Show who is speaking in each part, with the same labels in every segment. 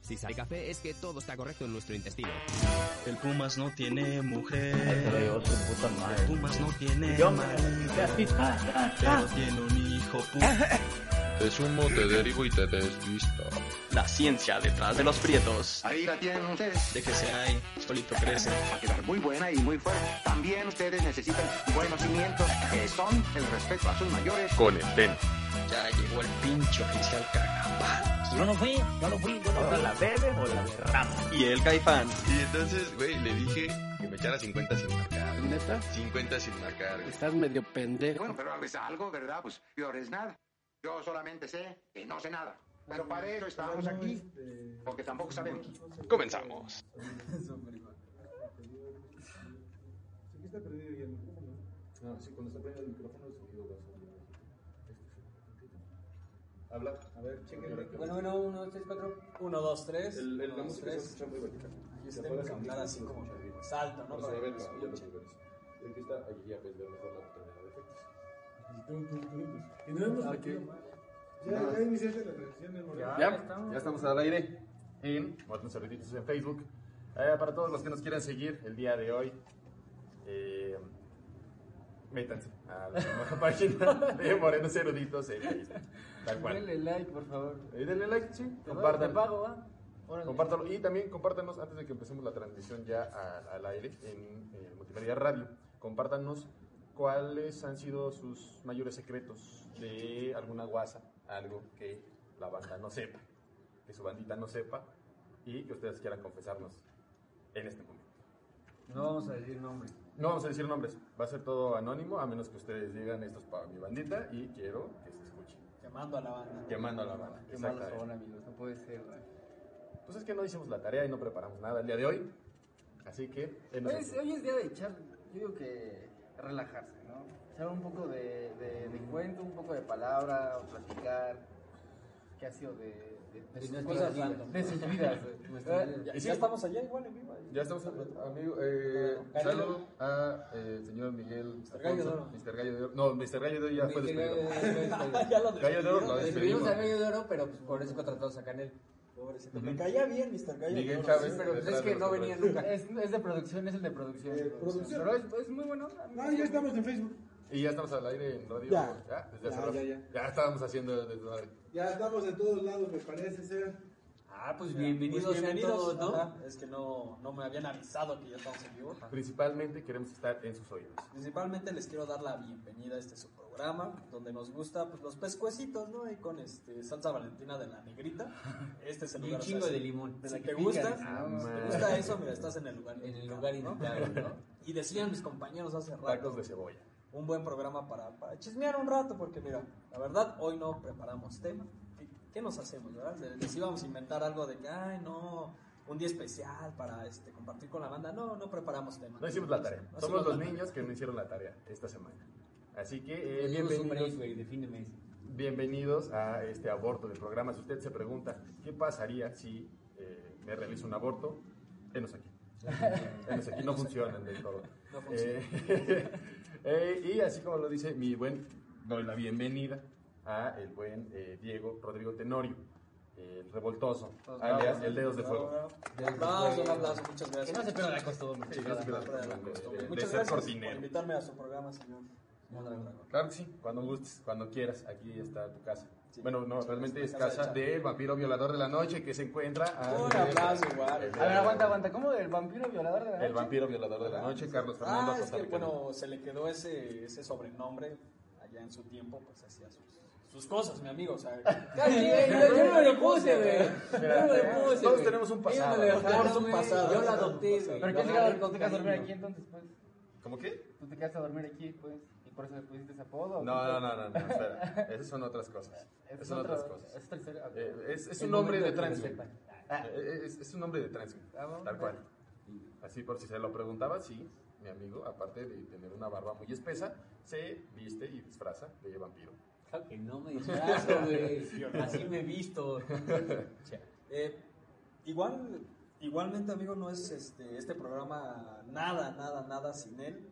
Speaker 1: Si sale café es que todo está correcto en nuestro intestino.
Speaker 2: El Pumas no tiene
Speaker 3: Pero
Speaker 2: mujer.
Speaker 3: yo su puta
Speaker 2: El
Speaker 3: madre.
Speaker 2: Pumas no tiene
Speaker 3: Yo,
Speaker 2: marido,
Speaker 4: Ah.
Speaker 2: pero tiene un hijo puta.
Speaker 5: Te sumo, te derivo y te desvisto.
Speaker 2: La ciencia detrás de los prietos.
Speaker 6: Ahí la tienen ustedes.
Speaker 2: De que se hay, solito crece.
Speaker 6: Va a quedar muy buena y muy fuerte. También ustedes necesitan buenos cimientos, que son el respeto a sus mayores.
Speaker 5: Con el ten.
Speaker 2: Ya llegó el pinche oficial carnaval.
Speaker 7: Yo no fui, yo no fui, yo no
Speaker 3: Ahora
Speaker 7: fui.
Speaker 3: la bebe o la derrama.
Speaker 2: Y el caifán.
Speaker 5: Y entonces, güey, le dije que me echara 50 sin marcar.
Speaker 4: ¿Neta?
Speaker 5: 50 sin marcar.
Speaker 4: Estás medio pendejo.
Speaker 6: Bueno, pero es algo, ¿verdad? Pues peor es nada. Yo solamente sé que no sé nada. Pero para eso estamos aquí, porque tampoco sabemos.
Speaker 5: Comenzamos.
Speaker 8: Bueno, bueno, 1, 2, 3, 4. 1, 2, 3. 1, 2, 3. Y este tengo que hablar así como salto, ¿no? Para que me escuche.
Speaker 9: Y no hemos metido mal. Ya, ya iniciaste la transmisión, mi amor.
Speaker 8: Ya,
Speaker 10: Ah, Ya estamos al aire en Muertos Cerrititos en Facebook. Eh, para todos los que nos quieran seguir el día de hoy, eh, métanse a la nueva página de Morenos Eruditos en Facebook. Tal cual.
Speaker 8: Denle like, por favor.
Speaker 10: Y denle like, sí,
Speaker 8: Te doy- Te
Speaker 10: compartan.
Speaker 8: pago, ¿va? Órale.
Speaker 10: Compártalo y también compártanos antes de que empecemos la transmisión ya a- al aire en eh, Multimedia Radio. Compártanos cuáles han sido sus mayores secretos de alguna guasa, algo que la banda no sepa, que su bandita no sepa y que ustedes quieran confesarnos en este momento.
Speaker 8: No vamos a decir nombres.
Speaker 10: No vamos a decir nombres, va a ser todo anónimo a menos que ustedes digan esto es para mi bandita y quiero que se escuche.
Speaker 8: Llamando a la banda.
Speaker 10: Llamando a la banda,
Speaker 8: Qué malos
Speaker 10: exactamente.
Speaker 8: son, amigos. No puede ser, güey.
Speaker 10: Pues es que no hicimos la tarea y no preparamos nada el día de hoy, así que... eh,
Speaker 8: Hoy
Speaker 10: nos-
Speaker 8: es, hoy es día de echar, yo digo que relajarse, ¿no? Echar un poco de, de, de cuento, un poco de palabra, o platicar. ¿Qué ha sido de, de, de sus
Speaker 7: nuestras
Speaker 8: cosas vidas?
Speaker 7: random.
Speaker 8: De sus vidas. güey. Eh,
Speaker 7: Ya,
Speaker 10: Y sí.
Speaker 7: ya estamos allá igual en vivo.
Speaker 10: Ya estamos, amigo. Eh, saludo a eh, señor Miguel Mr.
Speaker 7: Gallo de Oro.
Speaker 10: Mr. Gallo de Oro. No, Mr. Gallo de Oro ya fue
Speaker 7: Miguel,
Speaker 10: despedido.
Speaker 8: Eh,
Speaker 10: este,
Speaker 7: ya lo
Speaker 10: Gallo de Oro lo
Speaker 8: Despedimos
Speaker 10: despedimos.
Speaker 8: a Gallo de Oro, pero pues, por eso contratamos a Canel.
Speaker 7: Pobrecito. Me caía bien, Mr. Gallo.
Speaker 10: Miguel
Speaker 7: No,
Speaker 10: Chávez.
Speaker 7: sí,
Speaker 8: Pero pues, es que no venía nunca. Es, es de producción, es el de producción.
Speaker 9: Eh, producción.
Speaker 8: Pero es, es muy bueno.
Speaker 9: No, ya estamos en Facebook.
Speaker 10: Y ya estamos al aire en radio.
Speaker 9: Ya.
Speaker 10: desde hace
Speaker 9: Ya,
Speaker 10: rato.
Speaker 9: ya, ya.
Speaker 10: estábamos haciendo desde
Speaker 9: Ya estamos en todos lados, me parece ser.
Speaker 8: Ah, pues
Speaker 7: Pues
Speaker 8: bienvenidos, sean todos,
Speaker 7: bienvenidos,
Speaker 8: ¿no?
Speaker 7: ajá, Es que no, no me habían avisado que ya estamos en vivo.
Speaker 10: Principalmente queremos estar en sus oídos.
Speaker 7: Principalmente les quiero dar la bienvenida a este su programa, donde nos gusta pues, los pescuecitos, ¿no? Y con este, salsa valentina de la negrita. Este es el
Speaker 8: Y un
Speaker 7: lugar. o sea,
Speaker 8: chingo
Speaker 7: si-
Speaker 8: de limón.
Speaker 7: si
Speaker 8: La que
Speaker 7: te
Speaker 8: pica,
Speaker 7: gusta,
Speaker 8: ¿no?
Speaker 10: Ah,
Speaker 7: si te
Speaker 10: man.
Speaker 7: gusta eso, mira, estás en el lugar.
Speaker 8: En el
Speaker 7: indicado,
Speaker 8: lugar
Speaker 7: ¿no?
Speaker 8: indicado, ¿no?
Speaker 7: Y decían mis compañeros hace rato,
Speaker 10: Tacos de cebolla.
Speaker 7: un buen programa para, para chismear un rato, porque mira, la verdad, hoy no preparamos tema. ¿Qué, qué nos hacemos, verdad? Le- Les íbamos a inventar algo de que, ay, no, un día especial para este, compartir con la banda. No, no preparamos tema.
Speaker 10: No hicimos la tarea.
Speaker 7: No hicimos
Speaker 10: Somos los
Speaker 7: la-
Speaker 10: niños que no hicieron la tarea esta semana. Así que eh,
Speaker 8: Nos dimos un break,
Speaker 10: bienvenidos,
Speaker 8: güey, de fin de mes.
Speaker 10: bienvenidos a este aborto del programa. Si usted se pregunta qué pasaría si eh, me realizo un aborto, enos aquí. Enos aquí, no funcionan del todo.
Speaker 7: No funciona.
Speaker 10: Eh, eh, y así como lo dice mi buen, doy la bienvenida a el buen eh, Diego Rodrigo Tenorio, el revoltoso,
Speaker 8: Pues
Speaker 10: alias
Speaker 8: bravo.
Speaker 10: Ah, el dedos de fuego.
Speaker 7: Un aplauso, un aplauso, muchas
Speaker 8: Que no
Speaker 7: gracias.
Speaker 8: se pierda la costumbre.
Speaker 10: Sí,
Speaker 8: chingada.
Speaker 10: no se pierda.
Speaker 7: Fuera de la costumbre.
Speaker 10: De- de
Speaker 7: Muchas
Speaker 10: ser
Speaker 7: gracias
Speaker 10: cortinero.
Speaker 7: por invitarme a su programa, señor. Mono del Dragón.
Speaker 10: Claro que sí, cuando gustes, cuando quieras, aquí está tu casa.
Speaker 7: Sí.
Speaker 10: Bueno, no, realmente es
Speaker 7: Casa de
Speaker 10: casa
Speaker 7: Chapo.
Speaker 10: del vampiro violador de la noche que se encuentra. al-
Speaker 7: Un aplauso igual.
Speaker 8: A ver, aguanta, aguanta. ¿Cómo el vampiro violador de la
Speaker 10: El
Speaker 8: noche?
Speaker 10: vampiro violador de la noche, Carlos Fernando
Speaker 7: Ah, es
Speaker 10: Costa
Speaker 7: que,
Speaker 10: Rica.
Speaker 7: bueno, se le quedó ese, ese sobrenombre allá en su tiempo, pues hacía sus, sus cosas, mi amigo. O sea,
Speaker 8: Ay, güey, yo, yo no me lo puse, güey. Yo no me lo puse.
Speaker 10: Todos
Speaker 8: güey.
Speaker 10: tenemos un pasado.
Speaker 8: Yo no me lo
Speaker 7: Todos
Speaker 8: dejaron,
Speaker 7: un
Speaker 8: güey.
Speaker 7: pasado.
Speaker 8: Yo lo adopté, güey.
Speaker 7: Pero
Speaker 8: ¿Pero
Speaker 7: ¿qué
Speaker 8: qué
Speaker 7: te quedas-
Speaker 8: te quedas a dormir aquí entonces, pues?
Speaker 10: ¿Cómo qué?
Speaker 8: ¿Tú te quedas a dormir aquí, pues? ¿Y por eso le pusiste ese apodo?
Speaker 10: No, no, no, no, no, espera. Esas son otras cosas. Esas son otras cosas.
Speaker 8: Es otra historia. ok.
Speaker 10: Eh, es, es
Speaker 8: El
Speaker 10: un hombre de
Speaker 8: momento que
Speaker 10: trans.
Speaker 8: lo
Speaker 10: güey.
Speaker 8: sepan. Ah,
Speaker 10: Eh, Es, es un hombre de trans, güey.
Speaker 8: Ah, bueno.
Speaker 10: tal cual. Así por si se lo preguntaba, sí, mi amigo, aparte de tener una barba muy espesa, se viste y disfraza de vampiro.
Speaker 8: Claro que no me disfrazo, güey. Así me he visto.
Speaker 7: Eh, igual, igualmente, amigo, no es este, este programa nada, nada, nada sin él.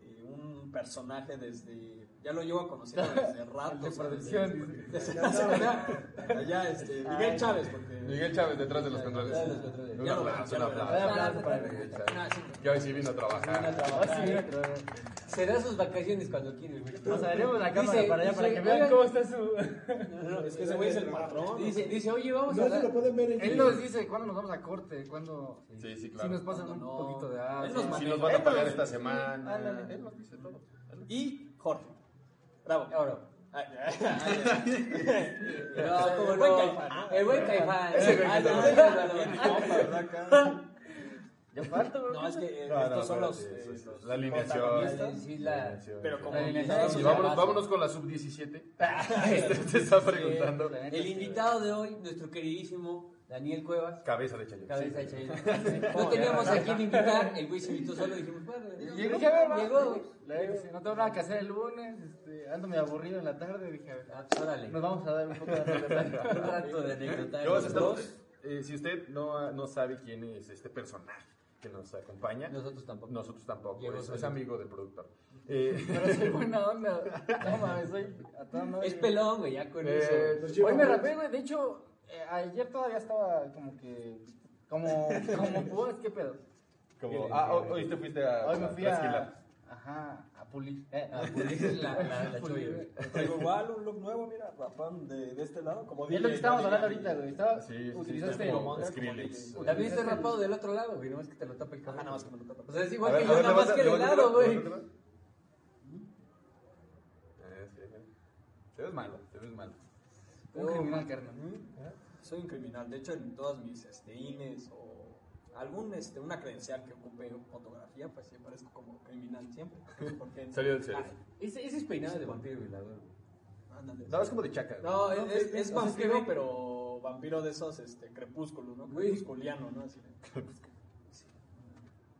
Speaker 7: Eh, un un personaje desde. Ya lo llevo conociendo desde rato.
Speaker 8: de
Speaker 7: o sea,
Speaker 8: producción,
Speaker 7: desde-
Speaker 8: dice.
Speaker 7: desde- desde allá, allá, este, Miguel Chávez, porque.
Speaker 10: Miguel Chávez detrás de los
Speaker 8: Ya
Speaker 10: controles.
Speaker 8: los controles.
Speaker 10: Un
Speaker 7: Ya lo
Speaker 10: aplauso, un
Speaker 7: verán, ya lo
Speaker 10: aplauso.
Speaker 7: verán.
Speaker 8: aplauso para Miguel Chávez.
Speaker 7: Ah, sí.
Speaker 10: Y hoy Ah, sí vino a
Speaker 8: Van a
Speaker 10: trabajar.
Speaker 8: trabajar.
Speaker 4: Se da sus vacaciones cuando quiere, güey.
Speaker 8: Nos haremos la cámara
Speaker 4: Dice-
Speaker 8: para allá para
Speaker 4: dice,
Speaker 8: que vean
Speaker 4: oigan,
Speaker 8: cómo está su.
Speaker 7: No, no, es que ese güey es el patrón.
Speaker 4: Dice, dice, oye,
Speaker 9: No
Speaker 4: vamos a
Speaker 9: se
Speaker 4: hablar.
Speaker 9: lo pueden ver en
Speaker 8: Él nos dice cuándo nos vamos a corte, cuándo.
Speaker 10: Sí, sí,
Speaker 8: Si nos
Speaker 10: claro.
Speaker 8: pasan un
Speaker 7: Cuándo no.
Speaker 8: poquito de
Speaker 7: Él nos
Speaker 10: Si
Speaker 8: agua.
Speaker 7: manda-
Speaker 10: nos van a pagar
Speaker 8: Él
Speaker 10: esta semana.
Speaker 8: Ándale.
Speaker 10: Él nos dice todo.
Speaker 7: Y Jorge. Bravo.
Speaker 4: Ahora.
Speaker 7: Ay, ay, ay.
Speaker 4: No, como
Speaker 7: El buen
Speaker 4: no.
Speaker 7: Caifán,
Speaker 8: Ah,
Speaker 7: ¿no?
Speaker 4: El buen Caifán.
Speaker 8: Ese güey
Speaker 4: Ah,
Speaker 8: que
Speaker 4: no,
Speaker 8: se-
Speaker 4: no, no, no.
Speaker 7: Mi compa, ¿verdad, acá?
Speaker 8: Ya falta, güey.
Speaker 7: No, es que eh,
Speaker 10: No, no,
Speaker 7: estos son
Speaker 10: pero
Speaker 7: los.
Speaker 10: sí,
Speaker 7: eh,
Speaker 10: sí, sí.
Speaker 7: los
Speaker 10: La alineación.
Speaker 7: protagonistas.
Speaker 4: Sí, la-
Speaker 7: Pero como.
Speaker 4: La alineación
Speaker 7: Sí,
Speaker 10: Y
Speaker 4: es
Speaker 10: vámonos,
Speaker 4: base.
Speaker 10: vámonos con la sub-17. Este te está preguntando.
Speaker 4: El invitado de hoy, nuestro queridísimo Daniel Cuevas.
Speaker 10: Cabeza de Chayo.
Speaker 4: Cabeza de Chayito. No teníamos a quién invitar, el güey se invitó solo y dijimos, bueno,
Speaker 8: Y
Speaker 4: llegó,
Speaker 8: Llegó, ya me
Speaker 4: llegó, güey.
Speaker 8: Le dije, no tengo nada que hacer el lunes, este, ando medio aburrido en la tarde, dije, a ver,
Speaker 4: Ah, pues, órale.
Speaker 8: nos vamos a dar un poco de
Speaker 4: Un
Speaker 8: tarde.
Speaker 4: rato de anécdota.
Speaker 10: Yo,
Speaker 4: los
Speaker 10: estamos-
Speaker 4: dos,
Speaker 10: eh, si usted no, no sabe quién es este personaje que nos acompaña,
Speaker 4: Nosotros tampoco.
Speaker 10: nosotros tampoco.
Speaker 4: Llegó
Speaker 10: Es, es
Speaker 4: solito.
Speaker 10: amigo del productor. Eh,
Speaker 8: Pero soy buena onda, no mames, soy a toda madre.
Speaker 4: Es pelón, güey, ya con eso.
Speaker 10: eh,
Speaker 9: Nos
Speaker 8: Hoy me
Speaker 9: lleva-
Speaker 8: rapé, güey, de hecho, eh, ayer todavía estaba como que, como, como, pues, qué pedo.
Speaker 10: como, ah, hoy, hoy te fuiste a,
Speaker 8: eh, Hoy me fui a,
Speaker 10: trasquilar.
Speaker 8: ajá, a pulir, eh, a
Speaker 4: A pulir la- la- la
Speaker 8: pulir.
Speaker 4: chovy, güey.
Speaker 7: Traigo igual un look nuevo, mira, rapam de, de este lado. Como
Speaker 8: Y es lo que estábamos hablando ahorita, güey, estaba,
Speaker 10: Ah, Sí, sí, sí,
Speaker 8: utilizaste
Speaker 10: está
Speaker 8: como-
Speaker 10: como Skrillex.
Speaker 4: También está rapado del otro lado, güey, nomás que te lo tapa el cabrón.
Speaker 7: Ajá, nada más que me lo tapa.
Speaker 4: O sea, es
Speaker 10: A
Speaker 4: igual
Speaker 10: ver,
Speaker 4: que
Speaker 10: a
Speaker 4: yo,
Speaker 10: ver,
Speaker 4: nada más que
Speaker 10: levanta-
Speaker 4: el
Speaker 10: levanta-
Speaker 4: helado, güey.
Speaker 10: levanta- levanta. Ah, sí, sí. Te ves malo, te ves malo.
Speaker 8: un criminal, carnal.
Speaker 7: Soy un criminal. De hecho, en todas mis este, INES o algún, este, una credencial que ocupe fotografía, pues sí parezco como criminal siempre. Porque,
Speaker 10: Salió del cerebro.
Speaker 4: Ese, ese es peinado de vampiro violador, güey.
Speaker 7: Ándale.
Speaker 10: No, es como de chaca. güey.
Speaker 7: No, es, es,
Speaker 4: O sea, es que
Speaker 7: vampiro,
Speaker 4: ve-
Speaker 7: pero vampiro de esos este, crepúsculos, ¿no?
Speaker 4: Güey.
Speaker 7: Crepusculiano, ¿no? Así de-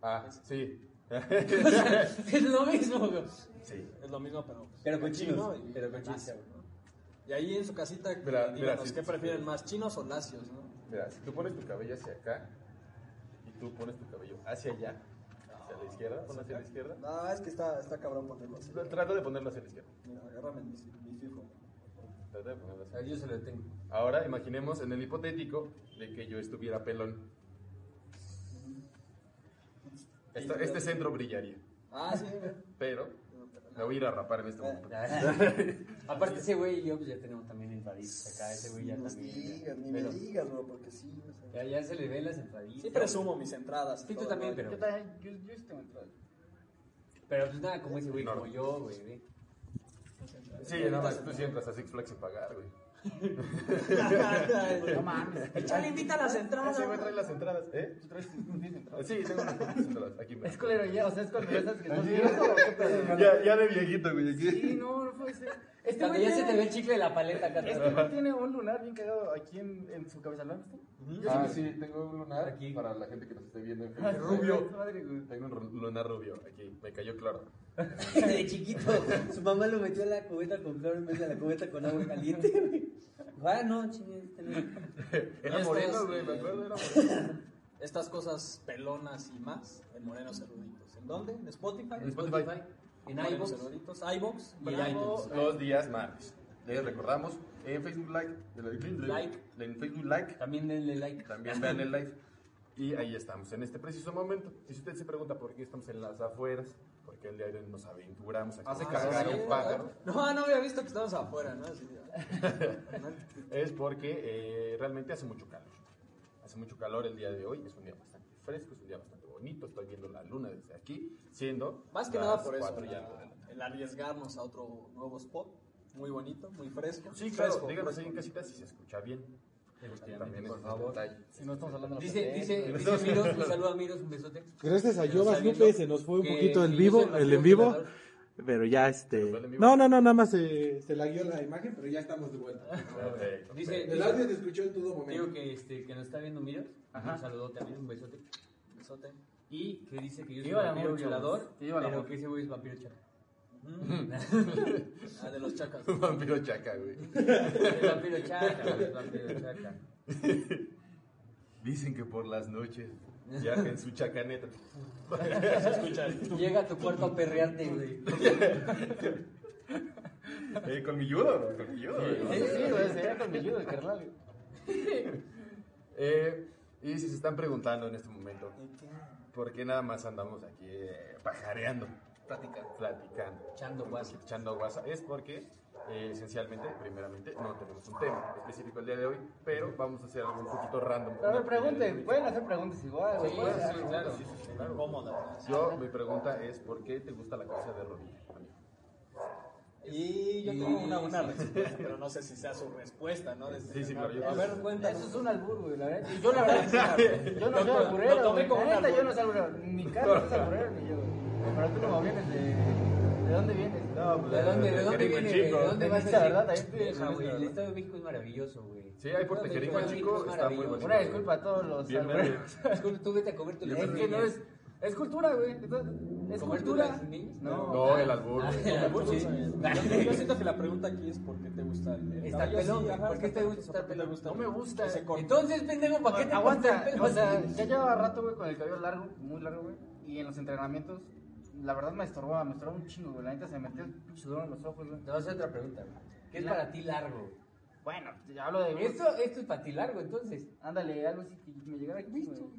Speaker 10: Ah, sí.
Speaker 4: Es lo mismo, güey.
Speaker 10: Sí.
Speaker 7: es lo mismo, pero. pues,
Speaker 4: Pero con chinos,
Speaker 7: chino y
Speaker 4: pero con chinos.
Speaker 7: lacio, ¿no? Y ahí en su casita,
Speaker 10: Mira,
Speaker 7: díganos,
Speaker 10: mira, sí,
Speaker 7: ¿qué
Speaker 10: sí,
Speaker 7: prefieren
Speaker 10: sí.
Speaker 7: más, chinos o lacios, no?
Speaker 10: Mira, si tú pones tu cabello hacia acá y tú pones tu cabello hacia allá, hacia la izquierda, ponlo hacia la izquierda.
Speaker 7: No, es que está, está cabrón ponerlo así.
Speaker 10: Trata de ponerlo hacia la izquierda.
Speaker 7: Mira, agárrame mi, mi fijo.
Speaker 10: Trata de ponerlo hacia la
Speaker 4: Ah, Yo se lo tengo.
Speaker 10: izquierda. Ahora imaginemos en el hipotético de que yo estuviera pelón. Esta- este centro brillaría,
Speaker 7: Ah, sí,
Speaker 10: pero me voy a ir a rapar en este momento.
Speaker 4: Ah. Aparte, ese güey y yo pues, ya tenemos también entraditos acá. Ese güey ya
Speaker 7: Ni me
Speaker 4: también. ya.
Speaker 7: digas, ni me
Speaker 4: Pero
Speaker 7: digas, bro, porque sí. o sea.
Speaker 4: ya, ya se le ven las entraditas.
Speaker 7: Sí presumo mis entradas. y
Speaker 4: Sí, tú
Speaker 7: todo,
Speaker 4: también,
Speaker 7: ¿no?
Speaker 4: pero-
Speaker 8: Yo también, yo, yo sí tengo entrada.
Speaker 4: Pero pues nada, como ese güey,
Speaker 10: No,
Speaker 4: como
Speaker 10: no.
Speaker 4: yo, güey. ve.
Speaker 10: Sí, nada más tú sí entras a Six Flags sin pagar, güey.
Speaker 8: No mames.
Speaker 7: Chale, invita a las entradas.
Speaker 10: Ese güey trae las entradas, ¿eh?
Speaker 8: ¿Tú traes tus tienes entrada?
Speaker 10: Sí, tengo las entradas, aquí me
Speaker 8: Es culero ya, o sea, es cuando piensas que estás viejo o qué pedo.
Speaker 10: Ya, ya de viejito, güey, aquí. Ah,
Speaker 8: Sí, no, no puede ser. Este
Speaker 4: Cuando
Speaker 8: güey
Speaker 4: ya se te ve
Speaker 8: tiene,
Speaker 4: el chicle de la paleta acá
Speaker 8: este
Speaker 4: atrás.
Speaker 8: güey tiene un lunar bien cagado aquí en, en su cabeza, ¿lo han visto?
Speaker 10: Ah, sí, tengo un lunar
Speaker 4: Aquí.
Speaker 10: para la gente que nos esté viendo en
Speaker 8: Ah,
Speaker 10: Facebook. Rubio.
Speaker 8: Madre, güey.
Speaker 10: Tengo un ru- lunar rubio aquí, me cayó claro.
Speaker 4: De chiquito, su mamá lo metió en la cubeta con cloro en vez de la cubeta con agua caliente, güey. Ah, no, chingue, este no.
Speaker 10: Era
Speaker 7: Estos,
Speaker 10: moreno, güey, me acuerdo, era moreno.
Speaker 7: Estas cosas pelonas y más en Morenos Eruditos. ¿En dónde? ¿En Spotify?
Speaker 10: En Spotify.
Speaker 4: En iVoox.
Speaker 7: Morenos Eruditos. iVoox. y
Speaker 4: Bravo.
Speaker 7: iTunes.
Speaker 10: Los días martes. Les recordamos en Facebook Like, en la-
Speaker 4: Like.
Speaker 10: en Facebook Like,
Speaker 4: También denle like.
Speaker 10: también vean el live. Y ahí estamos, en este preciso momento. Y si usted se pregunta por qué estamos en las afueras, por qué el día de hoy nos aventuramos a
Speaker 8: Hace
Speaker 10: hacer
Speaker 8: cagar
Speaker 10: cagar a un pájaro,
Speaker 7: No, no había visto que estamos afuera, ¿no? Así,
Speaker 4: ah,
Speaker 10: es porque eh, realmente hace mucho calor. Hace mucho calor el día de hoy, es un día bastante fresco, es un día bastante bonito, estoy viendo la luna desde aquí, siendo
Speaker 7: Más que
Speaker 10: las
Speaker 7: nada por eso.
Speaker 10: cuatro y
Speaker 7: la-
Speaker 10: algo de la-
Speaker 7: el arriesgarnos a otro nuevo spot. Muy bonito, muy fresco.
Speaker 10: Sí, claro,
Speaker 7: Fresco,
Speaker 10: díganos ahí
Speaker 7: fresco.
Speaker 10: en casita si se escucha bien. También
Speaker 4: por
Speaker 10: es un
Speaker 4: favor.
Speaker 10: detalle.
Speaker 8: Si no estamos hablando de los
Speaker 4: Dice, dice, dice Miros, un saludo a Miros, un besote.
Speaker 11: Gracias a
Speaker 4: Que nos
Speaker 11: Yovas
Speaker 4: avisó
Speaker 11: Lupe se nos fue un
Speaker 4: que-
Speaker 11: poquito el
Speaker 4: que
Speaker 11: vivo,
Speaker 4: yo soy
Speaker 11: el en vivo,
Speaker 4: violador.
Speaker 11: pero ya este...
Speaker 10: fue el en vivo?
Speaker 11: No, no, no, nada más se, se lagueó la imagen, pero ya estamos de vuelta.
Speaker 10: Perfecto.
Speaker 4: Dice,
Speaker 11: El audio te escuchó en todo
Speaker 4: Digo
Speaker 11: momento.
Speaker 4: que, este, que nos está viendo Miros,
Speaker 8: Ajá.
Speaker 4: un saludo también, un besote.
Speaker 7: Besote.
Speaker 4: Y que dice que yo
Speaker 8: Te
Speaker 4: soy
Speaker 8: iba la
Speaker 4: vampiro
Speaker 8: mucho,
Speaker 4: violador,
Speaker 8: te iba la
Speaker 4: pero
Speaker 8: mucho.
Speaker 4: que ese güey es vampiro chaca.
Speaker 7: Mm. Ah, de los chacas.
Speaker 10: Vampiro chaca, güey.
Speaker 4: Es vampiro chaca, güey, es vampiro chaca.
Speaker 10: Dicen que por las noches viaja en su chacaneta.
Speaker 4: Llega a tu cuarto a perrearte, güey.
Speaker 10: Eh, colmilludo, güey, colmilludo. güey.
Speaker 8: Sí, sí, eh. güey, sería con mi ayuda el carnal. güey.
Speaker 10: Eh, y si se están preguntando en este momento, ¿por qué nada más andamos aquí eh, pajareando? Platicando. Platicando.
Speaker 4: Echando guasa.
Speaker 10: Echando guasa. Es porque, eh, esencialmente, primeramente, no tenemos un tema específico el día de hoy, pero vamos a hacer algo un poquito random.
Speaker 8: Pero a ver,
Speaker 10: Una-
Speaker 8: pregunten, pueden hacer preguntas igual. güey,
Speaker 7: Sí,
Speaker 8: pueden hacer
Speaker 7: sí,
Speaker 8: preguntas.
Speaker 7: claro.
Speaker 10: Sí, sí, sí, claro.
Speaker 7: Cómoda.
Speaker 10: Yo, mi pregunta es, ¿por qué te gusta la cabeza de rodilla? amigo?
Speaker 7: Y yo tengo una buena respuesta, pero no sé si sea su respuesta, ¿no? Desde
Speaker 10: Sí, sí, claro, yo
Speaker 7: A
Speaker 10: creo
Speaker 7: ver,
Speaker 10: que sí.
Speaker 7: cuéntanos.
Speaker 8: Eso es un albur, güey, la verdad. Y Yo la verdad, sí, yo no
Speaker 7: Lo
Speaker 8: soy
Speaker 7: to-
Speaker 8: alburero.
Speaker 7: lo tomé
Speaker 8: güey.
Speaker 7: como
Speaker 8: La
Speaker 7: un
Speaker 8: neta,
Speaker 7: albur.
Speaker 8: yo no soy alburero, ni Carlos es alburero, ni yo. güey. Pero tú como vienes de... ¿De dónde vienes? No,
Speaker 4: ¿De dónde, de dónde
Speaker 10: Jeringo
Speaker 4: viene?
Speaker 10: chico.
Speaker 4: ¿De dónde
Speaker 8: De
Speaker 4: vas
Speaker 8: Niza,
Speaker 4: a
Speaker 8: ¿verdad?
Speaker 4: verdad?
Speaker 8: Ahí estoy,
Speaker 4: Deja, güey. El
Speaker 8: ¿verdad?
Speaker 4: Estado de México es maravilloso, güey.
Speaker 10: Sí, hay por
Speaker 4: Todo
Speaker 10: Tejerico
Speaker 4: México
Speaker 10: Chico,
Speaker 4: es
Speaker 10: está muy bueno.
Speaker 4: maravilloso.
Speaker 8: Una disculpa a todos los
Speaker 10: Bien,
Speaker 8: albureros.
Speaker 4: Disculpe, tú vete a comer tu
Speaker 8: Es que no es... Es cultura, güey. Entonces, Es
Speaker 4: ¿Comer
Speaker 8: cultura.
Speaker 4: tulas?
Speaker 8: No.
Speaker 10: No, el albur.
Speaker 4: Ah,
Speaker 10: güey.
Speaker 7: Sí. Yo, yo siento que la pregunta aquí es ¿por qué te gusta el el
Speaker 4: Estar
Speaker 7: cabello?
Speaker 4: pelón,
Speaker 7: Sí,
Speaker 4: güey.
Speaker 7: ajá,
Speaker 4: ¿Por qué te gusta
Speaker 7: pelón?
Speaker 4: estar
Speaker 7: ¿Por qué te
Speaker 4: pelón?
Speaker 7: gusta?
Speaker 8: No me gusta.
Speaker 7: Que se corte.
Speaker 4: Entonces, pendejo, ¿para qué te
Speaker 8: Aguanta,
Speaker 4: cortas el pelo
Speaker 8: o sea,
Speaker 4: así?
Speaker 8: ya llevaba rato, güey, con el cabello largo, muy largo, güey. Y en los entrenamientos, la verdad me estorbaba, me estorbaba un chingo, güey. La neta se me metía el pinche sudor en los ojos, güey.
Speaker 4: Te vas a hacer otra pregunta, güey. ¿Qué es
Speaker 8: La-
Speaker 4: para ti largo?
Speaker 8: Bueno, ya hablo de.
Speaker 4: Esto, esto es para ti largo, entonces.
Speaker 8: Ándale, algo así que me llegara aquí, güey.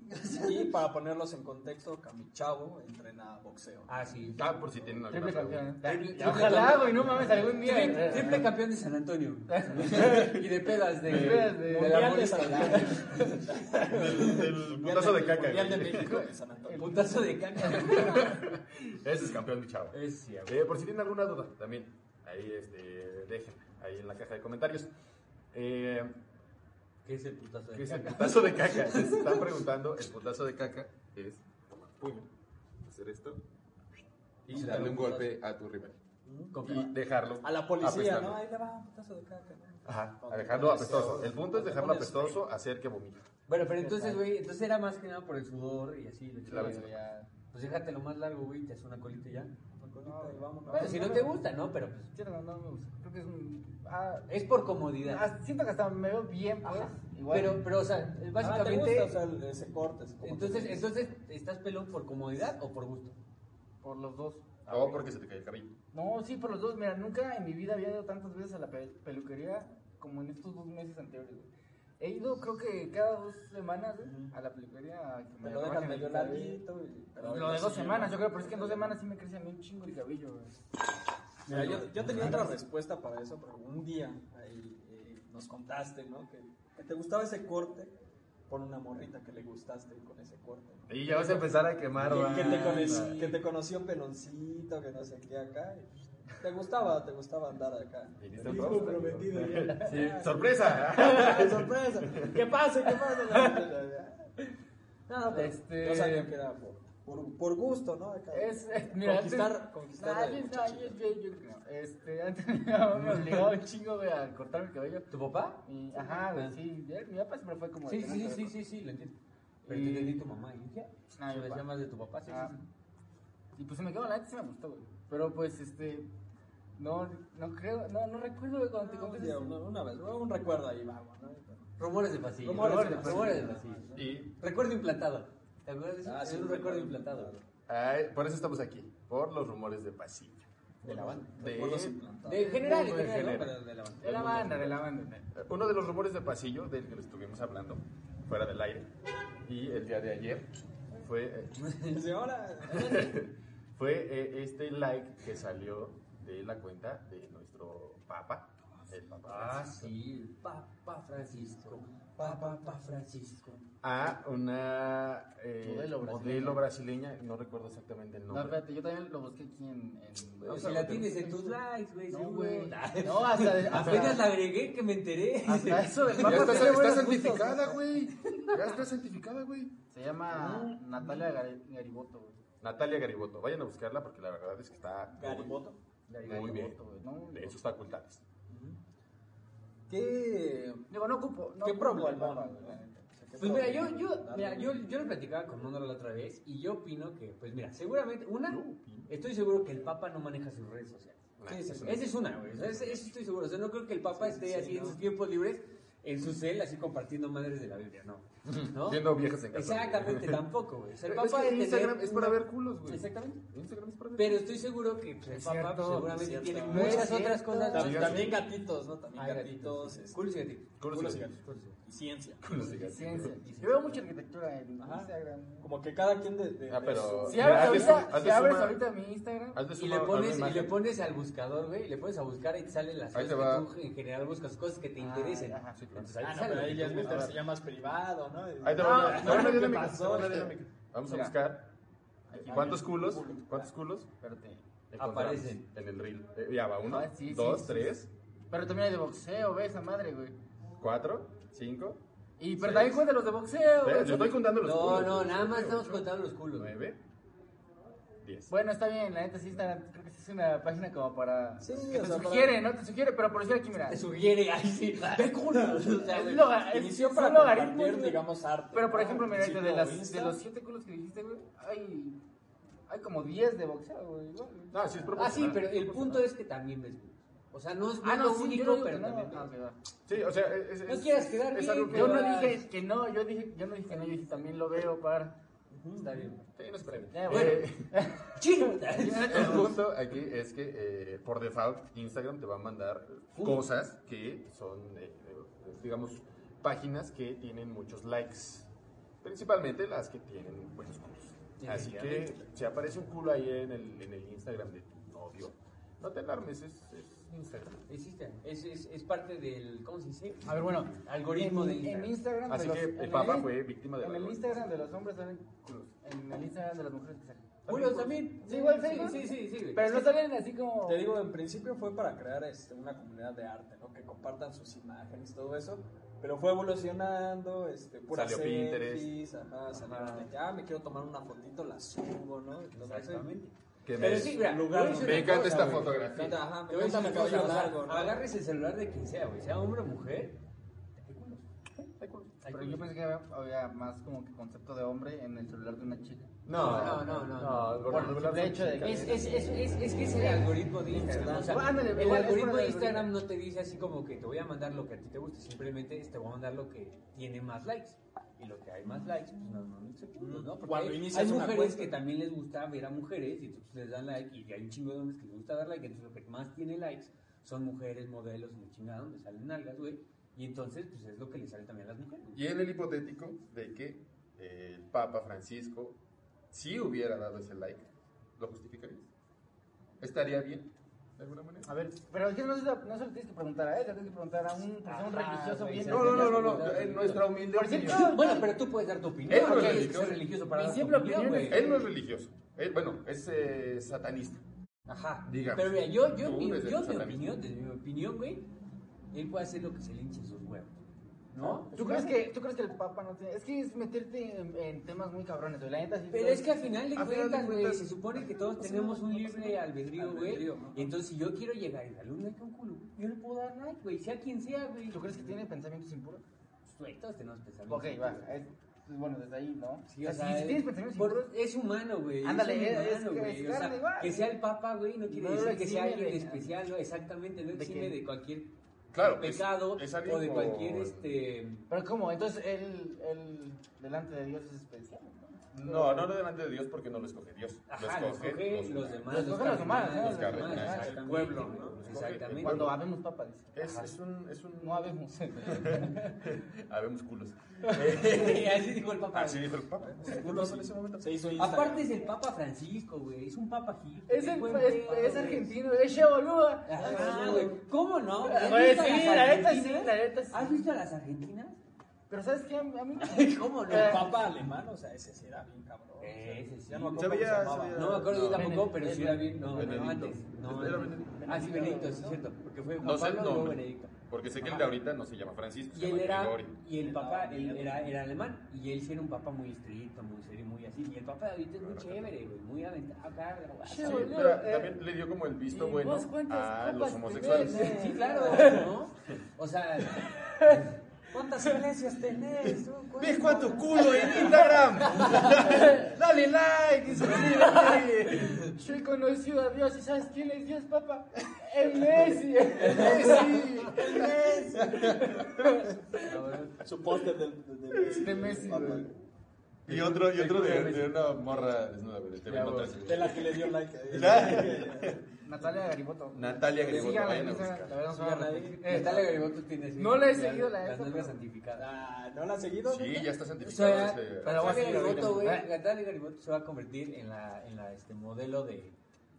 Speaker 7: Y para ponerlos en contexto, Camichavo entrena boxeo.
Speaker 4: Ah, sí.
Speaker 10: Ah, por si tienen alguna
Speaker 8: Triple
Speaker 10: pregunta.
Speaker 8: campeón.
Speaker 4: Triple-
Speaker 8: Ya, Ojalá, güey, no mames, algún día.
Speaker 4: Triple, triple campeón de San Antonio. y de pedas de,
Speaker 8: De pedas
Speaker 4: de
Speaker 8: de-
Speaker 4: la
Speaker 7: Mundial de
Speaker 4: bolsa.
Speaker 7: San
Speaker 10: Del, del putazo de caca.
Speaker 7: Mundial de
Speaker 10: güey.
Speaker 7: México de San Antonio.
Speaker 4: El putazo de caca.
Speaker 10: Ese es campeón, mi chavo.
Speaker 4: es cierto.
Speaker 10: Eh, por si tienen alguna duda, también, ahí este, dejen, ahí en la caja de comentarios. Eh,
Speaker 4: ¿Qué es el putazo de
Speaker 10: ¿Qué es el
Speaker 4: caca?
Speaker 10: putazo de caca? Se están preguntando, el putazo de caca es tomar puño, hacer esto y darle un golpe a tu rival. Y dejarlo
Speaker 7: A la policía,
Speaker 10: apestando.
Speaker 7: ¿no? Ahí le va un putazo de caca. ¿no?
Speaker 10: Ajá, a dejarlo apestoso. El punto es dejarlo apestoso, hacer que vomite.
Speaker 4: Bueno, pero entonces, güey, entonces era más que nada por el sudor y así. la chingada,
Speaker 10: vez.
Speaker 4: güey, ya. Pues déjate lo más largo, güey, te hace una colita y ya.
Speaker 7: Con colita y vámonos. Ah,
Speaker 4: Bueno, si no te gusta, ¿no? Pero pues,
Speaker 8: Sí, no, no me gusta. Creo que es un. ah,
Speaker 4: es por comodidad.
Speaker 8: ah, siento que hasta me veo bien, pues.
Speaker 4: Ajá.
Speaker 8: Igual.
Speaker 4: Pero, pero, o sea,
Speaker 7: Ah, ¿te
Speaker 4: básicamente.
Speaker 7: gusta? O sea, el- ese corte. ese como
Speaker 4: entonces,
Speaker 7: te-
Speaker 4: entonces, ¿estás pelón por comodidad o por gusto?
Speaker 8: Por los dos.
Speaker 10: O porque se te cae el cabello.
Speaker 8: No, sí, por los dos. Mira, nunca en mi vida había ido tantas veces a la pe- peluquería como en estos dos meses anteriores, güey. He ido, creo que cada dos semanas, güey, a la peluquería a que
Speaker 7: Te
Speaker 8: me
Speaker 7: lo dejan
Speaker 8: rajen el
Speaker 7: medio
Speaker 8: cabello.
Speaker 7: larguito. y- pero
Speaker 8: Lo de
Speaker 7: ahorita
Speaker 8: dos
Speaker 7: sí,
Speaker 8: semanas,
Speaker 7: ¿no?
Speaker 8: yo creo, pero es que en dos semanas sí me crece a mí un chingo el cabello, güey.
Speaker 7: Mira, yo, yo tenía otra respuesta para eso, pero un día ahí, eh, nos contaste, ¿no? Que, que te gustaba ese corte por una morrita que le gustaste con ese corte. ¿no?
Speaker 10: Y ya vas a empezar a quemar,
Speaker 7: Que- que, te
Speaker 10: banda.
Speaker 7: conoció, que te conoció peloncito, que no sé qué acá. y te gustaba, te gustaba andar acá.
Speaker 10: Viniste
Speaker 11: Feliz
Speaker 10: pronto.
Speaker 11: comprometido ya.
Speaker 10: Sí. ¡Sorpresa!
Speaker 7: ¡Ah, sorpresa! ¿Qué pasa? ¿Qué pasa? No, pero,
Speaker 8: Este-
Speaker 7: o sea, que era por, por, por gusto, ¿no? Acá.
Speaker 8: Es, es- mira,
Speaker 7: conquistar,
Speaker 8: antes- Ah,
Speaker 7: conquistar
Speaker 8: Nah,
Speaker 7: al
Speaker 8: yo- nah,
Speaker 7: muchachito.
Speaker 8: yo- yo- yo creo. Este, antes mi mamá me obligaba un chingo, güey, a cortarme el cabello.
Speaker 4: ¿Tu papá?
Speaker 8: Y, ajá, güey, sí, ya, mi papá siempre fue como... de
Speaker 4: Sí,
Speaker 8: que
Speaker 4: sí, sí,
Speaker 8: no
Speaker 4: sí,
Speaker 8: te-
Speaker 4: sí, sí, lo entiendo. Pero
Speaker 8: Y-
Speaker 4: te entendí tu mamá, ¿y ya?
Speaker 8: Ah,
Speaker 4: Se me
Speaker 8: mi
Speaker 4: decía
Speaker 8: papá.
Speaker 4: más de tu papá, sí,
Speaker 8: Ah.
Speaker 4: sí, sí.
Speaker 8: Y pues se me quedó la neta, sí me gustó, güey. Pero pues, este, no, no creo, no, no recuerdo, güey, cuando te
Speaker 4: Ah,
Speaker 7: No,
Speaker 8: conté
Speaker 7: un día, una, una vez, un recuerdo ahí, vago, ¿no?
Speaker 4: Rumores de pasillo.
Speaker 7: Rumores de pasillo.
Speaker 4: rumores de pasillo.
Speaker 10: Y
Speaker 4: Recuerdo implantado. ¿Te acuerdas de eso?
Speaker 7: Ah,
Speaker 4: es
Speaker 7: sí,
Speaker 4: un
Speaker 7: recuerdo
Speaker 4: recuerdo implantado.
Speaker 10: ay, por eso estamos aquí, por los rumores de pasillo.
Speaker 4: De la banda.
Speaker 7: Recuerdos
Speaker 10: De
Speaker 7: implantados.
Speaker 4: De general,
Speaker 10: No,
Speaker 4: en
Speaker 10: de
Speaker 4: general, ¿no? Pero
Speaker 10: general.
Speaker 4: de la banda.
Speaker 8: De la banda, de la banda. neta.
Speaker 10: Uno de los rumores de pasillo del que estuvimos hablando fuera del aire y el día de ayer fue, eh,
Speaker 7: Dice, "Hola".
Speaker 10: fue eh, este like que salió de la cuenta de nuestro papa, el
Speaker 4: Ah,
Speaker 10: papa
Speaker 4: sí. Papa Francisco. Papa, pa Francisco.
Speaker 10: a una eh,
Speaker 8: Modelo
Speaker 10: modelo,
Speaker 8: brasileña.
Speaker 10: brasileña. no recuerdo exactamente el
Speaker 8: No,
Speaker 10: nombre.
Speaker 8: espérate, yo también lo busqué aquí en... en-
Speaker 4: Pero
Speaker 10: O
Speaker 4: si
Speaker 10: sea,
Speaker 4: la
Speaker 10: no te-
Speaker 4: tienes en tus likes, güey.
Speaker 8: No,
Speaker 4: seguro.
Speaker 8: güey. No, hasta... hasta-
Speaker 4: Apenas la agregué que me enteré.
Speaker 8: Hasta eso del
Speaker 10: ya
Speaker 8: Papa
Speaker 10: está,
Speaker 8: tiene
Speaker 10: está
Speaker 8: buenos gustos.
Speaker 10: santificada, güey. Ya está santificada, güey.
Speaker 8: Se llama
Speaker 4: Mm.
Speaker 8: Natalia Gari- Gariboto, güey.
Speaker 10: Natalia Gariboto, vayan a buscarla porque la verdad es que está muy-
Speaker 7: Gariboto.
Speaker 10: muy bien
Speaker 8: Gariboto, güey, no,
Speaker 10: de
Speaker 8: no.
Speaker 10: sus facultades.
Speaker 7: ¿Qué,
Speaker 8: Digo, no ocupo. No
Speaker 7: qué
Speaker 8: ocupo
Speaker 7: problema?
Speaker 8: el Papa, güey.
Speaker 4: Pues mira, yo, yo, mira, yo, yo lo platicaba con Mondra la otra vez y yo opino que, pues mira, seguramente, una, estoy seguro que el Papa no maneja sus redes sociales.
Speaker 10: Nah,
Speaker 7: Sí, sí,
Speaker 10: es
Speaker 7: sí.
Speaker 10: una-
Speaker 4: Esa es una, güey. o sea, es- Eso estoy seguro. O sea, no creo que el Papa esté
Speaker 7: sí,
Speaker 4: así en
Speaker 7: no.
Speaker 4: sus tiempos libres en su cel así compartiendo madres de la Biblia, no. ¿No?
Speaker 10: Viendo viejas en casa.
Speaker 4: Exactamente, tampoco, güey. O sea, el
Speaker 10: Pero es
Speaker 4: Papa
Speaker 10: que
Speaker 4: debe tener
Speaker 10: Instagram es para
Speaker 4: una-
Speaker 10: ver culos, güey.
Speaker 4: Exactamente.
Speaker 10: Instagram es para ver
Speaker 4: Pues, Pero estoy seguro que pues, el
Speaker 7: Es
Speaker 4: papá
Speaker 7: cierto,
Speaker 4: pues, seguramente
Speaker 7: es
Speaker 4: tiene
Speaker 7: cierto.
Speaker 4: muchas
Speaker 7: Es
Speaker 4: otras
Speaker 7: cierto.
Speaker 4: cosas.
Speaker 7: También,
Speaker 10: Gatitos.
Speaker 7: también gatitos, ¿no? También
Speaker 4: Ay,
Speaker 7: gatitos.
Speaker 4: gatitos.
Speaker 7: este,
Speaker 4: Culos y gatitos.
Speaker 10: Culos y gatitos.
Speaker 7: Y ciencia.
Speaker 10: Culos y
Speaker 8: Sí,
Speaker 10: gatos.
Speaker 8: Ciencia. Yo veo mucha arquitectura en Instagram.
Speaker 7: Como que cada quien de. de-
Speaker 10: Ah,
Speaker 7: de
Speaker 10: pero-
Speaker 7: su-
Speaker 8: Si abres,
Speaker 10: Hazle
Speaker 8: ahorita,
Speaker 10: suma- hazle
Speaker 8: si abres
Speaker 10: suma-
Speaker 8: ahorita mi Instagram,
Speaker 10: Hazle
Speaker 4: Y
Speaker 10: suma
Speaker 4: le,
Speaker 10: a una
Speaker 4: pones, y le
Speaker 10: imagen.
Speaker 4: pones al buscador, güey, le pones a buscar y te salen las
Speaker 10: Ahí
Speaker 4: cosas
Speaker 10: te
Speaker 4: que
Speaker 10: va.
Speaker 4: tú en general buscas, cosas que te
Speaker 8: Ah,
Speaker 4: interesen.
Speaker 8: ajá.
Speaker 10: Sí, claro.
Speaker 4: Entonces, ahí
Speaker 7: Ah, no,
Speaker 4: sale
Speaker 7: pero
Speaker 4: lo que
Speaker 7: ahí ya es
Speaker 4: tú
Speaker 10: meter-
Speaker 4: buscas.
Speaker 7: meterse ya más privado, ¿no?
Speaker 10: Ahí te
Speaker 7: No,
Speaker 10: va una- te va una
Speaker 7: ¿qué
Speaker 10: dinámica,
Speaker 7: pasó?
Speaker 10: te va una dinámica. Vamos a
Speaker 8: Mira.
Speaker 10: buscar cuántos culos, cuántos culos
Speaker 8: espérate.
Speaker 10: encontramos
Speaker 4: Aparecen.
Speaker 10: en el reel. Eh, Ya va, uno,
Speaker 8: Ah, sí, sí,
Speaker 10: dos,
Speaker 8: sí,
Speaker 10: tres,
Speaker 8: Pero también hay de boxeo, ve esa madre, güey.
Speaker 10: cuatro, cinco,
Speaker 8: Y pero
Speaker 10: Sí.
Speaker 8: también cuenta los de boxeo,
Speaker 10: Espera,
Speaker 8: güey.
Speaker 10: yo estoy contando los
Speaker 4: No,
Speaker 10: culos.
Speaker 4: no, nada más
Speaker 10: Ocho,
Speaker 4: estamos
Speaker 10: ocho,
Speaker 4: contando los culos. güey.
Speaker 10: Nueve, diez.
Speaker 8: Bueno, está bien, la neta sí Instagram, creo que sí es una página como para
Speaker 7: Sí,
Speaker 8: que
Speaker 7: o
Speaker 8: te
Speaker 7: sea, para-
Speaker 8: sugiere, ¿no? Te sugiere, pero por decir aquí, mira.
Speaker 4: Te sugiere, ahí sí, ve culos. O sea,
Speaker 8: Es
Speaker 4: güey.
Speaker 8: lo- es-
Speaker 7: Inició
Speaker 8: son
Speaker 7: para
Speaker 8: logaritmos,
Speaker 7: compartir,
Speaker 8: güey.
Speaker 7: digamos, arte.
Speaker 8: Pero por
Speaker 7: ¿no?
Speaker 8: ejemplo,
Speaker 7: Al
Speaker 8: mira, ahorita de,
Speaker 7: principio
Speaker 8: las,
Speaker 7: Insta.
Speaker 8: de los siete culos que dijiste, güey, hay, hay como 10 de boxeo, güey. igual, güey.
Speaker 4: Ah,
Speaker 10: No, sí es
Speaker 4: sí,
Speaker 10: proporcional.
Speaker 4: pero el punto es que también ves culos. O sea, no es
Speaker 8: Ah, no,
Speaker 4: lo
Speaker 8: sí,
Speaker 4: único,
Speaker 8: yo no digo
Speaker 4: pero
Speaker 8: que no.
Speaker 4: también
Speaker 8: Ah, ok, va.
Speaker 10: Sí, o sea, es, es-
Speaker 4: No quieras quedar
Speaker 10: es
Speaker 4: bien,
Speaker 10: algo que-
Speaker 8: Yo
Speaker 4: Pero-
Speaker 8: no dije que no, yo dije, yo no dije que no, yo dije también lo veo para.
Speaker 4: Está bien.
Speaker 10: Sí, no se preocupen.
Speaker 8: Ya,
Speaker 4: bueno.
Speaker 10: Eh,
Speaker 4: ¡Chin!
Speaker 10: El punto aquí es que eh, por default Instagram te va a mandar cosas que son, eh, eh, digamos, páginas que tienen muchos likes. Principalmente las que tienen buenos culos. Así que si aparece un culo ahí en el, en el Instagram de tu novio, no te alarmes, es, es Instagram.
Speaker 4: Existe. Es, es, es parte del, ¿cómo se dice?
Speaker 8: A ver, bueno,
Speaker 4: Algoritmo de
Speaker 8: en, en
Speaker 4: Instagram.
Speaker 8: Instagram. de
Speaker 10: Así
Speaker 8: los-
Speaker 10: que
Speaker 8: en
Speaker 10: el Papa
Speaker 8: in-
Speaker 10: fue víctima de
Speaker 8: En el
Speaker 10: algoritmo.
Speaker 8: Instagram de los hombres salen culos. En el Instagram de las mujeres que salen.
Speaker 4: Culos también.
Speaker 8: Sí, igual Facebook.
Speaker 4: Sí, sí, sí, sí, güey.
Speaker 8: Pero no salen así como.
Speaker 7: Te digo, en principio fue para crear este, una comunidad de arte, ¿no? Que compartan sus imágenes, todo eso. Pero fue evolucionando, este, pura
Speaker 10: Salió
Speaker 7: selfies,
Speaker 10: Pinterest.
Speaker 7: ajá, salieron de que, ah, me quiero tomar una fotito, la subo, ¿no? Y todo eso.
Speaker 4: Exactamente.
Speaker 10: Que me-
Speaker 4: Pero sí, mira,
Speaker 7: lugar
Speaker 4: te voy a decir
Speaker 10: me
Speaker 4: una
Speaker 10: encanta
Speaker 4: cosa,
Speaker 10: esta
Speaker 4: güey.
Speaker 10: fotografía.
Speaker 7: Neta, Ajá,
Speaker 4: Te voy a decir
Speaker 7: mi
Speaker 4: una cosa,
Speaker 7: cabello
Speaker 4: o sea,
Speaker 7: largo, ¿no?
Speaker 4: agarres el celular de quien sea, güey, sea hombre o mujer. hay culos. Hay
Speaker 8: Pero
Speaker 4: culos.
Speaker 8: yo pensé que había, había más como que concepto de hombre en el celular de una chica.
Speaker 10: No,
Speaker 4: No, no, no, no.
Speaker 10: por
Speaker 8: Bueno,
Speaker 10: lo regular
Speaker 8: de
Speaker 10: son
Speaker 8: hecho, de
Speaker 10: chicas.
Speaker 4: Es, es, es, es, es que es el algoritmo de Instagram. O sea,
Speaker 8: Ah, ándale,
Speaker 4: el
Speaker 8: igual es
Speaker 4: algoritmo
Speaker 8: por
Speaker 4: de
Speaker 8: el
Speaker 4: Instagram
Speaker 8: algoritmo.
Speaker 4: no te dice así como que te voy a mandar lo que a ti te guste, simplemente te voy a mandar lo que tiene más likes. Y lo que hay más likes, pues normalmente se pudo, ¿no? Porque
Speaker 7: Cuando
Speaker 4: hay,
Speaker 7: inicias
Speaker 4: hay
Speaker 7: una
Speaker 4: mujeres
Speaker 7: cuenta.
Speaker 4: que también les gusta ver a mujeres y entonces les dan like y hay un chingo de hombres que les gusta dar like, entonces lo que más tiene likes son mujeres, modelos, muy chingada, donde salen nalgas, güey. Y entonces, pues es lo que le sale también a las mujeres.
Speaker 10: Y en el hipotético de que eh, el Papa Francisco, si hubiera dado ese like, ¿lo justificarías? ¿Estaría bien? ¿De alguna manera?
Speaker 8: A ver, pero es que no, se lo- no se lo tienes que preguntar a él, se lo tienes que preguntar a un, pues, a un
Speaker 4: Ajá,
Speaker 8: religioso
Speaker 4: güey,
Speaker 8: bien.
Speaker 4: se
Speaker 10: No, no, no, no, no. eh, nuestra humilde
Speaker 8: Por cierto,
Speaker 7: Ah,
Speaker 10: opinión.
Speaker 4: Bueno, pero tú puedes dar tu opinión.
Speaker 10: Él no
Speaker 4: no
Speaker 10: es
Speaker 4: tienes que
Speaker 10: religioso.
Speaker 4: ser religioso para
Speaker 8: Mi
Speaker 4: dar tu
Speaker 8: simple
Speaker 4: opinión,
Speaker 8: opinión
Speaker 4: güey.
Speaker 10: Él no es religioso. Él, bueno, es eh, satanista.
Speaker 4: Ajá.
Speaker 10: Digamos.
Speaker 4: Pero mira, yo, yo,
Speaker 10: Tú,
Speaker 4: mi,
Speaker 10: desde
Speaker 4: yo
Speaker 10: tu
Speaker 4: mi
Speaker 10: satanista.
Speaker 4: opinión, desde mi opinión, güey, él puede hacer lo que se le hinche sus huevos. ¿No?
Speaker 8: ¿Tú crees, que, ¿Tú crees que el Papa no tiene.? Es que es meterte en, en temas muy cabrones, güey. La neta sí.
Speaker 4: Pero es que al final de
Speaker 10: Al final de
Speaker 4: cuentas, güey,
Speaker 10: cuentas-
Speaker 4: se supone que todos tenemos un libre albedrío, güey. Entonces, si yo quiero llegar y darle un like a un culo, yo le puedo dar like, güey, sea quien sea, güey.
Speaker 8: ¿Tú crees que tiene pensamientos impuros?
Speaker 4: Güey, Todos tenemos pensamientos.
Speaker 8: Ok, va. Es, pues, bueno, desde ahí, ¿no?
Speaker 4: Sí,
Speaker 8: O sea, si, si
Speaker 4: es-
Speaker 8: tienes pensamientos
Speaker 4: por-
Speaker 8: impuros.
Speaker 4: es humano, güey.
Speaker 8: Ándale,
Speaker 4: es, un
Speaker 8: es-
Speaker 4: humano,
Speaker 8: es que
Speaker 4: güey,
Speaker 8: es
Speaker 4: o sea,
Speaker 8: carne igual.
Speaker 4: que sea el papa, güey, no quiere
Speaker 8: No lo
Speaker 4: decir que sea
Speaker 8: exime
Speaker 4: alguien
Speaker 8: de-
Speaker 4: especial, no, exactamente, no
Speaker 8: ¿De
Speaker 4: exime
Speaker 8: qué?
Speaker 4: de cualquier
Speaker 10: Claro, es-
Speaker 4: pecado
Speaker 10: es alguien
Speaker 4: o de cualquier
Speaker 10: con-
Speaker 4: este
Speaker 8: Pero ¿cómo? Entonces él, él delante de Dios es especial.
Speaker 10: No, no lo delante de Dios porque no lo escoge Dios.
Speaker 4: Ajá,
Speaker 10: lo
Speaker 4: los
Speaker 10: escoge
Speaker 4: coge los,
Speaker 10: humanos.
Speaker 4: demás,
Speaker 8: Los coge los demás, ¿no?
Speaker 4: los
Speaker 10: Los
Speaker 4: demás,
Speaker 10: cardenales, el
Speaker 4: exactamente,
Speaker 10: pueblo,
Speaker 4: güey,
Speaker 10: ¿no? Los coge
Speaker 4: Exactamente.
Speaker 10: el
Speaker 8: Cuando habemos papa, dice.
Speaker 10: Es, es un... Es un
Speaker 8: No habemos.
Speaker 10: Habemos culos.
Speaker 4: Así dijo el papá.
Speaker 10: Así dijo el Papa.
Speaker 7: Culos en ese Se hizo Instagram.
Speaker 4: Aparte es el Papa Francisco, güey, es un papa gil.
Speaker 8: Es,
Speaker 4: güey,
Speaker 8: el,
Speaker 4: buen
Speaker 8: es,
Speaker 4: pedo,
Speaker 8: es
Speaker 4: güey.
Speaker 8: argentino, es chevolúa.
Speaker 4: Ajá, güey. ¿Cómo no? ¿Has
Speaker 8: Güey,
Speaker 4: visto a
Speaker 8: Pues sí,
Speaker 4: las
Speaker 8: la neta sí,
Speaker 4: argentinas?
Speaker 8: la neta sí.
Speaker 4: ¿Has visto a las argentinas?
Speaker 8: Pero ¿sabes qué? A mí, a mí-
Speaker 4: ¿Cómo no?
Speaker 7: El
Speaker 8: Eh,
Speaker 7: papa alemán, o sea, ese sí era bien cabrón. o sea,
Speaker 4: Ese sí.
Speaker 7: Ya no me acuerdo cómo se
Speaker 10: Sabía-
Speaker 7: llamaba.
Speaker 10: sabía-
Speaker 4: No me acuerdo yo
Speaker 8: No.
Speaker 4: tampoco, pero
Speaker 8: Benedicto.
Speaker 4: sí era bien. No, no,
Speaker 10: Benedicto.
Speaker 4: antes. No,
Speaker 10: Era
Speaker 4: antes.
Speaker 10: Benedicto.
Speaker 4: Ah, sí, Benedicto, sí, es cierto. Porque fue Juan
Speaker 10: No sé el
Speaker 4: Pablo, luego
Speaker 10: nombre.
Speaker 4: Benedicto.
Speaker 10: Porque sé que el de ahorita no se llama Francisco,
Speaker 4: Y
Speaker 10: se
Speaker 4: él
Speaker 10: llama
Speaker 4: era,
Speaker 10: Gregorio.
Speaker 4: y el papá, él era, era alemán, y él sí era un papá muy estricto, muy serio, muy así. Y el papá de ahorita es muy chévere, güey, muy aventado acá, güey.
Speaker 10: Sí,
Speaker 8: Sí, boludo,
Speaker 10: pero
Speaker 8: eh.
Speaker 10: también le dio como el visto
Speaker 8: ¿Y
Speaker 10: bueno
Speaker 8: vos cuántas
Speaker 10: a
Speaker 8: copas
Speaker 10: los
Speaker 8: te
Speaker 10: homosexuales.
Speaker 8: ves, eh?
Speaker 4: Sí, claro, ¿no? O sea,
Speaker 7: ¿Cuántas iglesias tenés? tú? ¿Cuántas?
Speaker 2: ¿Ves cuánto culo en Instagram?
Speaker 8: Dale like, suscríbete. Yo he conocido a Dios y ¿sabes quién es Dios, papá? ¡El Messi! ¡El Messi! ¡El
Speaker 7: Su póster del, del,
Speaker 8: Messi! ¡De Messi, güey.
Speaker 10: Y otro, y otro de, de una morra desnuda, güey, te
Speaker 7: Ya,
Speaker 10: veo
Speaker 7: güey.
Speaker 10: atrás.
Speaker 7: De la que le dio like. ahí.
Speaker 8: Natalia Gariboto.
Speaker 10: Natalia Griboto,
Speaker 8: Síganla,
Speaker 10: vayan a
Speaker 8: esa-
Speaker 10: buscar.
Speaker 8: la verdad no se va a arrepentir. Eh,
Speaker 4: Natalia Gariboto tiene.
Speaker 8: No le he seguido la
Speaker 4: Las
Speaker 8: esta,
Speaker 4: nalgas
Speaker 8: pero-
Speaker 4: santificadas.
Speaker 7: Ah, ¿No la has seguido?
Speaker 10: Sí,
Speaker 7: neta?
Speaker 10: ya está
Speaker 4: O
Speaker 10: santificado
Speaker 4: sea,
Speaker 10: este-
Speaker 8: pero voy a
Speaker 4: Natalia
Speaker 8: seguir
Speaker 4: Gariboto, güey.
Speaker 8: ahorita. Ah.
Speaker 4: Natalia Gariboto se va a convertir en la, en la este, modelo de,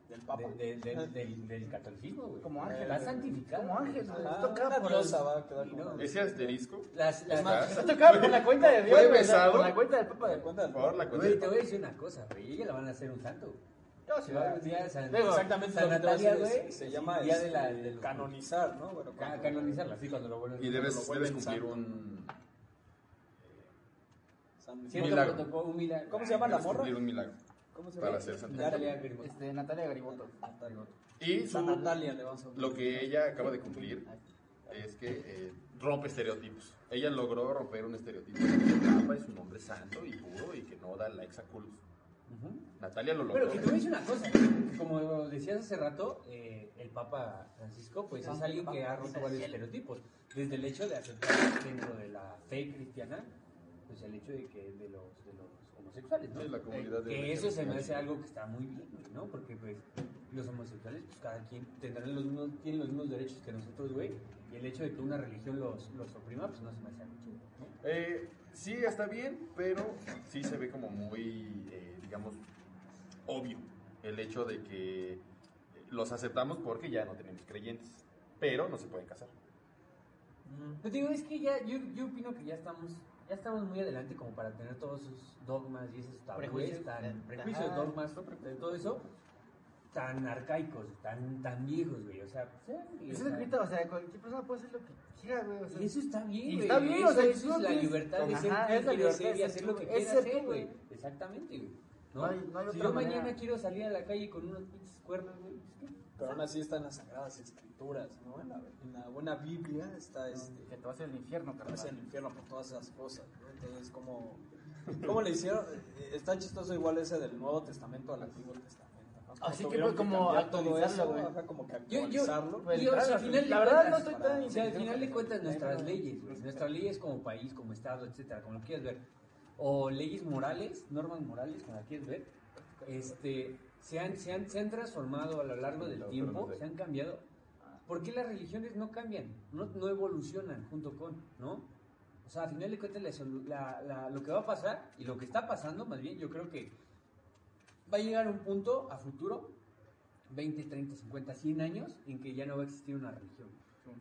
Speaker 7: Del Papa.
Speaker 4: de- de- de- del, del catolicismo, güey.
Speaker 8: Como Ángel.
Speaker 4: Está santificada.
Speaker 8: Como Ángel, güey.
Speaker 7: Ah,
Speaker 8: Está tocada
Speaker 7: una
Speaker 8: por el-
Speaker 7: diosa va a quedar como
Speaker 4: No.
Speaker 7: la-
Speaker 10: Ese asterisco,
Speaker 4: Las, las,
Speaker 10: Está-
Speaker 8: Está tocada por la cuenta de Dios.
Speaker 10: ¿Fue
Speaker 8: güey, o sea,
Speaker 10: besado?
Speaker 8: Por la cuenta del Papa
Speaker 7: ¿Te
Speaker 8: de
Speaker 7: cuenta?
Speaker 10: por favor, la cuenta.
Speaker 4: Güey, te voy a decir una cosa, güey. Ella la van a hacer un santo. güey.
Speaker 8: No,
Speaker 4: Se va a día San,
Speaker 8: Digo,
Speaker 7: Exactamente,
Speaker 4: San
Speaker 7: lo que te voy a
Speaker 4: Natalia,
Speaker 7: decir es-
Speaker 4: güey.
Speaker 7: Se llama
Speaker 4: día
Speaker 7: este,
Speaker 4: de la, de los-
Speaker 7: canonizar, ¿no? Bueno,
Speaker 4: Ca-
Speaker 7: cuando-
Speaker 4: canonizarla, sí, cuando lo vuelven.
Speaker 10: y debes,
Speaker 7: vuelven
Speaker 10: debes cumplir
Speaker 7: santo.
Speaker 10: un...
Speaker 7: San-
Speaker 4: Cierto
Speaker 10: milagro.
Speaker 4: protocolo, un milagro.
Speaker 7: ¿Cómo se llama la
Speaker 10: debes
Speaker 7: morra?
Speaker 10: cumplir un milagro
Speaker 7: ¿Cómo se llama?
Speaker 10: para ser santificado.
Speaker 4: Natalia Gariboto.
Speaker 8: Este, Natalia Gariboto.
Speaker 7: Natalia.
Speaker 10: Y
Speaker 7: San
Speaker 10: su,
Speaker 7: Natalia le vamos a
Speaker 10: Lo que ella acaba de cumplir es que eh, rompe estereotipos. Ella logró romper un estereotipo de que el Papa es un hombre santo y puro y que no da likes a culos.
Speaker 4: Este, Ujú.
Speaker 10: Natalia lo
Speaker 4: Pero
Speaker 10: logró.
Speaker 4: que te voy a decir una cosa, que como decías hace rato, eh, el Papa Francisco pues es alguien que ha roto varios estereotipos, desde el hecho de aceptar dentro de la fe cristiana, pues el hecho de que de los, de los homosexuales, ¿no?
Speaker 10: Sí, la comunidad de-
Speaker 4: que eso se me hace algo que está muy bien, güey, ¿no? Porque pues los homosexuales, pues cada quien tendrá los mismos, tiene los mismos derechos que nosotros, güey, y el hecho de que una religión los, los oprima, pues no se me hace algo chido, ¿no?
Speaker 10: Eh, sí, está bien, pero sí se ve como muy, eh, digamos, obvio el hecho de que eh, los aceptamos porque ya no tenemos creyentes, pero no se pueden casar.
Speaker 4: Pero Pues digo, es que ya, yo, yo opino que ya estamos, ya estamos muy adelante como para tener todos esos dogmas y esos tabúes,
Speaker 8: Prejuicios. eh,
Speaker 4: tan
Speaker 8: Ajá.
Speaker 4: prejuicios, dogmas, todo eso, tan arcaicos, tan, tan viejos, güey. O sea, sí, o
Speaker 8: Eso
Speaker 4: sea,
Speaker 8: es grita, o sea, cualquier persona puede hacer lo que quiera, güey. O sea,
Speaker 4: y eso está bien,
Speaker 8: Y
Speaker 4: güey.
Speaker 8: está bien,
Speaker 4: eso,
Speaker 8: o sea,
Speaker 4: eso
Speaker 8: tú
Speaker 4: es la
Speaker 8: tienes-
Speaker 4: libertad de ser
Speaker 8: Ajá,
Speaker 4: quien
Speaker 8: es la
Speaker 4: quieres
Speaker 8: libertad
Speaker 4: ser y
Speaker 8: de
Speaker 4: hacer
Speaker 8: ser
Speaker 4: lo
Speaker 8: tú,
Speaker 4: que
Speaker 8: güey. Es
Speaker 4: quieras
Speaker 8: ser
Speaker 4: hacer,
Speaker 8: tú,
Speaker 4: güey.
Speaker 8: güey.
Speaker 4: Exactamente, güey.
Speaker 8: No hay- no hay
Speaker 4: si
Speaker 8: otra
Speaker 4: yo
Speaker 8: manera.
Speaker 4: mañana quiero salir a la calle con unos pinches cuernos, güey, pues, ¿qué?
Speaker 7: Pero aún así están las sagradas escrituras, ¿no? En la, en la buena Biblia está este.
Speaker 8: Que te vas al infierno,
Speaker 7: te vas al
Speaker 8: carnal.
Speaker 7: infierno por todas esas cosas. ¿no? Entonces, ¿cómo, ¿cómo le hicieron? Eh, Está chistoso igual ese del Nuevo Testamento al Antiguo Testamento. ¿no? Como
Speaker 8: Así que,
Speaker 7: tuvieron
Speaker 8: pues, como
Speaker 7: cambiar todo
Speaker 8: actualizarlo,
Speaker 7: eso,
Speaker 8: güey.
Speaker 7: ajá, como que
Speaker 4: Yo, yo,
Speaker 7: actualizarlo.
Speaker 8: pues,
Speaker 4: yo, si
Speaker 8: claro,
Speaker 4: al final
Speaker 8: la
Speaker 4: de
Speaker 8: verdad
Speaker 4: cuentas-
Speaker 8: no estoy tan
Speaker 4: si al final
Speaker 8: inteligente.
Speaker 4: de cuentas nuestras
Speaker 8: Pero-
Speaker 4: leyes, güey, nuestras leyes como país, como estado, etcétera, como lo quieras ver, o leyes morales, normas morales, como las quieras ver, este, se han, se han, se han transformado a lo largo del tiempo, se han cambiado. ¿Por qué las religiones no cambian? No, no evolucionan junto con, ¿no? O sea, al final de cuentas, la solu- la- la- lo que va a pasar y lo que está pasando, más bien, yo creo que va a llegar un punto a futuro 20, 30, 50, 100 años en que ya no va a existir una religión.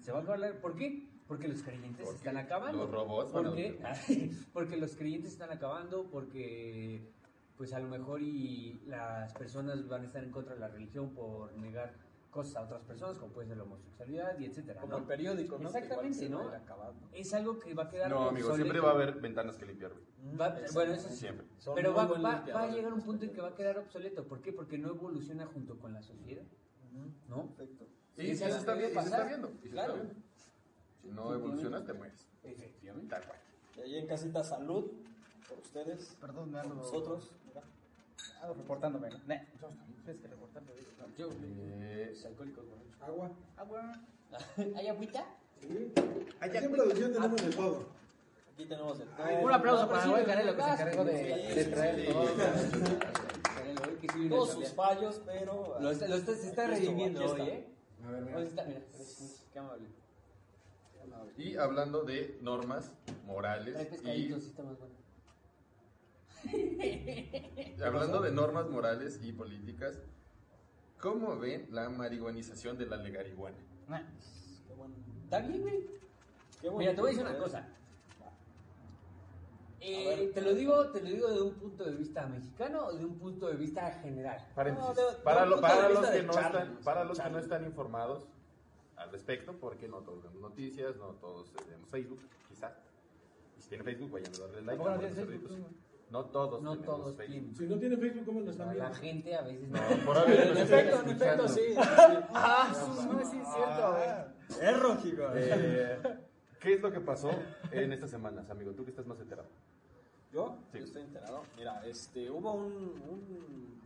Speaker 4: Se va a acabar. ¿Por qué? Porque los creyentes
Speaker 10: Porque
Speaker 4: están acabando.
Speaker 10: los robots van a
Speaker 4: porque, porque los creyentes están acabando, porque pues a lo mejor y las personas van a estar en contra de la religión por negar cosas a otras personas, como puede ser la homosexualidad y etcétera.
Speaker 7: Como
Speaker 4: ¿no?
Speaker 7: el periódico, ¿no?
Speaker 4: Exactamente,
Speaker 7: Que igual
Speaker 4: ¿no?
Speaker 7: se va a ir acabando.
Speaker 4: Es algo que va a quedar.
Speaker 10: No, amigo,
Speaker 4: obsoleto.
Speaker 10: siempre va a haber ventanas que limpiar, güey.
Speaker 4: Va- bueno, eso sí.
Speaker 10: Siempre.
Speaker 7: Son
Speaker 4: Pero
Speaker 7: muy
Speaker 4: va,
Speaker 7: buen
Speaker 4: va- va a
Speaker 7: limpiadores.
Speaker 4: llegar un punto en que va a quedar obsoleto. ¿Por qué? Porque no evoluciona junto con la sociedad,
Speaker 7: Ujú,
Speaker 4: ¿no?
Speaker 7: Perfecto.
Speaker 10: Y, y
Speaker 4: Sí,
Speaker 10: se está, vi- y se está
Speaker 4: pasar.
Speaker 10: viendo. y se
Speaker 4: Claro.
Speaker 10: está viendo. Si no evolucionas, te mueres.
Speaker 4: Efectivamente.
Speaker 10: Tal cual.
Speaker 7: Y ahí en casita, salud por ustedes,
Speaker 8: Perdón, me
Speaker 7: por
Speaker 8: ando.
Speaker 7: nosotros. mira.
Speaker 8: Ando reportándome. ¿no? Ne. Tienes que reportarme. güey.
Speaker 4: Yo,
Speaker 10: Eh,
Speaker 4: alcohólicos borrachos.
Speaker 11: Agua.
Speaker 8: Agua.
Speaker 4: ¿Hay agüita?
Speaker 11: Sí. Aquí en producción tenemos de todo.
Speaker 7: Aquí tenemos el
Speaker 11: Ay,
Speaker 7: todo.
Speaker 8: Un aplauso para
Speaker 4: sí,
Speaker 8: Manuel Canelo que se
Speaker 4: vas,
Speaker 8: encargó de,
Speaker 4: sí,
Speaker 8: de traer todo.
Speaker 4: Espérenlo, eh, que sí viene
Speaker 7: Todos
Speaker 4: el
Speaker 7: sus
Speaker 4: Fabián.
Speaker 7: fallos, pero. ah,
Speaker 4: Lo este- está, lo está- se está
Speaker 7: Aquí estuvo,
Speaker 4: redimiendo
Speaker 7: aquí
Speaker 4: hoy,
Speaker 7: está.
Speaker 4: ¿eh?
Speaker 11: A ver,
Speaker 4: Hoy
Speaker 11: mira.
Speaker 4: está, mira. pues, Qué amable.
Speaker 10: Y hablando de normas morales
Speaker 4: Trae
Speaker 10: y
Speaker 4: pescaditos, sí está más bueno.
Speaker 10: hablando de normas morales y políticas, ¿cómo ven la marihuanización de la legarihuana?
Speaker 8: Ne.
Speaker 7: qué bueno.
Speaker 4: Está bien, güey.
Speaker 7: Qué
Speaker 4: Mira,
Speaker 7: bonito,
Speaker 4: te voy a decir una
Speaker 7: ¿eh?
Speaker 4: cosa. Eh,
Speaker 7: A ver.
Speaker 4: te lo digo, te lo digo de un punto de vista mexicano o de un punto de vista general.
Speaker 10: Paréntesis.
Speaker 7: No, de-
Speaker 10: para,
Speaker 7: de un
Speaker 10: lo-
Speaker 7: punto
Speaker 10: para
Speaker 7: de
Speaker 10: los
Speaker 7: vista
Speaker 10: que
Speaker 7: de
Speaker 10: no
Speaker 7: Charlie,
Speaker 10: están, para los que no
Speaker 7: Charlie.
Speaker 10: están informados al respecto, porque no todos vemos noticias, no todos tenemos Facebook, quizá. Y si tienen Facebook, vayan a darle like.
Speaker 8: ¿Tampoco no
Speaker 10: amor,
Speaker 8: tienes
Speaker 10: los
Speaker 8: Facebook,
Speaker 7: pues,
Speaker 10: cerditos.
Speaker 8: tú, güey?
Speaker 10: No todos
Speaker 4: No
Speaker 10: tenemos
Speaker 4: todos
Speaker 10: Facebook.
Speaker 4: tienen.
Speaker 11: Si no tiene Facebook, ¿cómo nos están
Speaker 4: La
Speaker 11: viendo?
Speaker 4: gente a veces no.
Speaker 10: Probablemente
Speaker 7: En
Speaker 10: no
Speaker 7: efecto,
Speaker 10: estén
Speaker 7: en efecto,
Speaker 10: escuchando.
Speaker 7: sí. Ah,
Speaker 8: Ah, su- no, sí, es cierto, a ver.
Speaker 7: Es rojigo.
Speaker 10: Eh, ¿Qué es lo que pasó en estas semanas, amigo? Tú que estás más enterado.
Speaker 7: ¿Yo?
Speaker 10: Sí.
Speaker 7: Yo estoy enterado. Mira, este, hubo un, un,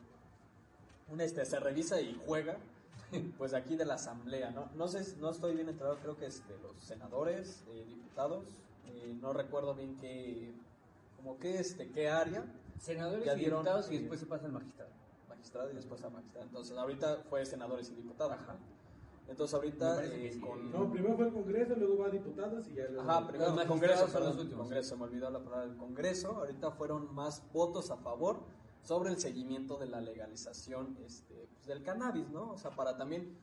Speaker 7: un, este, se revisa y juega pues aquí de la asamblea, ¿no? No sé, no estoy bien enterado, creo que es de los senadores, eh, diputados, eh, no recuerdo bien qué, como qué, este, qué área.
Speaker 4: Senadores
Speaker 7: Ya
Speaker 4: y
Speaker 7: dieron,
Speaker 4: diputados y
Speaker 7: eh,
Speaker 4: después se pasa al magistrado.
Speaker 7: magistrado y después a magistrado. Entonces, ahorita fue senadores y diputados. Entonces,
Speaker 4: Me
Speaker 7: ahorita
Speaker 4: parece que
Speaker 7: eh,
Speaker 4: sí.
Speaker 7: con...
Speaker 11: No, primero fue el Congreso, luego va a diputados y ya luego.
Speaker 7: Ajá, primero
Speaker 4: Los magistrados
Speaker 7: el Congreso,
Speaker 4: son los
Speaker 7: perdón,
Speaker 4: últimos.
Speaker 7: Congreso, me olvidó la palabra del Congreso. Ahorita fueron más votos a favor sobre el seguimiento de la legalización este, pues, del cannabis, ¿no? O sea, para también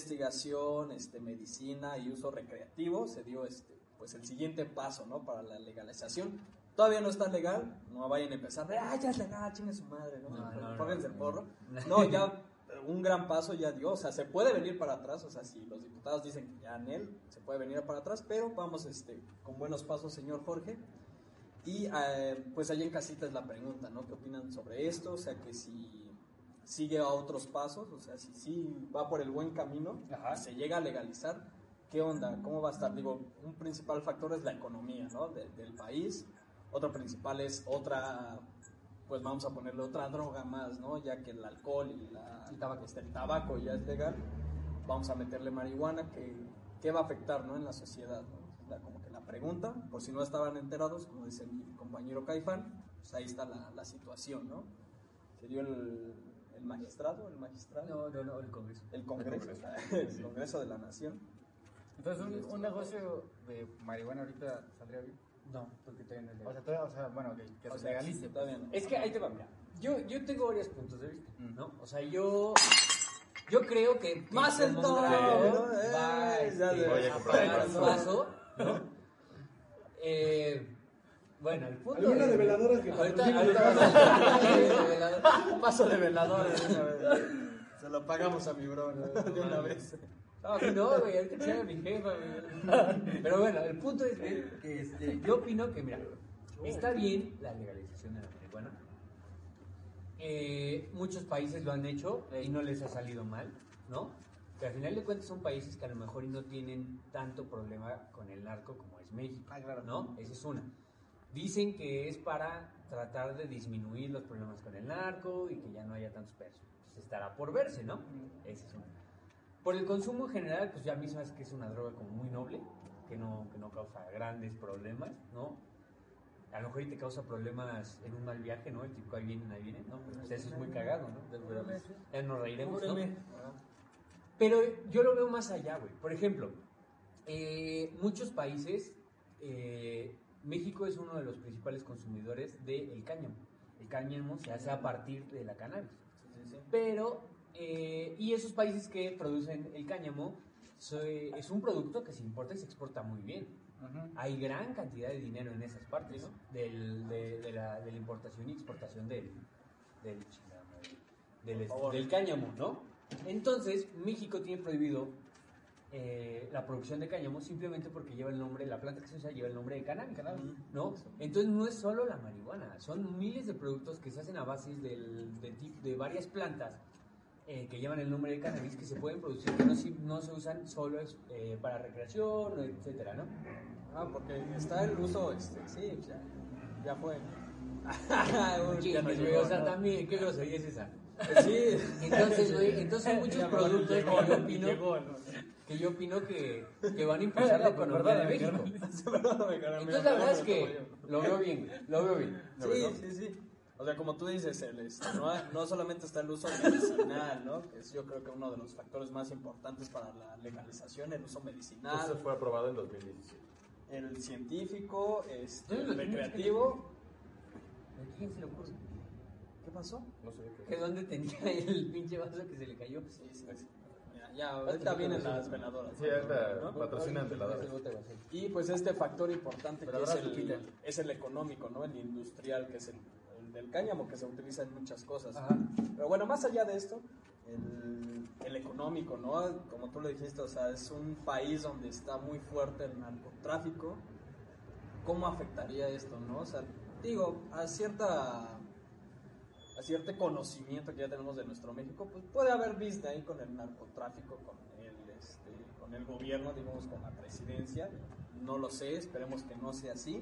Speaker 7: investigación, este, medicina y uso recreativo se dio este, pues el siguiente paso, ¿no? Para la legalización. Todavía no está legal, no vayan a empezar de, ah, ya es legal, chingue su madre, ¿no?
Speaker 4: No, no, no,
Speaker 7: Pónganse el
Speaker 4: no.
Speaker 7: porro. No, ya un gran paso ya dio, o sea, se puede venir para atrás, o sea, si los diputados dicen que ya en él se puede venir para atrás, pero vamos este con buenos pasos, señor Jorge. Y eh, pues allá en casita es la pregunta, ¿no? ¿Qué opinan sobre esto? O sea, que si sigue a otros pasos, o sea, si sí va por el buen camino, y se llega a legalizar, ¿qué onda? ¿Cómo va a estar? Digo, un principal factor es la economía, ¿no? De- del país. Otro principal es otra pues vamos a ponerle otra droga más, ¿no? Ya que el alcohol y la- el, tabaco, este, el tabaco ya es legal, vamos a meterle marihuana, que, que va a afectar, ¿no? En la sociedad, ¿no? La- como que la pregunta, por si no estaban enterados, como dice mi compañero Caifán, pues ahí está la, la situación, ¿no? Se dio el, el magistrado, el magistrado,
Speaker 4: No, no, no, el Congreso.
Speaker 7: el Congreso, el Congreso, de la Nación.
Speaker 8: Entonces, un, un negocio de marihuana ahorita saldría bien.
Speaker 4: No, porque todavía no es
Speaker 8: O sea,
Speaker 4: legal.
Speaker 8: todavía, o sea bueno, que, que
Speaker 7: O
Speaker 8: se
Speaker 7: sea,
Speaker 8: legalice.
Speaker 7: está bien.
Speaker 4: Es que ahí te va, mira. Yo, yo tengo varios puntos de vista,
Speaker 8: Mm.
Speaker 4: ¿no? O sea, yo. Yo creo que. que
Speaker 7: Más el
Speaker 4: Ramón
Speaker 7: todo,
Speaker 4: Bravo
Speaker 7: ¿no?
Speaker 4: va,
Speaker 7: Eh, ya
Speaker 4: este,
Speaker 7: le-
Speaker 5: Oye,
Speaker 4: a
Speaker 5: compadre,
Speaker 4: pagar
Speaker 5: ¿no?
Speaker 4: un vaso, ¿no? Eh, bueno, el punto.
Speaker 11: Alguna
Speaker 4: es-
Speaker 11: de veladoras que
Speaker 4: Ahorita,
Speaker 11: patrocine.
Speaker 4: ahorita vamos a- de veladoras.
Speaker 7: Un vaso de velador de una vez. Se lo pagamos a mi bro ¿no? de una vez.
Speaker 4: No, no, güey, ahorita que se haga mi jefa, güey. Pero bueno, el punto es que, que, este, yo opino que, mira, está bien la legalización de la marihuana. Eh, muchos países lo han hecho eh, y no les ha salido mal, ¿no? Que al final de cuentas son países que a lo mejor y no tienen tanto problema con el narco como es México,
Speaker 8: Ah, claro.
Speaker 4: ¿no? Esa es una. Dicen que es para tratar de disminuir los problemas con el narco y que ya no haya tantos pesos. Pues estará por verse, ¿no? Esa es una. Por el consumo en general, pues ya mismo es que es una droga como muy noble, que no, que no causa grandes problemas, ¿no? A lo mejor y te causa problemas en un mal viaje, ¿no? El tipo ahí vienen, ahí vienen, ¿no? Pues eso es muy cagado, ¿no? Pero, pues, ya nos reiremos, ¿no? Ah, Pero yo lo veo más allá, güey. Por ejemplo, eh, muchos países, eh, México es uno de los principales consumidores del cáñamo. El cáñamo se hace a partir de la cannabis. Pero, eh, y esos países que producen el cáñamo, so- es un producto que se importa y se exporta muy bien. Hay gran cantidad de dinero en esas partes, ¿no? Del, de, de la, de la importación y exportación del, del, chingada madre, del, este- del cáñamo, ¿no? Entonces, México tiene prohibido eh, la producción de cáñamo simplemente porque lleva el nombre, la planta que se usa lleva el nombre de cannabis, ¿no? Entonces no es solo la marihuana, son miles de productos que se hacen a base del- de, ti- de varias plantas eh, que llevan el nombre de cannabis que se pueden producir, que no, si- no se usan solo eh, para recreación, etcétera, ¿no?
Speaker 7: Ah, porque está el uso, este, sí, ya, ya fue. Uy,
Speaker 4: Chígate,
Speaker 7: ya
Speaker 4: güey,
Speaker 7: llegó,
Speaker 4: pues, o sea,
Speaker 7: ¿no?
Speaker 4: también, qué grosería es esa.
Speaker 7: Sí.
Speaker 4: Entonces, güey, entonces hay muchos
Speaker 7: Ya me
Speaker 4: productos que
Speaker 7: llegó,
Speaker 4: yo opino,
Speaker 7: llegó, ¿no?
Speaker 4: que, yo opino que, que van a impulsar la economía de México.
Speaker 7: Perdóname, carnal, mira,
Speaker 4: Entonces la verdad es
Speaker 7: perdóname,
Speaker 4: que
Speaker 7: yo.
Speaker 4: lo veo bien, güey, lo veo bien. la
Speaker 7: Sí,
Speaker 4: verdad.
Speaker 7: sí, sí. O sea, como tú dices, el, este, no, no solamente está el uso medicinal, ¿no? Que es yo creo que uno de los factores más importantes para la legalización, el uso medicinal,
Speaker 10: Esto fue aprobado en 2017.
Speaker 7: el científico, este,
Speaker 4: Sí, lo
Speaker 7: el
Speaker 4: tienes que
Speaker 7: recreativo.
Speaker 4: ¿A quién se le ocurre?
Speaker 7: ¿Qué pasó?
Speaker 10: No sé qué.
Speaker 4: ¿Que dónde tenía el pinche vaso que se le cayó?
Speaker 7: Sí, sí, sí. Ya,
Speaker 4: Ah,
Speaker 7: ya, ahorita vienen las venadoras.
Speaker 10: Sí, ahorita
Speaker 7: ¿no?
Speaker 10: patrocinan veladoras.
Speaker 7: Y pues este factor importante que
Speaker 8: Pero
Speaker 7: es
Speaker 8: ahora se
Speaker 7: el,
Speaker 8: quita.
Speaker 7: es el económico, ¿no? El industrial, que es el, el del cáñamo, que se utiliza en muchas cosas.
Speaker 4: Ajá.
Speaker 7: Pero bueno, más allá de esto, el, el económico, ¿no? Como tú lo dijiste, o sea, es un país donde está muy fuerte el narcotráfico. ¿Cómo afectaría esto, no? O sea, digo, a cierta a cierto conocimiento que ya tenemos de nuestro México, pues puede haber vista ahí con el narcotráfico, con el, este, con el gobierno, digamos, con la presidencia. No lo sé, esperemos que no sea así.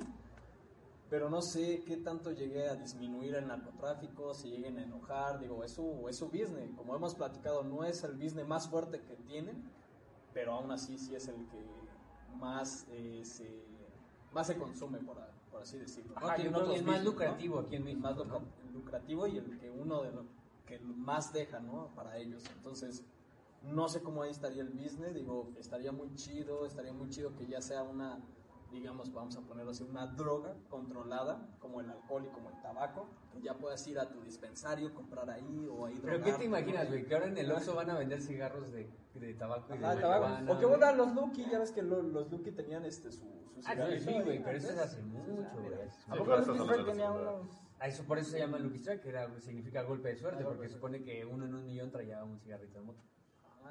Speaker 7: pero no sé qué tanto llegué a disminuir el narcotráfico, si lleguen a enojar, digo, es su, es su business, como hemos platicado, no es el business más fuerte que tienen, pero aún así sí es el que más, eh, se, más se consume, por, a- por así decirlo. ¿no?
Speaker 4: Ajá, yo
Speaker 7: Tienen
Speaker 4: creo que
Speaker 7: otros
Speaker 4: es más
Speaker 7: business, ¿no?
Speaker 4: lucrativo aquí en
Speaker 7: El
Speaker 4: México,
Speaker 7: más
Speaker 4: ¿no?
Speaker 7: lucra- lucrativo y el que uno de los que más deja, ¿no? Para ellos. Entonces, no sé cómo ahí estaría el business, digo, estaría muy chido, estaría muy chido que ya sea una, digamos, vamos a ponerlo así, una droga controlada, como el alcohol y como el tabaco, que ya puedas ir a tu dispensario, comprar ahí o ahí
Speaker 4: ¿Pero qué
Speaker 7: drogarte,
Speaker 4: te imaginas,
Speaker 7: ¿no?
Speaker 4: güey? Que ahora en el oso van a vender cigarros de, de tabaco y de
Speaker 7: Ajá, Ah, tabaco.
Speaker 4: marihuana,
Speaker 7: O que
Speaker 4: güey.
Speaker 7: vuelan los Lucky, ya ves que lo- los Lucky tenían este, su, su
Speaker 4: Ah, no, sí,
Speaker 7: cigarrito
Speaker 4: güey,
Speaker 7: ahí
Speaker 4: pero eso es
Speaker 7: antes.
Speaker 4: hace mucho, güey.
Speaker 5: ¿A poco Lucky Strike tenía
Speaker 4: Ah, eso por eso se llama Lucky Strike, que era- significa golpe de suerte, porque supone que uno en un millón traía un cigarrito de moto.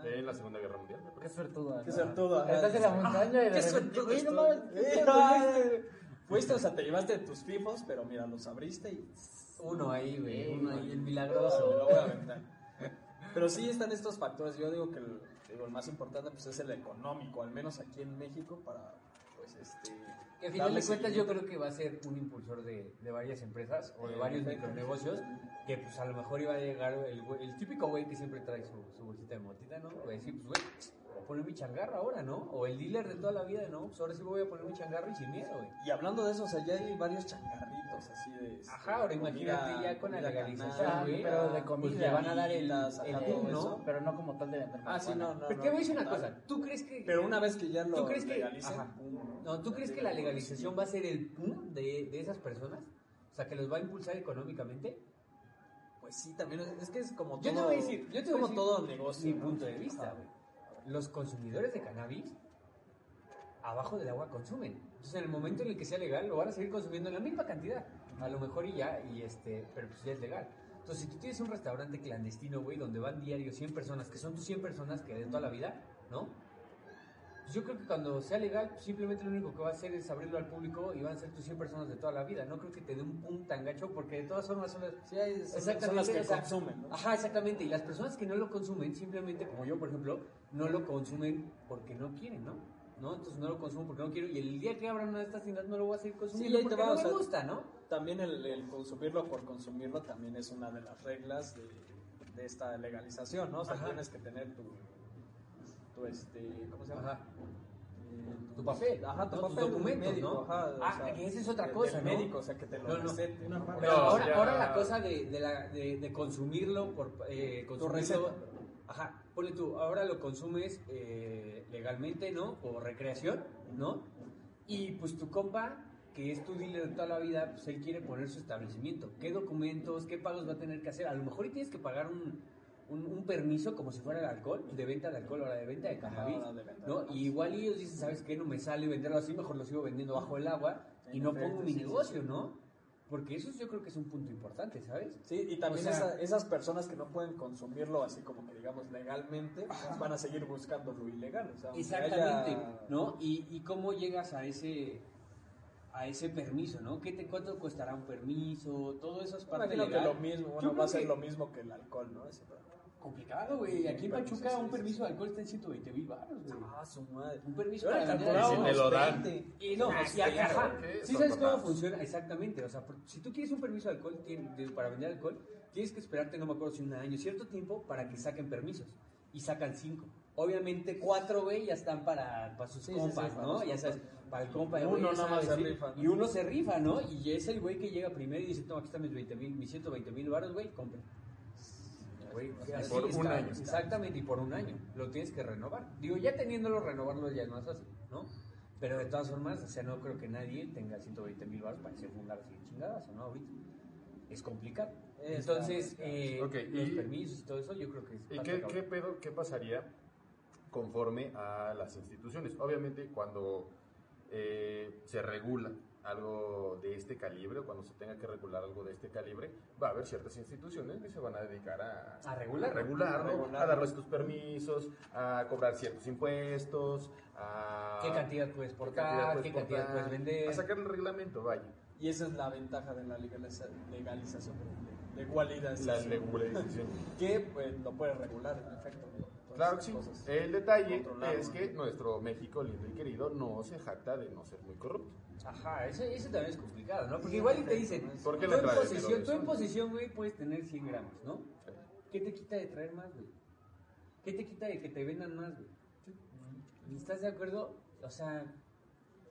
Speaker 10: De la Segunda Guerra Mundial. me
Speaker 8: Qué
Speaker 10: parece.
Speaker 8: suertuda.
Speaker 7: Qué
Speaker 8: ¿no?
Speaker 7: suertudo,
Speaker 4: Ah,
Speaker 7: ajá.
Speaker 8: Estás en la montaña y de
Speaker 7: Qué
Speaker 8: repente,
Speaker 7: suertudo
Speaker 8: güey, no
Speaker 7: estoy.
Speaker 8: mames,
Speaker 7: Eh,
Speaker 8: ¿qué
Speaker 7: no,
Speaker 8: pedo, güey?
Speaker 7: eh, Fuiste, o sea, te llevaste tus fifos, pero mira, los abriste y
Speaker 4: Uno ahí, güey, uno ahí, el
Speaker 7: Me lo
Speaker 4: milagroso.
Speaker 7: voy a aventar. Pero sí están estos factores. Yo digo que el, digo, el más importante pues, es el económico, al menos aquí en México, para pues este.
Speaker 4: Y al final
Speaker 7: darle
Speaker 4: de cuentas yo
Speaker 7: seguimiento.
Speaker 4: creo que va a ser un impulsor de, de varias empresas o de
Speaker 7: Eh,
Speaker 4: varios
Speaker 7: perfecto.
Speaker 4: micronegocios que pues a lo mejor iba a llegar el, güey- el típico güey que siempre trae su, su bolsita de motita, ¿no? Va a decir, pues güey, voy a poner mi changarro ahora, ¿no? O el dealer de toda la vida, ¿no? Pues ahora sí voy a poner mi changarro y sin miedo, güey.
Speaker 7: Y hablando de eso, o sea, ya hay varios changarritos así de. este,
Speaker 4: Ajá, ahora imagínate
Speaker 7: comida-
Speaker 4: ya con la
Speaker 7: comida
Speaker 4: legalización,
Speaker 7: canal,
Speaker 4: güey.
Speaker 8: pero de
Speaker 4: pues,
Speaker 8: comida
Speaker 4: le van a dar el,
Speaker 7: alitas, ajá,
Speaker 4: el
Speaker 7: todo
Speaker 4: boom,
Speaker 7: eso.
Speaker 4: ¿no?
Speaker 8: Pero no como tal de vender
Speaker 7: Ah, sí, no,
Speaker 8: marihuana.
Speaker 7: no.
Speaker 4: Pero
Speaker 7: no,
Speaker 4: te voy a decir una
Speaker 7: total.
Speaker 4: cosa, ¿tú crees que...
Speaker 7: Pero una vez que ya lo
Speaker 4: ¿Tú crees que-
Speaker 7: legalicen,
Speaker 4: ajá.
Speaker 7: pum,
Speaker 4: No, ¿tú crees que la legalización va a ser el boom de, de esas personas? O sea, que los va a impulsar económicamente.
Speaker 7: Pues sí, también es, es que es como
Speaker 4: Yo te
Speaker 7: todo.
Speaker 4: voy a decir, yo te voy a
Speaker 7: como
Speaker 4: decir
Speaker 7: todo negocio.
Speaker 4: pues, mi
Speaker 7: ¿no?
Speaker 4: punto de vista,
Speaker 7: Ajá.
Speaker 4: güey. Los consumidores de cannabis abajo del agua consumen. Entonces, en el momento en el que sea legal, lo van a seguir consumiendo en la misma cantidad. A lo mejor y ya, y este, pero pues ya es legal. Entonces, si tú tienes un restaurante clandestino, güey, donde van diario 100 personas, que son tus 100 personas que de toda la vida, ¿no? Pues yo creo que cuando sea legal, simplemente lo único que va a hacer es abrirlo al público y van a ser tus 100 personas de toda la vida. No creo que te dé un, un tan gacho porque de todas formas son las,
Speaker 7: Sí, hay- son- son
Speaker 4: Exactamente,
Speaker 7: las que
Speaker 4: o sea,
Speaker 7: consumen, ¿no?
Speaker 4: Ajá, exactamente. Y las personas que no lo consumen, simplemente, como yo, por ejemplo, no lo consumen porque no quieren, ¿no? ¿No? Entonces no lo consumo porque no quiero. Y el día que abran una de estas tiendas no lo voy a seguir consumiendo
Speaker 7: ahí te
Speaker 4: porque
Speaker 7: va,
Speaker 4: no
Speaker 7: o
Speaker 4: me
Speaker 7: sea,
Speaker 4: gusta, ¿no?
Speaker 7: También el, el consumirlo por consumirlo también es una de las reglas de, de esta legalización, ¿no? O sea,
Speaker 4: Ajá.
Speaker 7: tienes que tener tu, tu este, ¿cómo se llama?
Speaker 4: Ajá.
Speaker 7: Eh,
Speaker 4: Tu papel.
Speaker 7: Ajá, tu
Speaker 4: No, tus
Speaker 7: papel,
Speaker 4: documentos,
Speaker 7: médico,
Speaker 4: ¿no?
Speaker 7: ajá, o
Speaker 4: Ah,
Speaker 7: sea,
Speaker 4: que esa es otra
Speaker 7: del-
Speaker 4: cosa,
Speaker 7: del
Speaker 4: ¿no?
Speaker 7: médico, o sea, que te lo
Speaker 4: No, no.
Speaker 7: recete, ¿no?
Speaker 4: Pero
Speaker 10: No,
Speaker 4: ahora,
Speaker 10: ya-
Speaker 4: ahora la cosa de, de, la, de, de consumirlo por eh, consumirlo,
Speaker 7: receta.
Speaker 4: ajá, ponle tú, ahora lo consumes eh, legalmente, ¿no? O recreación, ¿no? Y pues tu compa, que es tu dealer de toda la vida, pues él quiere poner su establecimiento. ¿Qué documentos, qué pagos va a tener que hacer? A lo mejor y tienes que pagar un, un, un permiso como si fuera el alcohol, de venta de alcohol, ahora de venta de cannabis,
Speaker 10: Ah,
Speaker 7: ahora de venta de
Speaker 4: ¿no?
Speaker 7: cannabis.
Speaker 4: Y igual ellos dicen, ¿sabes qué? No me sale venderlo así, mejor lo sigo vendiendo bajo el agua y no
Speaker 7: Perfecto,
Speaker 4: pongo mi
Speaker 7: sí, sí,
Speaker 4: negocio, ¿no? Porque eso yo creo que es un punto importante, ¿sabes?
Speaker 7: Sí, y también
Speaker 4: O sea-
Speaker 7: esa- esas personas que no pueden consumirlo así como que digamos legalmente, pues, van a seguir buscando lo ilegal. O sea, aunque
Speaker 4: Exactamente,
Speaker 7: haya-
Speaker 4: ¿no? Y, y cómo llegas a ese a ese permiso, ¿no? ¿Qué te, ¿Cuánto costará un permiso? Todo eso es parte
Speaker 7: Imagino que
Speaker 4: legal.
Speaker 7: lo mismo,
Speaker 4: Yo
Speaker 7: bueno,
Speaker 4: creo
Speaker 7: va a ser
Speaker 4: que-
Speaker 7: lo mismo que el alcohol, ¿no? Ese, pero-
Speaker 4: Complicado, güey. Aquí en
Speaker 7: Permiso,
Speaker 4: Pachuca
Speaker 7: sí,
Speaker 4: un
Speaker 7: sí,
Speaker 4: permiso de alcohol está en 120 mil baros, güey.
Speaker 7: Ah, su madre.
Speaker 4: Un permiso
Speaker 7: Yo era
Speaker 4: para vender Este,
Speaker 7: calculado
Speaker 4: alcohol.
Speaker 7: unos
Speaker 10: te lo dan.
Speaker 7: 20.
Speaker 4: Y no,
Speaker 10: Ah,
Speaker 4: sí, ajá.
Speaker 10: ¿qué?
Speaker 4: Sí
Speaker 10: Son
Speaker 4: sabes cómo
Speaker 10: tomadas.
Speaker 4: funciona, exactamente. O sea, por- si tú quieres un permiso de alcohol tien- de- para vender alcohol, tienes que esperarte, no me acuerdo si un año, cierto tiempo para que saquen permisos. Y sacan cinco. Obviamente cuatro, güey, ya están para, para sus
Speaker 7: Sí, sí,
Speaker 4: compas,
Speaker 7: sí, para
Speaker 4: ¿no?
Speaker 7: los
Speaker 4: Ya sabes, para el compa. de,
Speaker 7: Uno
Speaker 4: güey, ya
Speaker 7: nada más
Speaker 4: sabes,
Speaker 7: se
Speaker 4: sí.
Speaker 7: rifa, ¿no?
Speaker 4: Y uno se rifa, ¿no? Y es el güey que llega primero y dice, toma, aquí están mis 20 mil, mis 120 mil baros, güey, compra. Güey, así
Speaker 10: por un
Speaker 4: está,
Speaker 10: año.
Speaker 4: Exactamente, y por un año. Lo tienes que renovar. Digo, ya teniéndolo, renovarlo ya es más fácil, ¿no? Pero de todas formas, o sea, no creo que nadie tenga 120 mil baros para irse a fundar así de chingadas, ¿no? Ahorita. Es complicado.
Speaker 7: Está,
Speaker 4: Entonces,
Speaker 7: está.
Speaker 4: eh,
Speaker 10: Ok,
Speaker 4: los
Speaker 10: y-
Speaker 4: permisos y todo eso, yo creo que es
Speaker 10: ¿Y
Speaker 4: parte
Speaker 10: qué,
Speaker 4: cabrón.
Speaker 10: qué pedo, qué pasaría conforme a las instituciones? Obviamente cuando eh, se regula algo de este calibre, o cuando se tenga que regular algo de este calibre, va a haber ciertas instituciones que se van a dedicar a,
Speaker 4: A regularlo.
Speaker 10: regularlo,
Speaker 4: A regularlo.
Speaker 10: a darle estos permisos, a cobrar ciertos impuestos, a...
Speaker 4: ¿Qué cantidad puedes
Speaker 10: qué
Speaker 4: portar? ¿Qué cantidad
Speaker 7: pues,
Speaker 4: puedes,
Speaker 10: portar,
Speaker 4: vender?
Speaker 10: A sacar el reglamento, vaya.
Speaker 7: Y esa es la ventaja de la legaliza- legalización, de, de legalización.
Speaker 10: La regularización.
Speaker 7: Que pues, lo puedes regular, en efecto. ¿no?
Speaker 10: Claro que sí.
Speaker 4: Eh,
Speaker 10: El detalle es que nuestro México lindo y querido no se jacta de no ser muy corrupto.
Speaker 4: Ajá, eso, eso también es complicado, ¿no? Porque igual y te dicen,
Speaker 10: ¿Por qué
Speaker 4: tú,
Speaker 10: la
Speaker 4: en
Speaker 10: traes,
Speaker 4: posesión,
Speaker 10: Pedro?
Speaker 4: tú en posesión, güey, puedes tener 100 gramos, ¿no? ¿Qué te quita de traer más, güey? ¿Qué te quita de que te vendan más, güey? ¿Estás de acuerdo? O sea,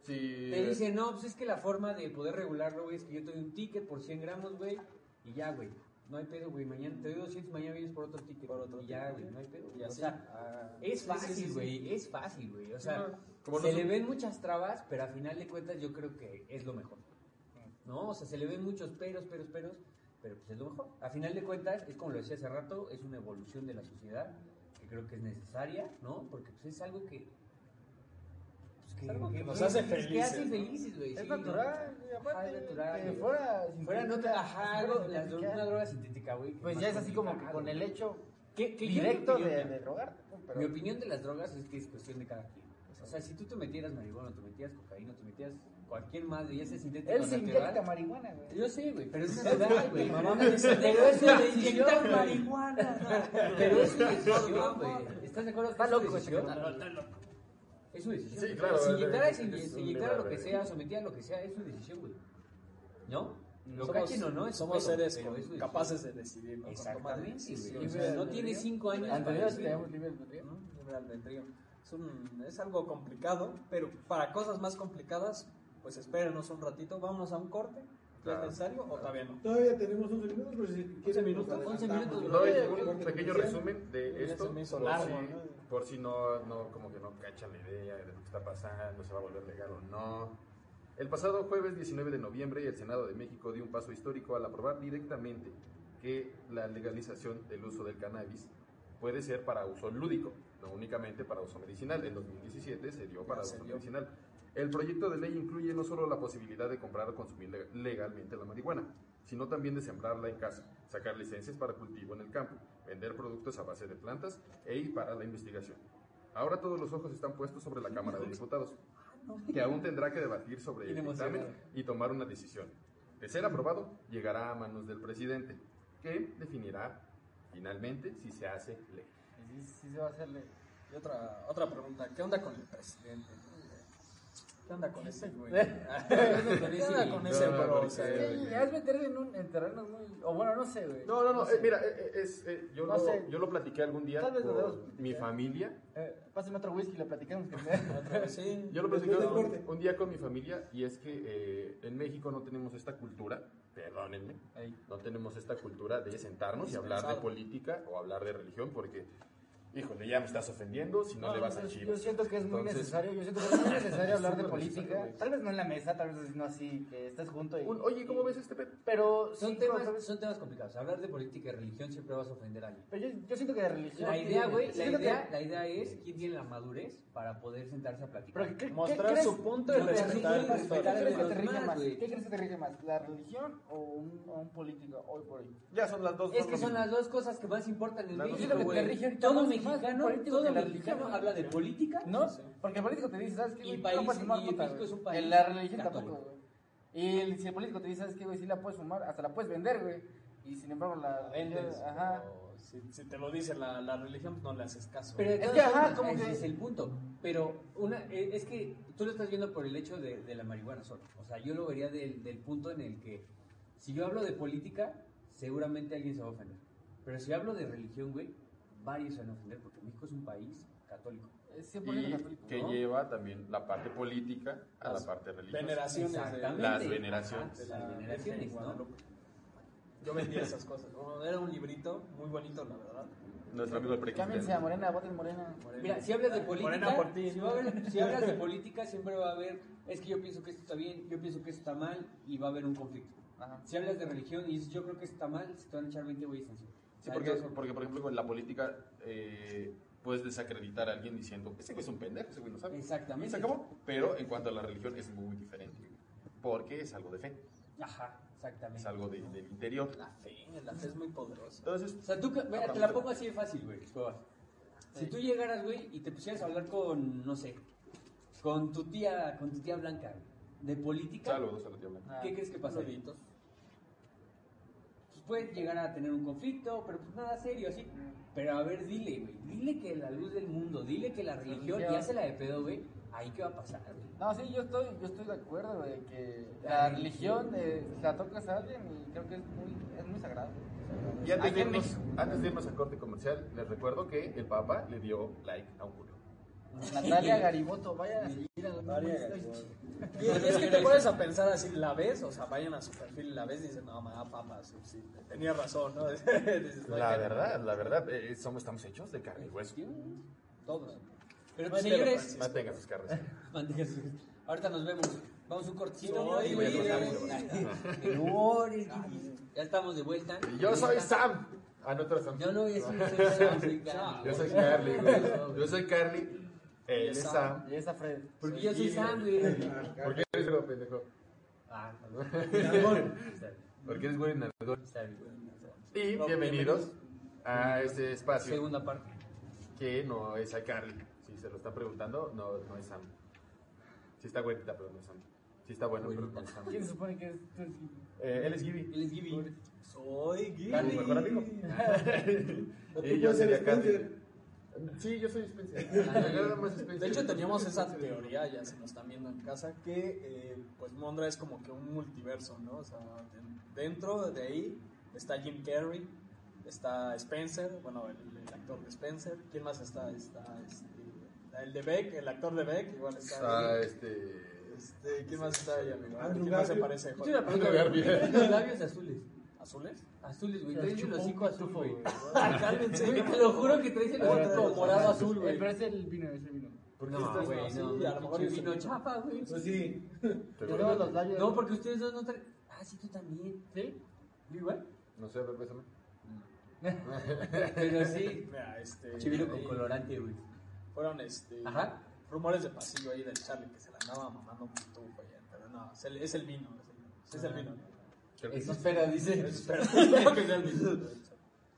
Speaker 10: Sí.
Speaker 4: te dicen, no, pues es que la forma de poder regularlo, güey, es que yo te doy un ticket por 100 gramos, güey, y ya, güey. No hay pedo, güey. Mañana te doy 200, mañana vienes por otro ticket. y ya, güey, no hay pedo. güey.
Speaker 7: Y
Speaker 4: O
Speaker 7: así.
Speaker 4: sea,
Speaker 7: Ah,
Speaker 4: es
Speaker 7: sí, sí, sí,
Speaker 4: fácil,
Speaker 7: sí.
Speaker 4: güey. Es fácil, güey. O sea,
Speaker 10: Como
Speaker 4: se
Speaker 10: no
Speaker 4: le
Speaker 10: son-
Speaker 4: ven muchas trabas, pero a final de cuentas yo creo que es lo mejor. ¿No? O sea, se le ven muchos peros, peros, peros, pero pues es lo mejor. A final de cuentas, es como lo decía hace rato, es una evolución de la sociedad que creo que es necesaria, ¿no? Porque pues es algo que... pues,
Speaker 7: Es algo que nos
Speaker 4: güey,
Speaker 7: hace
Speaker 4: es que
Speaker 7: felices,
Speaker 4: hace
Speaker 7: ¿no?
Speaker 4: felices, güey.
Speaker 8: Es
Speaker 4: sí,
Speaker 8: natural, y
Speaker 4: ¿no? Ajá,
Speaker 8: aparte,
Speaker 4: es natural,
Speaker 8: que
Speaker 4: güey.
Speaker 8: fuera
Speaker 4: Fuera no te...
Speaker 8: sintética,
Speaker 4: Ajá,
Speaker 8: fuera
Speaker 4: algo, la,
Speaker 8: sintética.
Speaker 4: una droga sintética, güey. que
Speaker 8: Pues
Speaker 4: más
Speaker 8: ya es así como que
Speaker 4: complicado,
Speaker 8: con el
Speaker 4: güey.
Speaker 8: hecho
Speaker 4: Que- que yo-
Speaker 8: directo
Speaker 4: yo-
Speaker 8: de, de drogarte. ¿no? Pero
Speaker 4: mi opinión de las drogas es que es cuestión de cada quien. O sea, si tú te metieras marihuana, te metías cocaína, te metías cualquier más de ese sintético
Speaker 8: él se
Speaker 4: natural.
Speaker 8: inyecta marihuana, güey.
Speaker 4: Yo sé, güey, pero es natural, güey.
Speaker 7: Mamá me dice,
Speaker 4: pero eso de
Speaker 7: inyectar
Speaker 4: inyectar marihuana. Pero es su decisión, güey. ¿Estás de acuerdo? que es
Speaker 8: Está
Speaker 4: su
Speaker 8: loco,
Speaker 4: decisión?
Speaker 8: está loco,
Speaker 4: Es su decisión.
Speaker 10: Sí,
Speaker 4: güey.
Speaker 10: claro,
Speaker 4: Si
Speaker 10: es-
Speaker 4: inyectara,
Speaker 10: es-
Speaker 4: si
Speaker 10: es un
Speaker 4: inyectara lo
Speaker 10: libre
Speaker 4: que
Speaker 10: albedrío.
Speaker 4: sea, sometía lo que sea, es su decisión, güey. ¿No? Lo
Speaker 7: Somos-
Speaker 4: cachen o no, es su
Speaker 7: somos
Speaker 4: pedo,
Speaker 7: seres
Speaker 4: pero es su
Speaker 7: capaces
Speaker 4: decisión.
Speaker 7: de decidir, ¿no?
Speaker 4: Exactamente, güey.
Speaker 7: O
Speaker 4: O
Speaker 7: sea,
Speaker 4: sea, No tiene cinco años para
Speaker 8: Anterior
Speaker 4: decidir,
Speaker 8: teníamos
Speaker 4: güey.
Speaker 8: libre albedrío.
Speaker 7: ¿no? Libre albedrío. Es, un- es algo complicado, pero para cosas más complicadas, pues espérenos un ratito, vámonos a un corte, si es
Speaker 10: Claro.
Speaker 7: necesario o todavía no.
Speaker 11: Todavía tenemos 11 minutos, pero si quieren
Speaker 7: minutos,
Speaker 11: nos
Speaker 7: 11
Speaker 11: adelantamos.
Speaker 7: minutos,
Speaker 10: Doy
Speaker 7: Porque
Speaker 10: un pequeño resumen de
Speaker 7: ya se
Speaker 10: esto.
Speaker 7: me hizo
Speaker 10: por
Speaker 7: largo,
Speaker 10: si-
Speaker 7: ¿no?
Speaker 10: Por si no, no, como que no cachan la idea de lo que está pasando, se va a volver legal o no. El pasado jueves 19 de noviembre, el Senado de México dio un paso histórico al aprobar directamente que la legalización del uso del cannabis puede ser para uso lúdico, no únicamente para uso medicinal. En 2017 se dio para
Speaker 7: Ya se
Speaker 10: uso
Speaker 7: dio.
Speaker 10: medicinal. El proyecto de ley incluye no solo la posibilidad de comprar o consumir leg- legalmente la marihuana, sino también de sembrarla en casa, sacar licencias para cultivo en el campo, vender productos a base de plantas e ir para la investigación. Ahora todos los ojos están puestos sobre la Cámara de Diputados, que aún tendrá que debatir sobre el
Speaker 4: Bien
Speaker 10: dictamen
Speaker 4: emocionado.
Speaker 10: y tomar una decisión. De ser aprobado, llegará a manos del presidente, que definirá finalmente si se hace ley.
Speaker 8: Y sí, sí se va a hacerle.
Speaker 7: Y otra, otra pregunta, ¿qué onda con el presidente? ¿Qué onda con ese güey? ¿Qué onda con ese
Speaker 10: No,
Speaker 7: bro?
Speaker 10: porque-
Speaker 7: O sea,
Speaker 8: Es que ya es meterse en, un, en terrenos muy. O bueno, no sé, güey.
Speaker 10: No, no, no, eh, mira, eh, eh, es, eh, yo,
Speaker 8: No
Speaker 10: lo,
Speaker 8: sé.
Speaker 10: yo lo platiqué algún día
Speaker 8: Tal vez lo
Speaker 10: con
Speaker 8: debamos platicar.
Speaker 10: mi familia.
Speaker 8: Eh, pásame otro whisky y lo platicamos. Que
Speaker 7: otra vez, sí.
Speaker 10: Yo lo platiqué
Speaker 11: Después del
Speaker 10: un,
Speaker 11: corte.
Speaker 10: un día con mi familia y es que eh, en México no tenemos esta cultura, perdónenme,
Speaker 8: Ey.
Speaker 10: no tenemos esta cultura de sentarnos y hablar de
Speaker 7: Dispensado.
Speaker 10: política o hablar de religión porque, híjole, ya me estás ofendiendo si no, le vas a
Speaker 8: yo,
Speaker 10: Chivas.
Speaker 8: yo siento que es muy
Speaker 10: Entonces,
Speaker 8: necesario, yo siento que es muy necesario hablar de
Speaker 10: súper necesario,
Speaker 8: política.
Speaker 10: güey.
Speaker 8: Tal vez no en la mesa, tal vez así, no así, que estés junto y...
Speaker 10: un- Oye, ¿cómo ves este pedo?
Speaker 8: Pero
Speaker 4: Son
Speaker 8: sí, tal
Speaker 4: temas,
Speaker 8: vez-
Speaker 4: son temas complicados. Hablar de política y religión siempre vas a ofender a alguien.
Speaker 8: Pero yo, yo siento que de religión...
Speaker 4: La idea, güey, la
Speaker 8: siento que-
Speaker 4: idea, la idea es quién tiene la madurez para poder sentarse a platicar.
Speaker 8: Pero, ¿qué,
Speaker 7: Mostrar
Speaker 8: ¿qué crees?
Speaker 7: su punto y
Speaker 4: Yo creo que
Speaker 7: respetar
Speaker 4: sí,
Speaker 7: el
Speaker 8: ¿Qué
Speaker 4: respetar
Speaker 7: respetar
Speaker 4: el de
Speaker 8: crees que te
Speaker 4: los
Speaker 8: rige
Speaker 4: demás,
Speaker 8: más?
Speaker 4: güey.
Speaker 8: ¿Qué crees que te rige más? ¿La religión o un, o un político hoy por hoy?
Speaker 10: Ya son las dos.
Speaker 4: Es
Speaker 10: son
Speaker 4: que
Speaker 10: lo
Speaker 4: son
Speaker 10: mismo.
Speaker 4: las dos cosas que más importan en
Speaker 10: Las dos
Speaker 4: México,
Speaker 10: cosas
Speaker 8: que te
Speaker 4: güey.
Speaker 8: rigen ahorita
Speaker 4: Todo
Speaker 8: más-
Speaker 4: mexicano,
Speaker 8: más político
Speaker 4: todo
Speaker 8: que la
Speaker 4: mexicano
Speaker 8: religión.
Speaker 4: habla de política.
Speaker 8: ¿No? Porque el político te dice, ¿sabes qué,
Speaker 4: Y
Speaker 8: güey?
Speaker 4: país-
Speaker 8: no puedes fumar
Speaker 4: y
Speaker 8: mota,
Speaker 4: México
Speaker 8: güey.
Speaker 4: es un país
Speaker 8: En la religión
Speaker 4: católico.
Speaker 8: tampoco, güey. Y el- si el político te dice, ¿sabes qué, güey? Sí la puedes fumar, hasta la puedes vender, güey. Y sin embargo la...
Speaker 7: vendes,
Speaker 8: Ajá.
Speaker 7: pero si, si te lo dice la, la religión, pues no le haces caso.
Speaker 4: Pero de
Speaker 8: Es
Speaker 4: todas
Speaker 8: que, ajá,
Speaker 4: formas,
Speaker 8: como
Speaker 4: ese
Speaker 8: que-
Speaker 4: es el punto. Pero una, eh, es que tú lo estás viendo por el hecho de, de la marihuana solo. O sea, yo lo vería del, del punto en el que si yo hablo de política, seguramente alguien se va a ofender. Pero si hablo de religión, güey, varios se van a ofender porque México es un país católico.
Speaker 8: Es 100%
Speaker 10: Y
Speaker 8: católico.
Speaker 10: que
Speaker 4: ¿no?
Speaker 10: lleva también la parte política a la parte religiosa.
Speaker 7: Veneraciones. de-
Speaker 4: Exactamente.
Speaker 10: Las veneraciones.
Speaker 4: Ajá,
Speaker 7: la
Speaker 4: Las
Speaker 7: Virgen de
Speaker 4: veneraciones, ¿no?
Speaker 7: Guadalupe. Yo vendía esas cosas. Bueno, era un librito muy bonito, la verdad.
Speaker 10: Nuestro amigo el presidente.
Speaker 8: Cámbiense a morena, voten morena.
Speaker 4: Mira, si hablas de política,
Speaker 7: Morena por ti.
Speaker 4: si, va a haber- si hablas de política siempre va a haber, es que yo pienso que esto está bien, yo pienso que esto está mal y va a haber un conflicto.
Speaker 8: Ajá.
Speaker 4: Si hablas de religión y dices yo creo que esto está mal, se te van a echar 20 güeyes encima. O
Speaker 10: Sí,
Speaker 4: sea,
Speaker 10: porque,
Speaker 4: entonces,
Speaker 10: porque por ejemplo con la política eh, puedes desacreditar a alguien diciendo, ese güey es un pendejo, ese güey no sabe.
Speaker 4: Exactamente.
Speaker 10: Y se acabó. Pero en cuanto a la religión es muy diferente, porque es algo de fe,
Speaker 4: Ajá, exactamente.
Speaker 10: es algo de- del interior.
Speaker 7: La fe, la fe es muy poderosa.
Speaker 10: Entonces,
Speaker 4: O sea, tú, que- mira, te la pongo así de fácil, güey. Escobar. Si tú llegaras, güey, y te pusieras a hablar con, no sé, con tu tía, con tu tía Blanca, güey, de política,
Speaker 10: saludos a la tía Blanca.
Speaker 4: ¿qué crees que
Speaker 8: Ah.
Speaker 4: pasaría? Pues pueden llegar a tener un conflicto, pero pues nada serio, así. Pero a ver, dile, güey. Dile que la luz del mundo, dile que la religión, y hace la de pedo, güey. Ahí qué va a pasar, güey.
Speaker 8: No, sí, yo estoy, yo estoy de acuerdo de que la religión eh, la tocas a alguien y creo que es muy, es muy sagrado.
Speaker 10: Y antes
Speaker 8: Aquí
Speaker 10: de,
Speaker 8: en
Speaker 10: irnos,
Speaker 8: México.
Speaker 10: antes de irnos al corte comercial, les recuerdo que el Papa le dio like a un culo.
Speaker 8: Natalia Garimoto, vaya a seguir a
Speaker 7: Natalia
Speaker 8: la
Speaker 7: Garimoto. Y, y es que te pones a pensar así, la ves, o sea, vayan a su perfil y la ves y dicen, no, mamá, papá, sí, sí, tenía razón, ¿no? Dices, "No,
Speaker 10: La
Speaker 7: que-
Speaker 10: verdad, la verdad, eh, somos, estamos hechos de carne y hueso.
Speaker 4: Todos. Pero
Speaker 7: Mantelo,
Speaker 4: señores,
Speaker 7: Francisco.
Speaker 10: Mantengan sus carnes.
Speaker 4: mantengan sus- ahorita nos vemos. Vamos a un cortito.
Speaker 7: Soy
Speaker 4: y volvemos a-
Speaker 7: libre.
Speaker 4: No, eres- Ya estamos de vuelta.
Speaker 10: Yo soy Sam. Ah, no, tú eres Sam.
Speaker 4: Yo no voy a decir que soy Sam, soy Carlos.
Speaker 10: Yo soy Carly, güey. Yo soy Carly. Él es Sam.
Speaker 8: Y esa Fred.
Speaker 4: Porque yo soy Sam, güey.
Speaker 10: ¿Por qué eres güey, pendejo?
Speaker 4: Ah,
Speaker 10: Porque eres güey nerdón.
Speaker 4: está bien, güey.
Speaker 10: Y
Speaker 7: No,
Speaker 10: bienvenidos a este espacio
Speaker 4: Segunda parte.
Speaker 10: que no es a Carly. Si se lo están preguntando, no, no es Sam. Si está güerita, pero no es Sam. Si está bueno, pero no es Sam.
Speaker 8: ¿Quién se supone que es tu
Speaker 10: Eh, él es Gibby.
Speaker 4: Él es Gibby.
Speaker 7: Soy Gui.
Speaker 10: Tu mejor amigo.
Speaker 11: O tú
Speaker 10: y yo
Speaker 11: puedes ser
Speaker 10: sería Carly.
Speaker 11: Spencer.
Speaker 10: Sí, yo soy Spencer. Ah, Yo nada más Spencer.
Speaker 7: De hecho, teníamos esa teoría, ya se nos están viendo en casa, que eh, pues Mondra es como que un multiverso, ¿no? O sea, de- dentro de ahí está Jim Carrey, está Spencer, bueno, el, el actor de Spencer, ¿quién más está? Está este, el de Beck, el actor de Beck, igual
Speaker 10: Está
Speaker 7: está...
Speaker 10: este.
Speaker 7: Este, ¿Quién más está ahí, amigo? A ver,
Speaker 11: Andrew
Speaker 7: ¿Quién más se
Speaker 11: Garfield.
Speaker 7: parece?
Speaker 4: Yo tengo una
Speaker 10: Andrew
Speaker 4: pregunta.
Speaker 10: Garfield.
Speaker 4: ¿Por qué Los labios azules.
Speaker 7: ¿Azules?
Speaker 4: Azules, güey. Traes el
Speaker 8: chupó
Speaker 4: hocico
Speaker 8: un
Speaker 4: azul, güey.
Speaker 7: Cálmense,
Speaker 4: Güey, Te lo juro que traes el hocico morado azul,
Speaker 8: Eh,
Speaker 4: güey.
Speaker 8: Pero es el vino, es el vino.
Speaker 4: No, güey, no.
Speaker 7: azul? A lo mejor
Speaker 4: pinche
Speaker 7: es
Speaker 4: vino
Speaker 7: azul.
Speaker 4: chapa, güey.
Speaker 11: Pues sí.
Speaker 10: ¿Te
Speaker 8: Yo
Speaker 10: acuerdas?
Speaker 8: tengo los labios.
Speaker 4: No, pues, porque ustedes dos no traen. Ah, sí, tú también. ¿Sí? ¿Yo igual?
Speaker 10: No sé, a ver, bésame.
Speaker 4: Pero sí.
Speaker 7: Mira, este...
Speaker 4: Chivino con
Speaker 7: ahí
Speaker 4: colorante, güey.
Speaker 7: Fueron, este...
Speaker 4: Ajá.
Speaker 7: rumores de pasillo ahí del Charlie que se la andaba mamando un tubo, güey, pero no, es el, es el vino, es el, sí es el vino.
Speaker 4: Eso espera, dice.
Speaker 7: Pero creo que es el vino.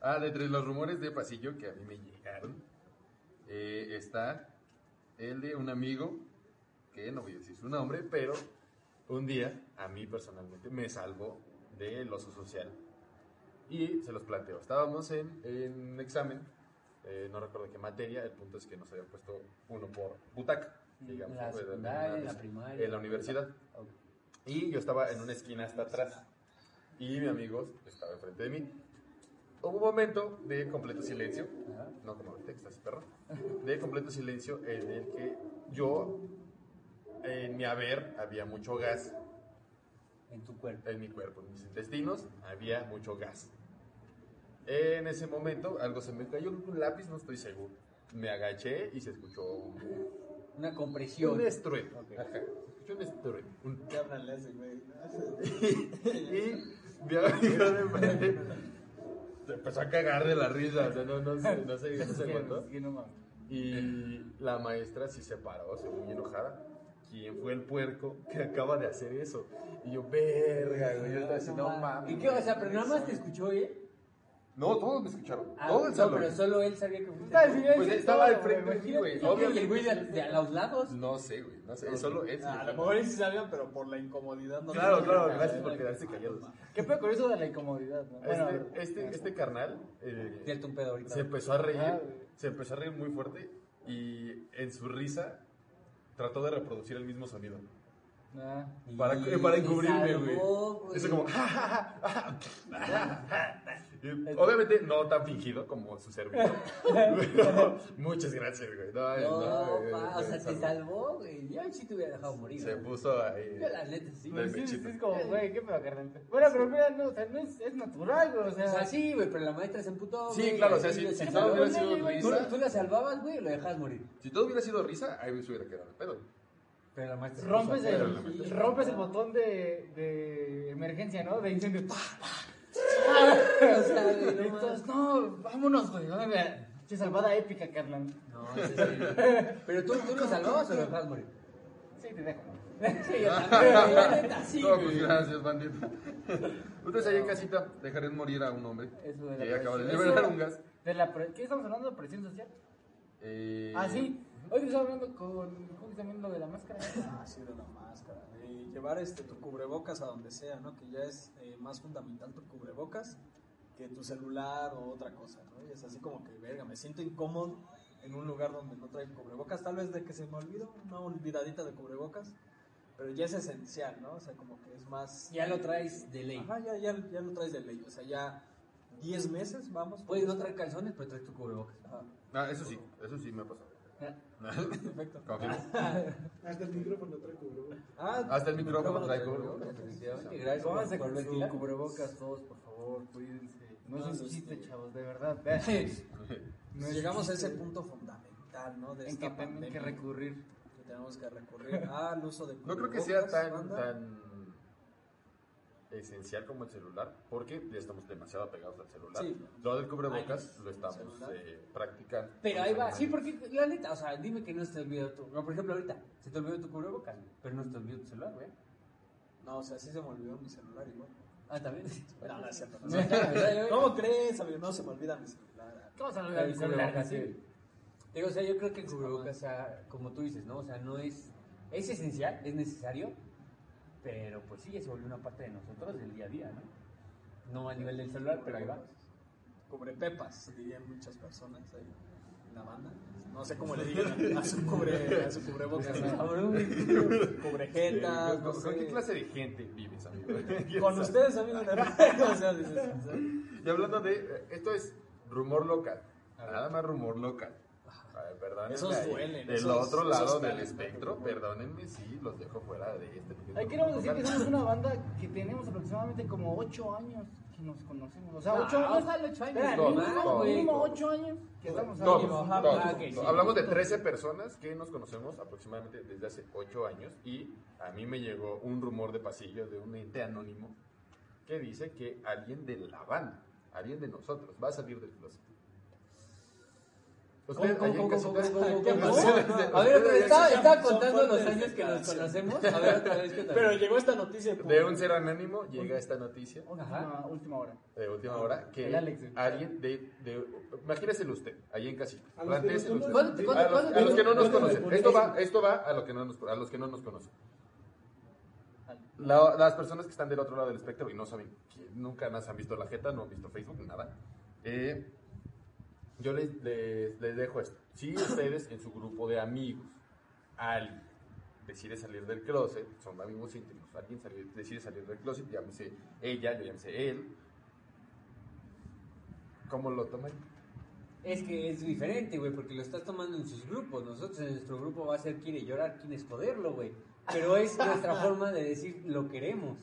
Speaker 10: Ah, de entre los rumores de pasillo que a mí me llegaron, eh, está el de un amigo, que no voy a decir su nombre, pero un día a mí personalmente me salvó del oso social. Y se los planteo. Estábamos en, en un examen, eh, no recuerdo qué materia, el punto es que nos habían puesto uno por butaca, digamos.
Speaker 4: La
Speaker 10: fue de- de-
Speaker 4: secundaria,
Speaker 10: de-
Speaker 4: Mm, la primaria.
Speaker 10: En la universidad.
Speaker 4: Ok.
Speaker 10: Y yo estaba en una esquina hasta atrás. Y mi amigo estaba enfrente de mí. Hubo un momento de completo silencio,
Speaker 4: Ajá.
Speaker 10: no como ahorita que estás perro, de completo silencio en el que yo, en mi haber, había mucho gas
Speaker 4: En tu cuerpo.
Speaker 10: en mi cuerpo, en mis intestinos, había mucho gas. En ese momento algo se me cayó, un lápiz, no estoy seguro. Me agaché y se escuchó un,
Speaker 4: Una
Speaker 10: un
Speaker 4: compresión.
Speaker 10: estruendo.
Speaker 4: Ok.
Speaker 10: Ajá, se escuchó un estruendo, un
Speaker 7: ¿Qué hablan ese, güey?
Speaker 10: Y mi amigo de enfrente se empezó a cagar de la risa, o sea, no, no sé, no sé, no sé cuánto.
Speaker 8: Sí, no mames.
Speaker 10: Y la maestra sí se paró, se fue muy enojada. ¿Quién fue el puerco que acaba de hacer eso? Y yo, verga, güey, yo estaba así, no mames.
Speaker 4: Ah, ¿Y qué? O sea, pero nada más te escuchó, ¿eh?
Speaker 10: No, todos me escucharon,
Speaker 4: Ah,
Speaker 10: todo el
Speaker 4: no,
Speaker 10: salón.
Speaker 4: pero solo él sabía que fuiste.
Speaker 10: Ay, sí, Pues estaba al frente de mí, güey,
Speaker 4: Obvio, el
Speaker 10: obviamente.
Speaker 4: güey de, de a los lados.
Speaker 10: No sé, güey, no sé, solo es.
Speaker 7: Ah, A lo mejor ellos sí sabían, pero por la incomodidad no
Speaker 10: Claro,
Speaker 7: se-
Speaker 10: claro, gracias por quedarse callados.
Speaker 8: ¿Qué pedo con eso de la incomodidad? no? Bueno,
Speaker 10: Este, este, este carnal... eh,
Speaker 4: Cierto, un pedo ahorita.
Speaker 10: se empezó a reír,
Speaker 8: Ah,
Speaker 10: se empezó a reír muy fuerte y en su risa trató de reproducir el mismo sonido.
Speaker 8: nah.
Speaker 10: Para,
Speaker 4: Ah, Y
Speaker 10: para
Speaker 4: se
Speaker 10: encubrirme,
Speaker 4: salvó,
Speaker 10: güey.
Speaker 4: güey.
Speaker 10: Eso como... "Ja, ja, ja, ja, ja, ja, ja". Y Obviamente no tan fingido como su servidor. pero muchas gracias, güey. No,
Speaker 4: No,
Speaker 10: no, güey,
Speaker 4: pa, o
Speaker 10: me
Speaker 4: sea, te
Speaker 10: salvó.
Speaker 4: salvó, güey. Yo sí te hubiera dejado morir.
Speaker 10: Se
Speaker 4: güey.
Speaker 10: puso ahí.
Speaker 4: Yo la neta sí.
Speaker 10: Del
Speaker 8: Pues sí, sí,
Speaker 10: mechito.
Speaker 8: es como, güey, qué pedo, carnal. Bueno, pero mira, no, o sea, no es, es natural, güey, o
Speaker 4: O sea,
Speaker 8: sea.
Speaker 4: sí, güey, pero la maestra se emputó.
Speaker 10: Sí,
Speaker 4: güey,
Speaker 10: claro,
Speaker 4: y
Speaker 10: o sea,
Speaker 4: así
Speaker 10: si-
Speaker 4: le
Speaker 10: si
Speaker 4: sacó
Speaker 10: todo hubiera
Speaker 4: la
Speaker 10: sido
Speaker 4: ley, güey.
Speaker 10: risa-
Speaker 4: Tú- Tú la salvabas, güey, o lo dejabas morir.
Speaker 10: Si todo hubiera sido risa, ahí me se hubiera quedado el pedo.
Speaker 4: Pero la maestra se
Speaker 8: Rompes
Speaker 4: puso a
Speaker 10: Pero
Speaker 4: hacer-
Speaker 10: la
Speaker 8: el, rompes el botón de, de emergencia, ¿no? De incendio.
Speaker 4: O sea, güey, no mames.
Speaker 8: Entonces, no, vámonos, güey. ¿no? Mira, Che salvada épica, carnal.
Speaker 4: No, sí, sí. Pero tú, tú lo salvabas o lo dejabas morir.
Speaker 8: Sí, te dejo.
Speaker 4: Sí, yo también, güey, la neta, sí,
Speaker 10: No,
Speaker 4: güey.
Speaker 10: pues gracias, bandita. Ustedes allá en casita dejarían morir a un hombre
Speaker 8: Eso de la
Speaker 10: que acaba de
Speaker 8: presión.
Speaker 10: liberar
Speaker 8: Eso-
Speaker 10: un gas.
Speaker 8: De la pre- ¿Qué estamos hablando? ¿De presión social?
Speaker 10: Eh,
Speaker 8: Ah, sí. Hoy que estaba hablando con. ¿Cómo que también lo de la máscara?
Speaker 7: Ah, sí, de la máscara. Y llevar este, tu cubrebocas a donde sea, ¿no? Que ya es eh, más fundamental tu cubrebocas que tu celular o otra cosa, ¿no? Y es así como que, verga, me siento incómodo en un lugar donde no traigo cubrebocas, tal vez de que se me olvidó una olvidadita de cubrebocas, pero ya es esencial, ¿no? O sea, como que es más...
Speaker 4: Ya lo traes de ley.
Speaker 7: Ajá, ya, ya, ya lo traes de ley, o sea, ya 10 meses, vamos.
Speaker 4: Puedes no traer calzones, pero traes tu cubrebocas.
Speaker 7: Ajá.
Speaker 10: Ah, eso sí, eso sí me ha pasado.
Speaker 7: Perfecto.
Speaker 10: Confirmo.
Speaker 9: Hasta el micrófono trae cubrebocas.
Speaker 7: Ah,
Speaker 10: Hasta el micrófono trae
Speaker 7: cubrebocas.
Speaker 10: cubrebocas.
Speaker 4: Efectivamente,
Speaker 10: efectivamente.
Speaker 4: gracias por-
Speaker 8: Pónganse
Speaker 4: por
Speaker 8: con su
Speaker 4: ventilar.
Speaker 8: cubrebocas todos, por favor, cuídense. No,
Speaker 7: No,
Speaker 8: es
Speaker 7: no
Speaker 8: un
Speaker 7: es
Speaker 8: chiste,
Speaker 7: chiste.
Speaker 8: chavos, de verdad. Vean, no es
Speaker 7: Llegamos a
Speaker 8: chiste
Speaker 7: ese punto fundamental, ¿no? De
Speaker 8: En que
Speaker 7: esta
Speaker 8: tienen que
Speaker 7: pandemia.
Speaker 8: recurrir.
Speaker 7: que tenemos que recurrir al uso de
Speaker 10: No creo que sea
Speaker 7: cubrebocas,
Speaker 10: tan,
Speaker 7: banda.
Speaker 10: tan esencial como el celular, porque ya estamos demasiado apegados al celular.
Speaker 7: Sí.
Speaker 10: Lo del cubrebocas
Speaker 7: Ay,
Speaker 10: lo estamos
Speaker 7: celular.
Speaker 10: eh, practicando.
Speaker 4: Pero ahí va, sí, porque la neta, o sea, dime que no se te olvidó tu. no, por ejemplo, ahorita, se te olvidó tu cubrebocas, güey, pero no se te olvidó tu celular, güey.
Speaker 7: No, o sea, sí se me olvidó mi celular igual.
Speaker 4: Ah, también.
Speaker 7: No, no es cierto. no
Speaker 4: No, ya,
Speaker 7: es
Speaker 4: ya, ya.
Speaker 7: cierto. ¿Cómo crees, amigo? No se me olvida mi celular.
Speaker 4: ¿Cómo se me olvidó mi
Speaker 8: El cubrebocas,
Speaker 4: celular?
Speaker 8: sí.
Speaker 4: Digo, o sea, yo creo que el cubrebocas, o sea, como tú dices, ¿no? O sea, no es. Es esencial, es necesario, pero pues sí, ya se volvió una parte de nosotros del día a día, ¿no? No a nivel del celular, pero ahí va.
Speaker 7: Cubrepepas, dirían muchas personas ahí en la banda. No sé cómo le digan a su, cubre, a su
Speaker 10: Este
Speaker 7: cubrebocas.
Speaker 4: Cabrón, güey.
Speaker 7: Cubrejetas, no
Speaker 10: ¿Con, con qué
Speaker 7: sé.
Speaker 10: clase de gente vives, amigo?
Speaker 7: Con ustedes, amigo, ¿no? o sea, dices,
Speaker 10: Y hablando de. eh, Esto es rumor local. Nada más rumor local. Ay, Perdónenme.
Speaker 7: Esos
Speaker 10: ahí.
Speaker 7: duelen,
Speaker 10: Del
Speaker 7: esos-
Speaker 10: otro
Speaker 7: esos
Speaker 10: lado
Speaker 7: duelen,
Speaker 10: del espectro, perdónenme si los dejo fuera de este. pequeño
Speaker 8: Ahí
Speaker 10: rumor
Speaker 8: queremos decir
Speaker 10: local.
Speaker 8: que somos una banda que tenemos aproximadamente como 8 años que nos conocemos. O sea,
Speaker 4: No,
Speaker 10: Ah,
Speaker 8: 8 años.
Speaker 4: ojalá ocho años,
Speaker 8: Espera,
Speaker 10: no,
Speaker 8: mínimo-
Speaker 10: no,
Speaker 8: mínimo
Speaker 10: no.
Speaker 8: 8 años que estamos
Speaker 10: Todos,
Speaker 8: aquí.
Speaker 10: todos,
Speaker 4: Ajá,
Speaker 10: todos.
Speaker 4: ah, ok, sí.
Speaker 10: Hablamos de 13 personas que nos conocemos aproximadamente desde hace 8 años y a mí me llegó un rumor de pasillo de un ente anónimo que dice que alguien de la banda, alguien de nosotros, va a salir del closet. Usted,
Speaker 4: ¿Cómo,
Speaker 10: allá en
Speaker 4: cómo, cómo,
Speaker 10: casita-
Speaker 4: cómo, cómo,
Speaker 7: ¿Qué
Speaker 4: cómo?
Speaker 7: pasó?
Speaker 4: A ver,
Speaker 10: Ustedes
Speaker 4: pero
Speaker 10: allá en
Speaker 4: estaba,
Speaker 10: casita-
Speaker 4: estaba
Speaker 7: Son
Speaker 4: contando los
Speaker 7: fuertes
Speaker 4: años que nos
Speaker 7: declaraciones.
Speaker 4: conocemos. A ver, otra vez, ¿qué tal?
Speaker 7: Pero llegó esta noticia.
Speaker 10: De un ser anónimo llega esta noticia
Speaker 8: Última, última hora.
Speaker 10: de última hora que
Speaker 8: El Alex.
Speaker 10: alguien de, de imagínenselo usted ahí en casita
Speaker 9: A los que
Speaker 10: plantéeselo
Speaker 9: no son-
Speaker 10: usted.
Speaker 4: ¿Cuándo-
Speaker 10: Sí,
Speaker 4: cuándo-
Speaker 10: a los-
Speaker 4: cuándo-
Speaker 10: a los que no nos
Speaker 9: cuándo-
Speaker 10: conocen
Speaker 9: cuándo-
Speaker 10: esto va esto va a lo que no nos a los que no nos conocen La- las personas que están del otro lado del espectro y no saben que nunca más han visto la jeta no han visto Facebook nada eh, yo les, les, les dejo esto si ustedes en su grupo de amigos alguien decide salir del closet, son amigos íntimos, alguien salió- decide salir del closet, llámese ella, yo llámese él, ¿cómo lo toman?
Speaker 4: Es que es diferente, güey, porque lo estás tomando en sus grupos. Nosotros en nuestro grupo va a ser quiere llorar, quién es joderlo, güey. Pero es nuestra forma de decir lo queremos,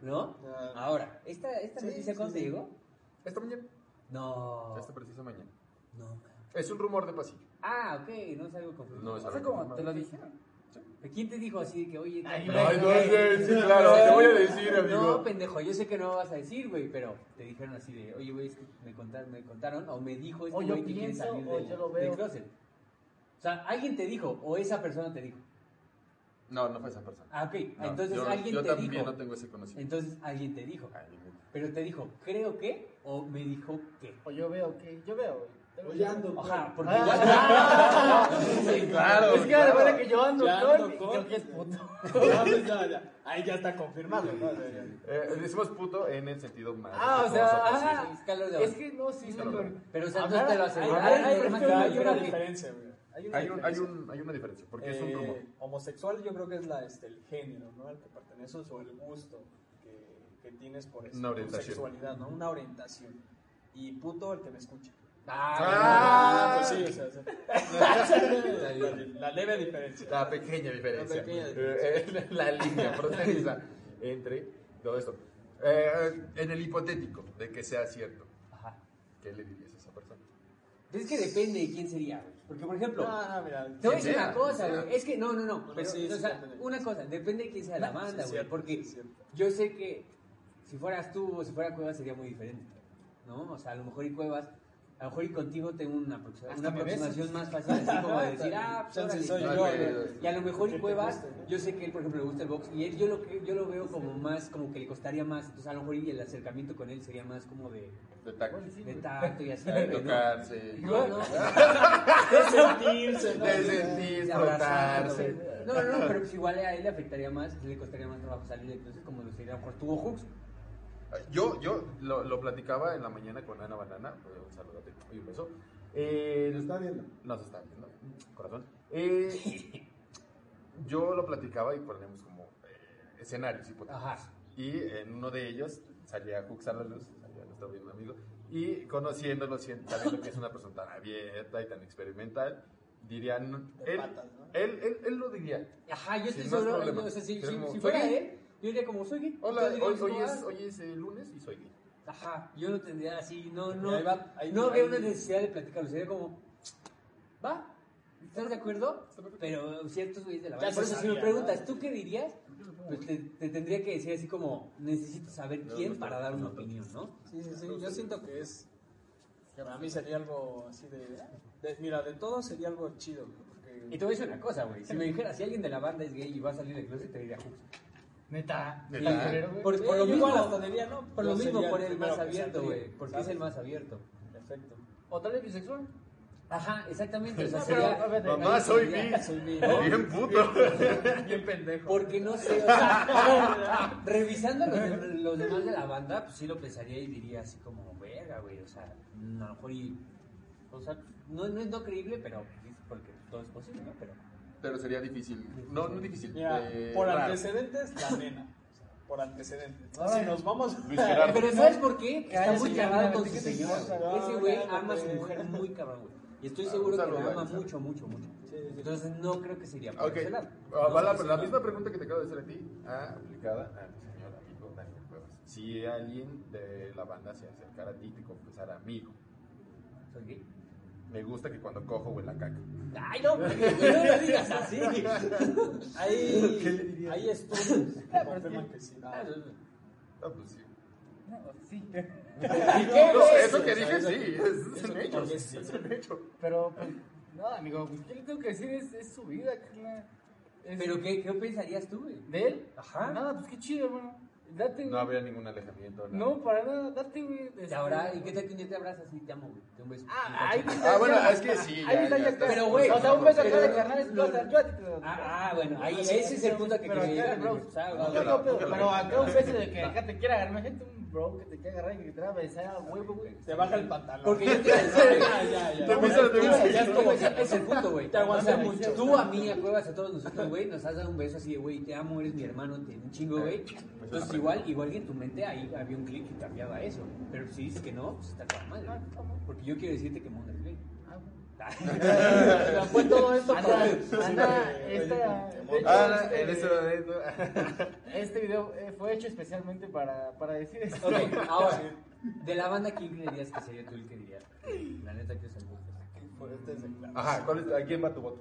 Speaker 4: ¿no?
Speaker 10: Ah.
Speaker 7: Claro.
Speaker 4: Ahora, ¿esta, esta
Speaker 7: Sí,
Speaker 4: noticia
Speaker 7: sí,
Speaker 4: cuándo
Speaker 7: sí.
Speaker 4: te llegó?
Speaker 10: Esta mañana,
Speaker 4: No.
Speaker 10: esta precisa mañana.
Speaker 4: No.
Speaker 10: Es un rumor de pasillo.
Speaker 4: Ah, ok, no es algo confuso.
Speaker 10: No es
Speaker 8: O sea,
Speaker 10: algo
Speaker 8: como te lo
Speaker 10: normal.
Speaker 8: dijeron.
Speaker 4: ¿Quién te dijo así de que, oye,
Speaker 8: Ay,
Speaker 4: güey,
Speaker 8: ay, no,
Speaker 4: güey?
Speaker 10: sí, claro, te voy a decir,
Speaker 4: No,
Speaker 10: amigo.
Speaker 4: pendejo, yo sé que no vas a decir, güey, pero te dijeron así de, oye, güey, es que me contaron, me contaron, o me dijo este
Speaker 8: O yo
Speaker 4: güey que quiere
Speaker 8: pienso,
Speaker 4: salir
Speaker 8: o
Speaker 4: del,
Speaker 8: yo lo
Speaker 4: del
Speaker 8: veo.
Speaker 4: closet. O sea, alguien te dijo, o esa persona te dijo.
Speaker 10: No, no fue esa persona.
Speaker 4: Ah, ok,
Speaker 10: No,
Speaker 4: entonces
Speaker 10: yo,
Speaker 4: alguien
Speaker 10: yo
Speaker 4: te
Speaker 10: también
Speaker 4: dijo.
Speaker 10: no tengo ese conocimiento.
Speaker 4: Entonces alguien te dijo.
Speaker 10: Ay, ningún-
Speaker 4: Pero te dijo, creo que, o me dijo que.
Speaker 8: O yo veo que. Yo veo.
Speaker 9: O ya ando.
Speaker 4: Ojalá, porque
Speaker 8: Ah,
Speaker 4: igual-
Speaker 10: Sí, claro.
Speaker 8: es que la
Speaker 10: claro.
Speaker 8: verdad que yo ando
Speaker 7: Ya
Speaker 8: con.
Speaker 7: ando
Speaker 8: y
Speaker 7: con.
Speaker 8: Ah. Creo que es puto.
Speaker 7: Ya, pues, ya, ya. Ahí ya está confirmado. ¿no? Ya, ya.
Speaker 10: Eh, decimos puto en el sentido más.
Speaker 8: Ah, o
Speaker 10: respetuoso
Speaker 8: sea,
Speaker 10: posible.
Speaker 8: ajá.
Speaker 4: Es calor de
Speaker 8: Es
Speaker 4: abajo.
Speaker 8: que no, sí,
Speaker 10: Calor de abajo.
Speaker 8: pero.
Speaker 4: Pero, o sea,
Speaker 8: Hablar-
Speaker 4: no te lo
Speaker 7: Hay,
Speaker 4: aseguro.
Speaker 8: Ah,
Speaker 7: hay- hay-
Speaker 8: pero
Speaker 7: hay
Speaker 8: que no,
Speaker 7: una- hay
Speaker 8: yo
Speaker 7: una
Speaker 8: creo que-
Speaker 7: diferencia, güey.
Speaker 10: Hay, un, hay, un, hay una diferencia, porque es un
Speaker 7: Eh,
Speaker 10: rumor.
Speaker 7: Homosexual yo creo que es la, este, el género, ¿no? Al que perteneces o el gusto que, que tienes por este,
Speaker 10: Una
Speaker 7: tu
Speaker 10: orientación.
Speaker 7: sexualidad, ¿no? Una orientación. Y puto el que me escucha.
Speaker 10: Ah,
Speaker 7: pues sí, o sea, o sea, la, la leve diferencia.
Speaker 10: La pequeña diferencia.
Speaker 7: La pequeña
Speaker 10: Eh, la línea fronteriza entre todo esto. Eh, en el hipotético de que sea cierto,
Speaker 4: Ajá.
Speaker 10: ¿qué le dirías a esa persona?
Speaker 4: Pues Es que depende de quién sería, güey. Porque, por ejemplo,
Speaker 7: Ah, mira,
Speaker 4: Te voy a
Speaker 10: Quien
Speaker 4: decir una
Speaker 10: sea,
Speaker 4: cosa,
Speaker 10: quien sea.
Speaker 4: güey. Es que, no, no, no.
Speaker 7: Pero
Speaker 4: pero,
Speaker 7: sí, sí,
Speaker 4: o sea,
Speaker 7: depende.
Speaker 4: una cosa, depende de quién sea la banda,
Speaker 7: es
Speaker 4: güey.
Speaker 7: cierto,
Speaker 4: porque
Speaker 7: sí, es cierto.
Speaker 4: yo sé que si fueras tú o si fuera Cuevas sería muy diferente, ¿no? O sea, a lo mejor y Cuevas, a lo mejor y contigo tengo una, aproxima-
Speaker 8: Hasta
Speaker 4: una
Speaker 8: me
Speaker 4: aproximación más fácil, así como de decir, ah, pues,
Speaker 7: Chance
Speaker 4: órale.
Speaker 7: soy
Speaker 10: Ah,
Speaker 7: yo,
Speaker 10: güey,
Speaker 7: güey.
Speaker 4: Y a lo mejor
Speaker 7: Que
Speaker 4: y
Speaker 7: te
Speaker 4: Cuevas,
Speaker 7: guste, ¿no?
Speaker 4: yo sé que él, por ejemplo, le gusta el box y él, yo lo, que- yo lo veo como más, como que le costaría más. Entonces, a lo mejor y el acercamiento con él sería más como de,
Speaker 10: De tacto.
Speaker 4: de tacto y así.
Speaker 10: De
Speaker 4: güey, ¿no?
Speaker 10: tocarse.
Speaker 4: No, no.
Speaker 7: De sentirse, ¿no?
Speaker 10: De sentir,
Speaker 4: de abrazar,
Speaker 10: frotarse.
Speaker 4: No, no, no, pero pues igual a él le afectaría más, le costaría más trabajo salir, entonces como lo sería a lo mejor tuvo Hooks.
Speaker 10: Yo, yo lo, lo platicaba en la mañana con Ana Banana, eh, un saludote y un beso. Eh,
Speaker 9: Nos está viendo.
Speaker 10: Nos está viendo, corazón. Eh, yo lo platicaba y poníamos como eh, escenarios hipotéticos.
Speaker 4: Ajá.
Speaker 10: Y en uno de ellos salía Jux a la luz, salía nuestro bien amigo, y conociéndolo, si- sabiendo que es una persona tan abierta y tan experimental, diría, no-
Speaker 7: De
Speaker 10: él,
Speaker 7: patas, ¿no?
Speaker 10: él, él, él lo diría.
Speaker 4: Ajá, yo
Speaker 10: Sí,
Speaker 4: estoy
Speaker 10: no es
Speaker 4: seguro.
Speaker 10: problema.
Speaker 4: o sea, si,
Speaker 10: Pero
Speaker 4: si-
Speaker 10: como,
Speaker 4: si fuera
Speaker 10: "Soy gay".
Speaker 4: él, yo diría como soy gay.
Speaker 10: Hola,
Speaker 4: Entonces
Speaker 10: hoy,
Speaker 4: diríamos
Speaker 10: hoy
Speaker 4: como,
Speaker 10: es,
Speaker 4: "Ah".
Speaker 10: hoy es eh, lunes y soy gay.
Speaker 4: Ajá, yo no tendría así, no, no,
Speaker 7: ahí va- ahí-
Speaker 4: no veo
Speaker 7: ahí-
Speaker 4: una necesidad de platicarlo, sería como, va, ¿estás de acuerdo? Pero ciertos güeyes de la
Speaker 7: Ya
Speaker 4: banda,
Speaker 7: se
Speaker 4: por eso si
Speaker 7: sabía,
Speaker 4: me preguntas,
Speaker 7: ¿no?
Speaker 4: ¿tú qué dirías? Pues te, te tendría que decir así como, necesito saber quién para dar una opinión, ¿no?
Speaker 7: Sí, sí, sí. Yo siento que es. Que para mí sería algo así de. de- mira, de todo sería algo chido. güey, porque-
Speaker 4: Y te voy a decir una cosa, güey, si me dijera, si alguien de la banda es gay y va a salir del closet, te diría, justo.
Speaker 3: Neta.
Speaker 4: Sí,
Speaker 10: Neta.
Speaker 4: culero, güey. por, por lo
Speaker 7: Pues, Yo
Speaker 4: mismo,
Speaker 7: igual hasta diría, ¿no?
Speaker 4: por lo
Speaker 7: Yo
Speaker 4: mismo,
Speaker 7: sería
Speaker 4: por el
Speaker 7: primero
Speaker 4: más
Speaker 7: que
Speaker 4: abierto,
Speaker 7: saldría,
Speaker 4: güey, porque
Speaker 7: ¿sabes?
Speaker 4: es el más abierto.
Speaker 7: Perfecto.
Speaker 8: O tal vez bisexual.
Speaker 4: Ajá, exactamente, o sea,
Speaker 8: No,
Speaker 4: sería-
Speaker 8: pero, a ver,
Speaker 10: Mamá, soy
Speaker 4: sería-
Speaker 10: bi.
Speaker 7: Soy mi-
Speaker 10: Bien puto.
Speaker 8: Bien pendejo.
Speaker 4: Porque no sé, o sea, revisando los, de- los demás de la banda, pues sí lo pensaría y diría así como, verga, güey, o sea, mm, a lo mejor y, o sea, no, no es no creíble, pero pues, es porque todo es posible, ¿no? Pero,
Speaker 10: Pero sería difícil. No, no difícil.
Speaker 7: Mira,
Speaker 10: eh,
Speaker 7: por
Speaker 10: raro.
Speaker 7: antecedentes, la nena. O sea, Por antecedentes.
Speaker 8: Ay.
Speaker 7: si nos vamos.
Speaker 10: Luis Gerardo.
Speaker 4: pero ¿sabes por qué? Está
Speaker 7: Cállate,
Speaker 4: muy
Speaker 7: ya,
Speaker 4: clavado
Speaker 7: no,
Speaker 4: con
Speaker 7: ¿qué
Speaker 4: su
Speaker 7: te
Speaker 4: señora,
Speaker 7: pasa?
Speaker 4: güey. Ese
Speaker 7: No,
Speaker 4: güey
Speaker 7: ya,
Speaker 4: ama a su
Speaker 7: güey.
Speaker 4: mujer muy cabrón, güey. Y estoy
Speaker 10: Ah,
Speaker 4: seguro
Speaker 10: un
Speaker 4: que
Speaker 10: saludo,
Speaker 4: la ama
Speaker 10: Luis.
Speaker 4: mucho, mucho, mucho.
Speaker 7: Sí, sí.
Speaker 4: Entonces no creo que sería por
Speaker 10: Ok,
Speaker 4: ese lado.
Speaker 10: ah,
Speaker 4: No,
Speaker 10: va la,
Speaker 4: pues,
Speaker 10: la
Speaker 4: no.
Speaker 10: misma pregunta que te acabo de hacer a ti, ah, aplicada a mi señor amigo Daniel Cuevas. Si alguien de la banda se acercara a ti y te confesara amigo,
Speaker 4: ¿Soy gay?
Speaker 10: me gusta que cuando cojo huela a caca.
Speaker 4: Ay, no, güey, no lo digas así.
Speaker 7: Hay, hay estudios que
Speaker 8: pero
Speaker 7: confirman
Speaker 8: es
Speaker 7: que sí.
Speaker 4: Ah,
Speaker 10: Ah, pues sí.
Speaker 8: No, sí.
Speaker 10: No,
Speaker 7: ves?
Speaker 10: eso que
Speaker 7: O sea,
Speaker 10: dije
Speaker 7: eso-
Speaker 10: sí, es, es
Speaker 7: eso
Speaker 10: un
Speaker 7: que
Speaker 10: hecho.
Speaker 7: dije sí.
Speaker 10: Es un hecho.
Speaker 8: Pero, pues, no, amigo, pues, ¿qué le tengo que decir? Es, es su vida, carnal. Es-
Speaker 4: Pero ¿qué, ¿qué pensarías tú, güey?
Speaker 8: ¿De él?
Speaker 4: Ajá.
Speaker 8: Nada, pues qué chido, hermano. Date,
Speaker 10: No
Speaker 8: güey.
Speaker 10: habría ningún alejamiento. nada.
Speaker 8: No, para nada, date, güey.
Speaker 4: Te abra- ¿Y qué tal que un día te abrazas y te amo, güey? Te un beso.
Speaker 8: Ah, ahí está.
Speaker 10: Ah, bueno, es que sí.
Speaker 8: Ahí
Speaker 10: ya
Speaker 8: está, ya
Speaker 10: está.
Speaker 8: está.
Speaker 4: Pero, güey,
Speaker 8: O sea, un beso
Speaker 4: pero-
Speaker 8: acá de carnal es
Speaker 4: lo-
Speaker 8: plaza. Yo a ti te lo doy.
Speaker 4: Ah, ah, bueno, ahí, ese es el punto que
Speaker 8: Pero
Speaker 4: quería
Speaker 8: acá,
Speaker 4: llegar,
Speaker 8: bro.
Speaker 4: güey, Ah, ¿sabes?
Speaker 8: No,
Speaker 10: yo
Speaker 8: no,
Speaker 10: la-
Speaker 8: no, pero,
Speaker 10: yo la-
Speaker 8: pero acá un beso de que acá te quiera agarrar. Imagínate un bro que te quiera agarrar y que te va a besar a huevo, güey.
Speaker 7: Te baja el pantalón.
Speaker 4: Porque yo te iba a decir,
Speaker 7: Ya, ya, ya.
Speaker 10: Te puse la
Speaker 4: güey,
Speaker 10: televisión.
Speaker 4: ya es como- ese es el punto, güey.
Speaker 7: Te aguanté
Speaker 4: O sea,
Speaker 7: mucho.
Speaker 4: Tú a mí, a Cuevas, a todos nosotros, güey, nos has dado un beso así de, güey, te amo, eres mi hermano, te un chingo,
Speaker 7: Ah,
Speaker 4: güey.
Speaker 7: pues
Speaker 4: Entonces, igual, igual que en tu mente ahí había un clic y cambiaba eso. Pero si dices que no, pues está con madre. Porque yo quiero decirte que Mondo es gay.
Speaker 7: Fue todo esto
Speaker 4: Ah,
Speaker 7: para.
Speaker 8: Anda, anda, esta, de hecho,
Speaker 10: Ah,
Speaker 8: este-
Speaker 10: en eso. en eso.
Speaker 8: Este video eh, fue hecho especialmente para, para decir esto.
Speaker 4: Ok, ahora, de la banda, ¿quién creerías que sería tú el que dirías? La neta, que es el
Speaker 7: este
Speaker 10: Ajá, ¿cuál es- ¿a quién va tu voto?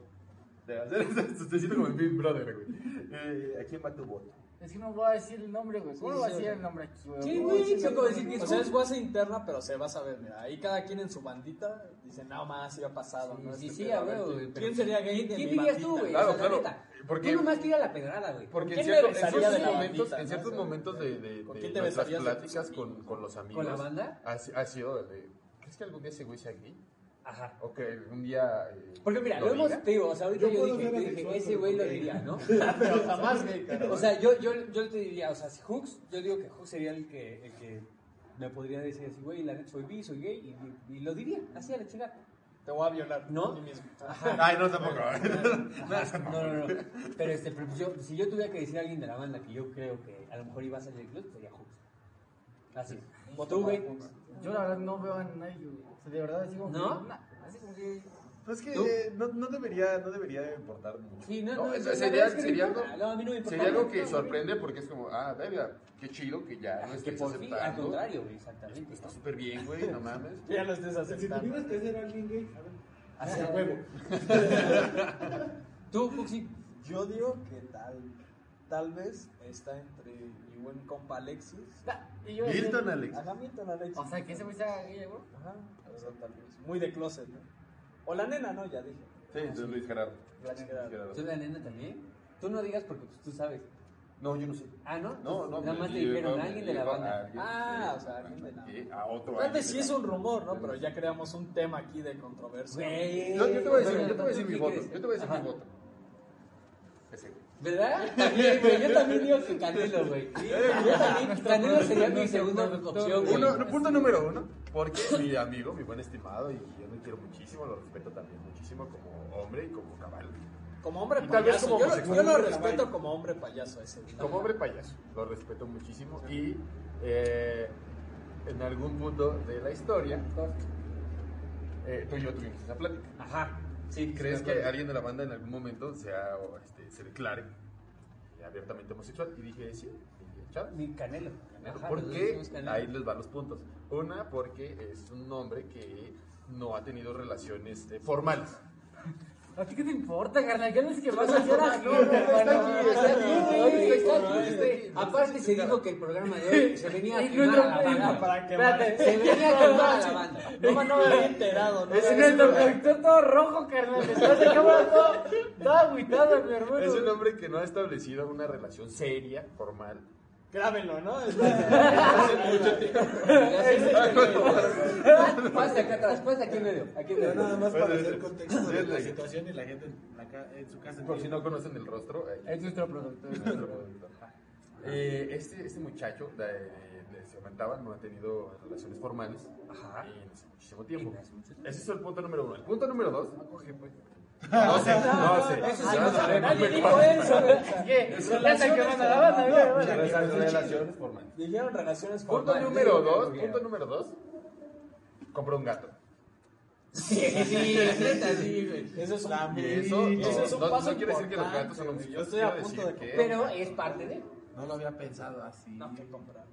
Speaker 10: Te te siento como el Big Brother, güey. Eh, ¿A quién va tu voto?
Speaker 8: Es que no voy a decir el nombre, güey. ¿Cómo
Speaker 7: Sí,
Speaker 8: no voy a
Speaker 7: sí,
Speaker 8: decir
Speaker 7: güey.
Speaker 8: el nombre aquí, güey?
Speaker 4: Sí,
Speaker 8: ¿Cómo
Speaker 4: güey,
Speaker 8: voy a decir
Speaker 4: sí,
Speaker 8: el
Speaker 4: como
Speaker 8: nombre?
Speaker 4: decir que es
Speaker 7: O sea, es guasa interna, pero se va a saber. Mira, ahí cada quien en su bandita dice, nada más, iba pasado.
Speaker 4: Sí,
Speaker 7: ¿no?
Speaker 4: sí,
Speaker 7: Este
Speaker 4: sí,
Speaker 7: pedo,
Speaker 4: a
Speaker 7: ver,
Speaker 4: huevo,
Speaker 7: ¿quién-
Speaker 4: güey, pero-
Speaker 7: ¿Quién sería gay de
Speaker 4: ¿Quién
Speaker 7: mi
Speaker 4: dirías tú,
Speaker 7: bandita?
Speaker 4: güey?
Speaker 10: Claro,
Speaker 4: O sea, la
Speaker 10: claro,
Speaker 4: neta,
Speaker 10: porque-
Speaker 4: Tú nomás tira la pedrada, güey.
Speaker 10: Porque en
Speaker 7: quién
Speaker 10: cierto- en
Speaker 7: besarías
Speaker 10: ciertos,
Speaker 7: de la
Speaker 10: momentos,
Speaker 7: bandita,
Speaker 10: en
Speaker 7: no?
Speaker 10: ciertos
Speaker 7: ¿Sabes?
Speaker 10: momentos de, de-
Speaker 7: ¿Con
Speaker 10: de
Speaker 7: quién te
Speaker 10: nuestras
Speaker 7: besarías de tus
Speaker 10: pláticas con,
Speaker 7: amigos?
Speaker 10: con los amigos.
Speaker 4: ¿Con la banda?
Speaker 10: Ha, si- ha sido de, ¿crees que algún día ese güey sea gay?
Speaker 4: Ajá.
Speaker 10: O que algún día... eh,
Speaker 4: Porque mira,
Speaker 10: lo
Speaker 4: lo hemos,
Speaker 10: diga?
Speaker 4: te digo, o sea, ahorita
Speaker 11: Yo
Speaker 4: yo,
Speaker 11: puedo
Speaker 4: dije,
Speaker 11: ser
Speaker 4: yo dije,
Speaker 11: asexual,
Speaker 4: ese
Speaker 11: pero
Speaker 4: güey lo
Speaker 11: gay.
Speaker 4: diría, ¿no?
Speaker 7: Pero jamás gay, carajo.
Speaker 4: O sea, yo, yo, yo te diría, o sea, si Hooks, yo digo que Hooks sería el que, el que me podría decir así, güey, la neta, soy bi, soy gay, y, y lo diría, así a la chingada.
Speaker 7: Te voy a violar.
Speaker 4: ¿No?
Speaker 7: a ti mismo.
Speaker 10: Ay, no, tampoco.
Speaker 4: Ajá, no, no, no. Pero este, pero pues yo, si yo tuviera que decir a alguien de la banda que yo creo que a lo mejor iba a salir del club, sería Hooks. Así. ¿Tú, güey?
Speaker 8: Yo la verdad no veo a nadie, güey. O sea, de verdad, así como.
Speaker 4: ¿No?
Speaker 8: Que, na- así como que.
Speaker 10: Pues que eh, no, no debería, no debería importar mucho.
Speaker 4: Sí, no,
Speaker 10: No,
Speaker 4: no,
Speaker 10: es-
Speaker 4: no, la
Speaker 10: sería,
Speaker 4: verdad es que no
Speaker 10: sería
Speaker 4: importa.
Speaker 10: algo,
Speaker 4: No, a mí no me importa.
Speaker 10: sería algo que
Speaker 4: No, no,
Speaker 10: sorprende porque es como, ah, verga, qué chido que ya lo
Speaker 4: Ah, Que
Speaker 10: estés
Speaker 4: por fin, al
Speaker 10: aceptando.
Speaker 4: contrario, güey, exactamente.
Speaker 10: Está súper bien, güey, no mames.
Speaker 7: Que Ya lo estés
Speaker 11: Si
Speaker 7: aceptando.
Speaker 11: tuvieras que ser alguien gay, a ver.
Speaker 4: Hacia
Speaker 11: a huevo.
Speaker 4: Tú, Fuxi.
Speaker 7: Yo digo que tal, tal vez está entre mi buen compa Alexis.
Speaker 8: na- Ah, Y yo.
Speaker 10: Milton,
Speaker 8: así-
Speaker 10: Alex.
Speaker 7: Ajá, Milton Alexis.
Speaker 8: O sea, que ese güey sea gay, güey.
Speaker 7: Ajá, o sea, tal vez. Muy de closet, ¿no? O la nena, ¿no? Ya dije.
Speaker 10: Sí, de Luis Gerardo.
Speaker 7: La nena.
Speaker 10: Gerardo.
Speaker 4: ¿Tú la nena también? Tú no digas porque pues, tú sabes.
Speaker 10: No, yo no sé.
Speaker 4: Ah, ¿no?
Speaker 10: No, no.
Speaker 4: Nada
Speaker 10: me
Speaker 4: más te
Speaker 10: llegó-
Speaker 4: dijeron a
Speaker 10: me
Speaker 4: alguien de la
Speaker 10: llegó a
Speaker 4: banda.
Speaker 10: alguien,
Speaker 7: Ah,
Speaker 10: sí,
Speaker 7: o sea, alguien de la-
Speaker 10: sí, A otro.
Speaker 7: Tal
Speaker 10: alguien
Speaker 7: vez
Speaker 10: de
Speaker 7: sí
Speaker 10: la-
Speaker 7: es un rumor, ¿no? Pero ya creamos un tema aquí de controversia.
Speaker 4: Güey.
Speaker 10: No, yo te voy a decir, yo te voy a
Speaker 4: ¿Tú
Speaker 10: decir mi
Speaker 4: qué
Speaker 10: voto.
Speaker 4: crees?
Speaker 10: Yo te voy a decir
Speaker 4: Ajá.
Speaker 10: mi voto. Ese güey.
Speaker 4: ¿Verdad? También, güey, yo también digo que Canelo, güey. Yo también, Canelo sería mi segunda opción, güey.
Speaker 10: Uno- punto número uno, porque mi amigo, mi buen estimado, y yo lo quiero muchísimo, lo respeto también muchísimo como hombre y como cabal.
Speaker 7: Como hombre
Speaker 10: Y tal vez
Speaker 7: payaso.
Speaker 10: como
Speaker 7: Yo, lo-
Speaker 10: homosexual.
Speaker 7: yo lo respeto como hombre payaso ese. güey.
Speaker 10: Como hombre payaso, lo respeto muchísimo y eh, en algún punto de la historia, eh, tú y yo tuvimos esa plática.
Speaker 4: Ajá. Sí,
Speaker 10: ¿Crees
Speaker 4: sí,
Speaker 10: que
Speaker 4: claro.
Speaker 10: alguien de la banda en algún momento sea, o, este, se declare eh, abiertamente homosexual? Y dije, sí, y Chávez.
Speaker 4: Mi Canelo. Ajá,
Speaker 10: ¿Por
Speaker 4: los dos
Speaker 10: qué?
Speaker 4: decimos Canelo.
Speaker 10: Ahí les van los puntos. Una, porque es un hombre que no ha tenido relaciones eh, formales.
Speaker 4: ¿A ti qué te importa, carnal? ¿Qué es que vas a hacer así?
Speaker 10: No, no, no, está aquí, está aquí,
Speaker 4: Oye, está
Speaker 10: está
Speaker 4: aquí,
Speaker 10: aquí.
Speaker 4: este, Aparte se dijo que el programa de hoy se venía a
Speaker 7: Es
Speaker 4: quemar
Speaker 7: nuestro
Speaker 4: a la
Speaker 7: tema
Speaker 4: banda.
Speaker 7: para quemar.
Speaker 4: Espérate, se venía a quemar a la banda.
Speaker 7: No, no me había enterado. No
Speaker 4: Es
Speaker 7: me
Speaker 4: nuestro
Speaker 7: había enterado.
Speaker 4: productor todo rojo, carnal. Detrás de cámara todo, todo agüitado, mi hermano.
Speaker 10: Es un hombre que no ha establecido una relación seria, formal.
Speaker 7: Grábenlo, ¿no? Es-
Speaker 4: Pasa acá atrás, pasa aquí en medio. Aquí en
Speaker 11: Pero
Speaker 4: medio.
Speaker 11: nada más para
Speaker 10: Pues,
Speaker 11: hacer contexto de la
Speaker 10: sí,
Speaker 11: situación y la gente en, la ca- en su casa.
Speaker 10: Por si no conocen el rostro, eh,
Speaker 4: Es nuestro productor.
Speaker 10: Eh, este, este muchacho, de- de- les comentaba, no ha tenido relaciones formales
Speaker 4: Ajá.
Speaker 10: en hace muchísimo tiempo.
Speaker 4: En hace mucho tiempo.
Speaker 10: Ese es el punto número uno. El punto número dos. No sé,
Speaker 7: No,
Speaker 10: no sé.
Speaker 7: no, eso sí
Speaker 10: Ya
Speaker 7: no
Speaker 10: no
Speaker 7: sabe.
Speaker 10: sé,
Speaker 7: Nadie
Speaker 10: no me
Speaker 7: dijo
Speaker 10: acuerdo.
Speaker 7: eso. ¿Qué?
Speaker 4: Ya se quemaron a la banda, güey, bueno.
Speaker 10: Relaciones formales.
Speaker 7: Dijeron relaciones
Speaker 10: Punto
Speaker 7: formales.
Speaker 10: número dos. Punto número dos. Compró un gato.
Speaker 4: Sí, sí, la neta, sí, güey.
Speaker 7: Eso es un,
Speaker 10: Y eso, no,
Speaker 7: eso es un
Speaker 10: no-
Speaker 7: paso
Speaker 10: no quiere decir que los
Speaker 7: importante,
Speaker 10: gatos son
Speaker 7: güey. Yo
Speaker 10: homosexuales.
Speaker 7: estoy a
Speaker 10: quiere
Speaker 7: punto de
Speaker 10: decir que-
Speaker 4: Pero es parte de.
Speaker 11: No lo había pensado así.
Speaker 7: No, que comprar.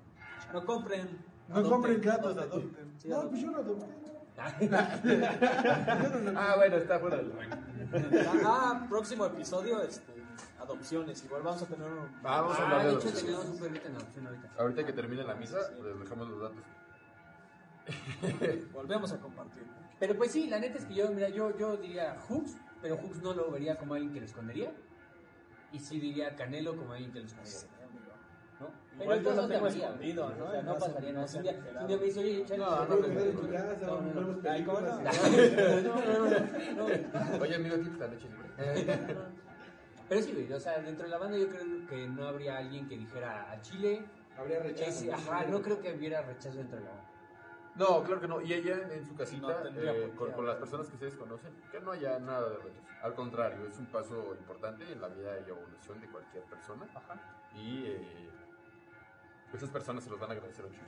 Speaker 7: No compren.
Speaker 11: No compren gatos,
Speaker 7: adopten.
Speaker 11: adopten.
Speaker 7: Sí,
Speaker 11: No,
Speaker 7: adopten.
Speaker 11: pues yo lo adopté.
Speaker 10: Ah, bueno, está fuera del
Speaker 7: Ah, próximo episodio, este, adopciones. Igual vamos a tener un...
Speaker 10: Vamos a
Speaker 4: Ah,
Speaker 10: hablar
Speaker 4: de
Speaker 10: de
Speaker 4: hecho,
Speaker 10: los
Speaker 4: teníamos un perrito en adopción ahorita.
Speaker 10: Ahorita que termine la misa, les dejamos los datos.
Speaker 7: Volvemos a compartir.
Speaker 4: Pero pues sí, la neta es que yo, mira, yo, yo diría Hooks, pero Hooks no lo vería como alguien que lo escondería. Y sí diría Canelo como alguien que lo escondería. ¿no? Pero
Speaker 7: Igual yo
Speaker 4: entonces
Speaker 7: lo
Speaker 4: no
Speaker 7: tengo
Speaker 4: habría,
Speaker 7: escondido,
Speaker 4: güey.
Speaker 7: ¿no?
Speaker 4: O sea, no
Speaker 7: No se-
Speaker 4: pasaría nada.
Speaker 7: no
Speaker 4: Si
Speaker 7: se
Speaker 4: un día,
Speaker 7: enteraba.
Speaker 4: si un día me dice, oye, Charlie,
Speaker 11: No, no,
Speaker 4: no,
Speaker 11: no, en tu casa,
Speaker 4: no, no,
Speaker 11: vemos
Speaker 4: no.
Speaker 7: Ay, ¿cómo no?
Speaker 11: películas.
Speaker 4: No, no, no.
Speaker 10: Oye, amigo, aquí está leche libre. Eh,
Speaker 4: Pero sí, güey, o sea, dentro de la banda yo creo que no habría alguien que dijera a Chile.
Speaker 11: Habría rechazo.
Speaker 4: ese- ajá, no creo que hubiera rechazo dentro de la banda.
Speaker 10: No, claro que no. Y ella en- en su casita,
Speaker 7: No tendría
Speaker 10: eh,
Speaker 7: por qué
Speaker 10: con, con
Speaker 7: hablar.
Speaker 10: las personas que ustedes conocen, que no haya nada de rechazo. Al contrario, es un paso importante en la vida y evolución de cualquier persona. Y eh, esas personas se los van a agradecer un chingo.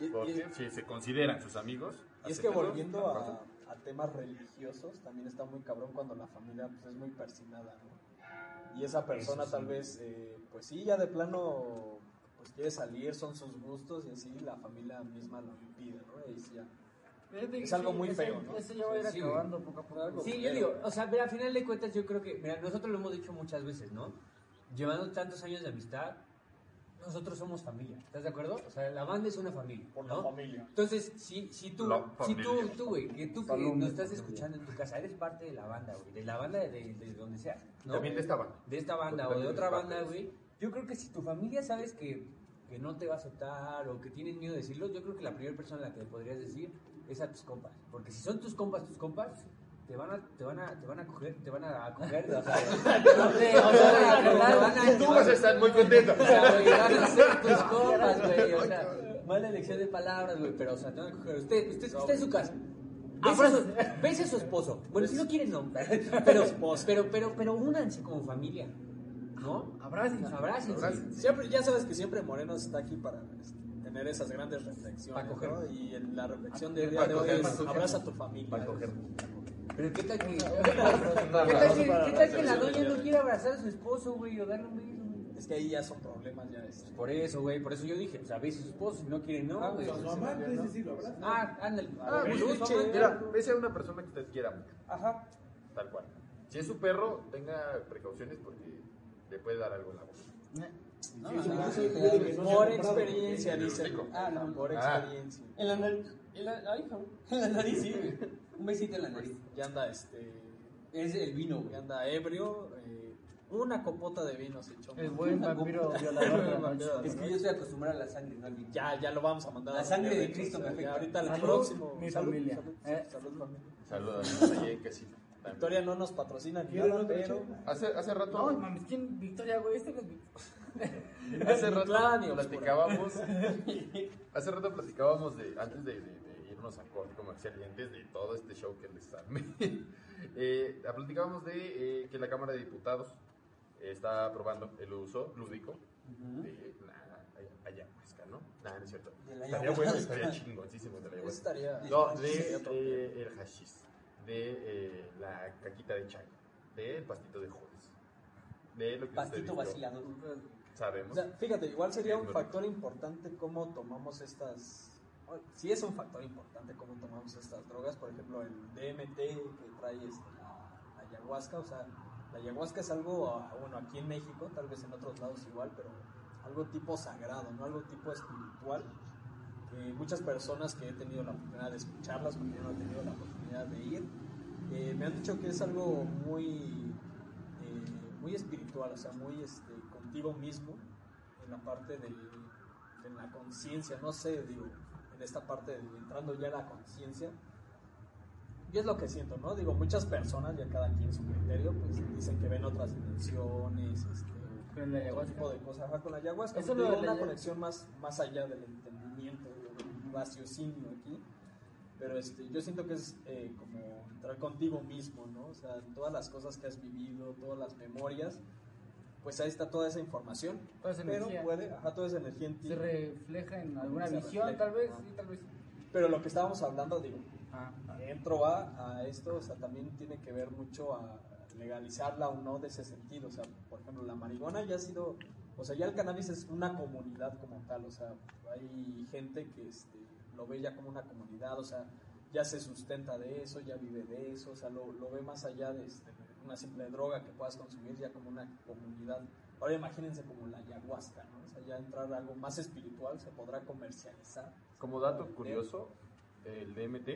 Speaker 7: Y- y-
Speaker 10: Porque si se consideran sus amigos.
Speaker 7: Y es que
Speaker 10: acéptenlo,
Speaker 7: volviendo
Speaker 10: aparte.
Speaker 7: a, a temas religiosos, también está muy cabrón cuando la familia pues, es muy persinada, ¿no? Y esa persona tal vez, eh, pues sí, ya de plano, pues quiere salir, son sus gustos y así la familia misma lo impide, ¿no? Y sí, ya. Es algo muy feo, ¿no?
Speaker 8: Eso ya va a ir
Speaker 4: Sí,
Speaker 8: acabando poco a poco.
Speaker 7: Algo
Speaker 4: Sí, yo
Speaker 7: culero.
Speaker 4: digo, o sea, pero al final de cuentas yo creo que, mira, nosotros lo hemos dicho muchas veces, ¿no? Llevando tantos años de amistad, nosotros somos familia, ¿estás de acuerdo? O sea, la banda es una familia,
Speaker 7: Por la
Speaker 4: ¿no?
Speaker 7: familia.
Speaker 4: Entonces, si, si tú,
Speaker 10: La
Speaker 4: si
Speaker 10: familia.
Speaker 4: tú, tú, güey, que tú que nos estás escuchando en tu casa, eres parte de la banda, güey, de la banda de, de- de donde seas, ¿no?
Speaker 10: También de esta banda.
Speaker 4: de esta banda
Speaker 10: Porque
Speaker 4: o de
Speaker 10: también
Speaker 4: otra
Speaker 10: es parte
Speaker 4: banda,
Speaker 10: de
Speaker 4: güey, yo creo que si tu familia sabes que, que no te va a aceptar o que tienen miedo de decirlo, yo creo que la primera persona a la que le podrías decir es a tus compas. Porque si son tus compas, tus compas, te van a, te van a, te van a coger, te van a acoger, o sea, no te- o sea, te van a-
Speaker 10: Tú vas a estar muy contento.
Speaker 4: o
Speaker 7: Ah,
Speaker 4: sea, güey, van a ser tus compas, güey. O sea, mala elección de palabras, güey. Pero, o sea, te van a coger. Usted, usted, está en su casa.
Speaker 11: Ah,
Speaker 4: Bese a, su, bese a su esposo. Bueno, si no quieren, no. Pero, pero, pero, pero únanse como familia. ¿No? Abrácense. Abrácense.
Speaker 7: Siempre, ya sabes que siempre Moreno está aquí para este, tener esas grandes reflexiones,
Speaker 4: Para coger.
Speaker 7: ¿no? Y en la reflexión del día
Speaker 10: Para
Speaker 7: de hoy
Speaker 10: coger,
Speaker 7: es,
Speaker 10: para coger.
Speaker 7: abraza a tu familia.
Speaker 10: Para coger.
Speaker 4: Pero qué tal que. ¿Qué tal que, qué tal que la doña no quiere abrazar a su esposo, güey? O darle un beso, güey.
Speaker 7: Es que ahí ya son problemas, ya este, es.
Speaker 4: Por eso, güey. Por eso yo dije, o sea, bese a su esposo. Si no quieren, no. güey.
Speaker 11: Con Ah, su amante, ese sí lo abraza.
Speaker 4: Ah, ándale.
Speaker 10: Ah,
Speaker 4: Pues,
Speaker 10: pues,
Speaker 4: su amante.
Speaker 10: Mira, pese a una persona que usted quiera mucho.
Speaker 4: Ajá.
Speaker 10: Tal cual. Si es su perro, tenga precauciones porque le puede dar algo en la boca.
Speaker 11: Sí, su
Speaker 7: Ah,
Speaker 11: casa, cuide que no sea
Speaker 7: por
Speaker 11: comprado,
Speaker 7: experiencia,
Speaker 10: porque-
Speaker 7: dice. Ah, no, por
Speaker 10: Ah.
Speaker 7: experiencia.
Speaker 4: En la nariz. En la, ay, cabrón. En la nariz, sí, güey. Un besito en la nariz.
Speaker 7: Ya anda este.
Speaker 4: Es el vino, güey.
Speaker 7: Ya anda ebrio. eh, una copota de vino se echó.
Speaker 8: El buen vampiro violador de la noche.
Speaker 4: Es que yo estoy acostumbrado a la sangre, no al vino.
Speaker 7: Ya, ya lo vamos a mandar.
Speaker 4: La
Speaker 7: a
Speaker 4: sangre
Speaker 7: poner,
Speaker 4: de Cristo,
Speaker 7: o sea, ya
Speaker 4: perfecto.
Speaker 7: Ahorita el
Speaker 8: Salud,
Speaker 7: próximo.
Speaker 8: mi familia.
Speaker 7: Salud,
Speaker 8: Eh.
Speaker 7: salud, familia.
Speaker 10: Saludos a allá en casita.
Speaker 7: Victoria no nos patrocina ni
Speaker 9: ¿Quieres
Speaker 7: nada,
Speaker 9: otro
Speaker 7: pero...
Speaker 9: chela?
Speaker 10: Hace, hace rato,
Speaker 8: No, mames, ¿quién? Victoria, güey, este no es
Speaker 10: hace
Speaker 7: Plan y
Speaker 10: rato
Speaker 7: oscura.
Speaker 10: platicábamos, hace rato platicábamos de, antes de, de- de irnos a corte comercial y antes de todo este show que les armé, eh, platicábamos de eh, que la Cámara de Diputados está aprobando el uso lúdico de la ayahuasca, ¿no? Nah, no es cierto.
Speaker 7: De la
Speaker 10: Estaría bueno,
Speaker 7: ayahuasca.
Speaker 10: estaría chingoncísimo de la
Speaker 7: Eso
Speaker 10: ayahuasca.
Speaker 7: estaría...
Speaker 10: No,
Speaker 7: Sí,
Speaker 10: de
Speaker 7: otro.
Speaker 10: eh, el hashish, de eh, la caquita de chango, del pastito de Judas, de lo que usted
Speaker 4: Pastito
Speaker 10: dijo,
Speaker 4: vacilado.
Speaker 7: O
Speaker 10: Sabemos.
Speaker 7: sea, fíjate, igual sería un
Speaker 10: Bueno.
Speaker 7: factor importante cómo tomamos estas... Sí es un factor importante cómo tomamos estas drogas, por ejemplo, el DMT que trae este, la ayahuasca, o sea, la ayahuasca es algo, ah, bueno, aquí en México, tal vez en otros lados igual, pero algo tipo sagrado, ¿no? Algo tipo espiritual, que muchas personas que he tenido la oportunidad de escucharlas, porque yo no he tenido la oportunidad de ir, eh, me han dicho que es algo muy, eh, muy espiritual, o sea, muy este, contigo mismo, en la parte del, de la conciencia, no sé, digo, en esta parte de entrando ya a la conciencia. Y es lo que siento, ¿no? Digo, muchas personas, ya cada quien su criterio, pues dicen que ven otras dimensiones, este,
Speaker 8: Con la
Speaker 7: otro
Speaker 8: ayahuasca.
Speaker 7: tipo de cosas, ajá, con la ayahuasca.
Speaker 8: Eso
Speaker 7: Digo,
Speaker 8: lo de la
Speaker 7: una
Speaker 8: ayah-
Speaker 7: conexión más, más allá del entendimiento, del vaciocinio aquí. Pero este, yo siento que es eh, como entrar contigo mismo, ¿no? O sea, todas las cosas que has vivido, todas las memorias, pues ahí está toda esa información.
Speaker 8: Toda esa
Speaker 7: pero
Speaker 8: energía.
Speaker 7: puede, ajá, toda esa energía en ti.
Speaker 8: Se refleja en alguna
Speaker 7: Se
Speaker 8: visión,
Speaker 7: refleja,
Speaker 8: tal vez,
Speaker 7: ¿no?
Speaker 8: sí, tal vez.
Speaker 7: Pero lo que estábamos hablando, digo,
Speaker 8: Ah,
Speaker 7: entro a, a esto, o sea, también tiene que ver mucho a legalizarla o no de ese sentido. O sea, por ejemplo, la marihuana ya ha sido, o sea, ya el cannabis es una comunidad como tal, o sea, hay gente que este, lo ve ya como una comunidad, o sea, ya se sustenta de eso, ya vive de eso, o sea, lo, lo ve más allá de este, una simple droga que puedas consumir ya como una comunidad. Ahora imagínense como la ayahuasca, ¿no? O sea, ya entrar a algo más espiritual, se podrá comercializar.
Speaker 10: Como dato curioso, el DMT,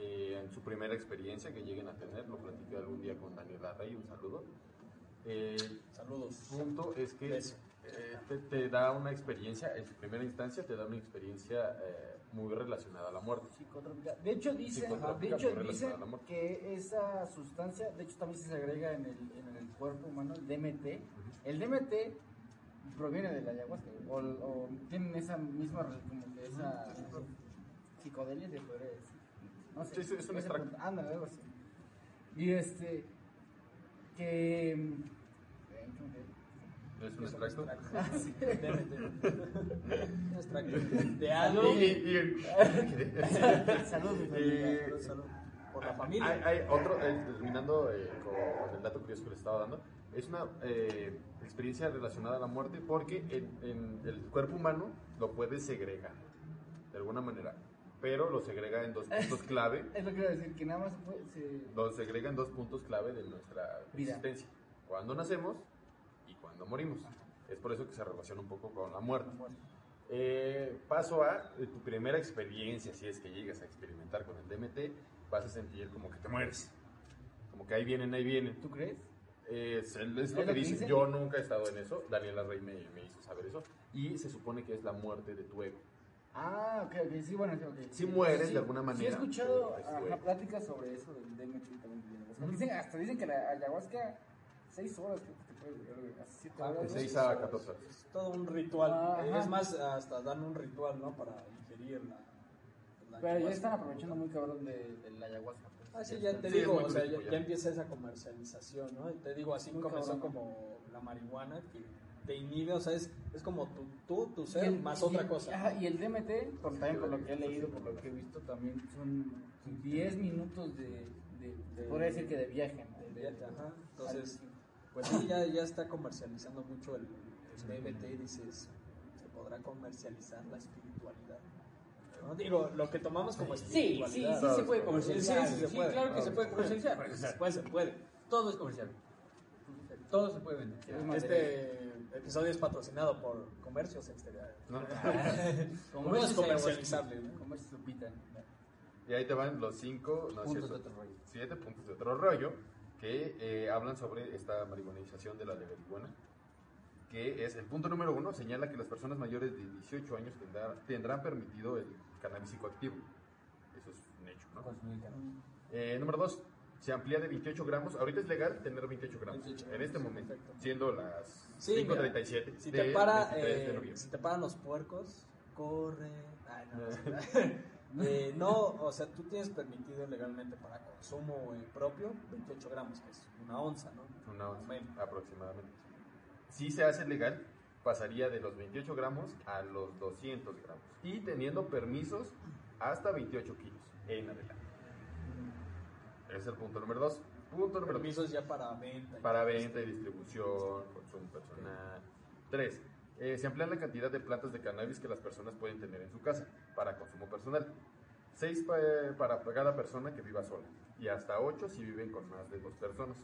Speaker 10: eh, en su primera experiencia que lleguen a tener, lo platiqué algún día con Daniela Rey, un saludo. El
Speaker 7: Saludos.
Speaker 10: punto es que
Speaker 7: Beso.
Speaker 10: eh, te, te da una experiencia, en su primera instancia, te da una experiencia eh, muy relacionada a la muerte.
Speaker 8: psicotrópica. De hecho, dicen, de
Speaker 10: Psicotrópica
Speaker 8: hecho,
Speaker 10: con relación
Speaker 8: dicen
Speaker 10: al amor.
Speaker 8: que esa sustancia, de hecho, también se agrega en el, en el cuerpo humano, el DMT. El DMT proviene de la ayahuasca, o, o tienen esa misma, re- como que esa
Speaker 10: Ah,
Speaker 8: psicodelia, se podría decir. No sé,
Speaker 10: Sí, sí, es un
Speaker 8: ese
Speaker 10: extracto.
Speaker 8: punto. Ándale, algo así. Y este, que... mm, eh, ¿cómo te digo?
Speaker 10: ¿Es un extracto?
Speaker 7: De algo.
Speaker 10: Y- y-
Speaker 8: Salud, mi familia.
Speaker 10: Eh,
Speaker 7: Salud por la familia.
Speaker 10: Hay, hay otro, eh, terminando eh, con el dato curioso que les estaba dando, es una eh, experiencia relacionada a la muerte porque en, en el cuerpo humano lo puede segregar, de alguna manera, pero lo segrega en dos puntos clave,
Speaker 8: Es lo que iba a decir, que nada más fue- se...
Speaker 10: lo segrega en dos puntos clave de nuestra
Speaker 8: Vida.
Speaker 10: existencia, cuando nacemos y cuando morimos. Es por eso que se relaciona un poco con la muerte. Eh, paso a eh, tu primera experiencia, si es que llegas a experimentar con el DMT, vas a sentir como que te mueres. Como que ahí vienen, ahí vienen.
Speaker 8: ¿Tú crees?
Speaker 10: Eh, Es, el- es lo que dicen. Yo nunca he estado en eso. Daniela Rey me, me hizo saber eso. Y se supone que es la muerte de tu ego.
Speaker 8: Ah, ok, ok, sí, bueno, sí, ok.
Speaker 10: Sí mueres de alguna
Speaker 8: Sí, he
Speaker 10: manera,
Speaker 8: escuchado
Speaker 10: pero,
Speaker 8: ajá,
Speaker 10: este,
Speaker 8: pláticas sobre eso del DMT también. de la ayahuasca.
Speaker 10: Ujú.
Speaker 8: Dicen- hasta dicen que la ayahuasca, 6 horas, creo que te puedes durar, güey, hasta siete
Speaker 7: Ah,
Speaker 8: horas.
Speaker 10: De
Speaker 7: pues
Speaker 8: güey.
Speaker 10: 6 a 14 horas.
Speaker 7: Es todo un ritual.
Speaker 8: Ajá.
Speaker 7: Es más, hasta dan un ritual, ¿no? Para ingerir la. la
Speaker 8: Pero ya
Speaker 7: ayahuasca.
Speaker 8: están aprovechando muy cabrón de, de la ayahuasca. pues.
Speaker 7: Ah, sí, ya te
Speaker 10: Sí, es
Speaker 7: digo,
Speaker 10: muy
Speaker 7: o sea, ya,
Speaker 10: turístico ya.
Speaker 7: ya empieza esa comercialización, ¿no? Y te digo, así
Speaker 8: Muy
Speaker 7: comenzó
Speaker 8: cabrón.
Speaker 7: como la marihuana que te inhibe, o sea, es, es como tú, tú, tu ser,
Speaker 8: Y el-
Speaker 7: más
Speaker 8: y-
Speaker 7: otra cosa.
Speaker 8: Ajá, y el DMT, por, también por lo que he
Speaker 10: sí, sí,
Speaker 8: leído, por lo que he visto, también son 10 minutos de, de,
Speaker 7: De-
Speaker 8: podría decir que de viaje. ¿no?
Speaker 7: Del
Speaker 8: De-
Speaker 7: viaje, ajá. Entonces,
Speaker 8: al-
Speaker 7: pues sí, ya, ya está comercializando mucho el, el DMT y dices, se podrá comercializar la espiritualidad. ¿No? Digo, lo que tomamos como este,
Speaker 4: Sí, sí, sí
Speaker 7: espiritualidad.
Speaker 4: se puede comercializar.
Speaker 7: Sí, sí, se
Speaker 4: Sí,
Speaker 7: puede.
Speaker 4: claro que se
Speaker 8: Ah,
Speaker 4: puede comercializar. Se puede, se puede. Todo es comercial. Todo se puede vender.
Speaker 7: Este episodio es patrocinado por comercios exteriores.
Speaker 10: ¿no?
Speaker 7: Como es comercializable, ¿no?
Speaker 8: Comerse su pita.
Speaker 10: Y ahí te van los 5, no es
Speaker 4: Puntos
Speaker 10: cierto,
Speaker 4: de otro rollo.
Speaker 10: siete puntos de otro rollo que eh, hablan sobre esta marihuanización de la legaliguana. Que es el punto número uno, señala que las personas mayores de 18 años tendrá- tendrán permitido el cannabis psicoactivo. Eso es un hecho, ¿no? Eh, número dos, se amplía de 28 gramos. Ahorita es legal tener 28 gramos
Speaker 7: 28
Speaker 10: en este
Speaker 7: gramos,
Speaker 10: momento,
Speaker 7: perfecto.
Speaker 10: siendo las
Speaker 7: Sí, mira,
Speaker 10: 5.37
Speaker 7: Si
Speaker 10: del
Speaker 7: te, para,
Speaker 10: 23 de
Speaker 7: eh,
Speaker 10: noviembre.
Speaker 7: si te paran los puercos, corre. Ay, no, no, sé. Eh, no, o sea, tú tienes permitido legalmente para consumo eh, propio 28 gramos, que es una onza, ¿no?
Speaker 10: Una onza,
Speaker 7: Bueno.
Speaker 10: aproximadamente. Si se hace legal, pasaría de los 28 gramos a los 200 gramos. Y teniendo permisos hasta 28 kilos en adelante. Ese es el punto número 2. Punto número dos.
Speaker 7: Permisos ya para venta. y
Speaker 10: Para
Speaker 7: todo
Speaker 10: venta y distribución, consumo personal. 3. se amplía la cantidad de plantas de cannabis que las personas pueden tener en su casa para consumo personal. 6 para cada persona que viva sola. Y hasta 8 si viven con más de dos personas.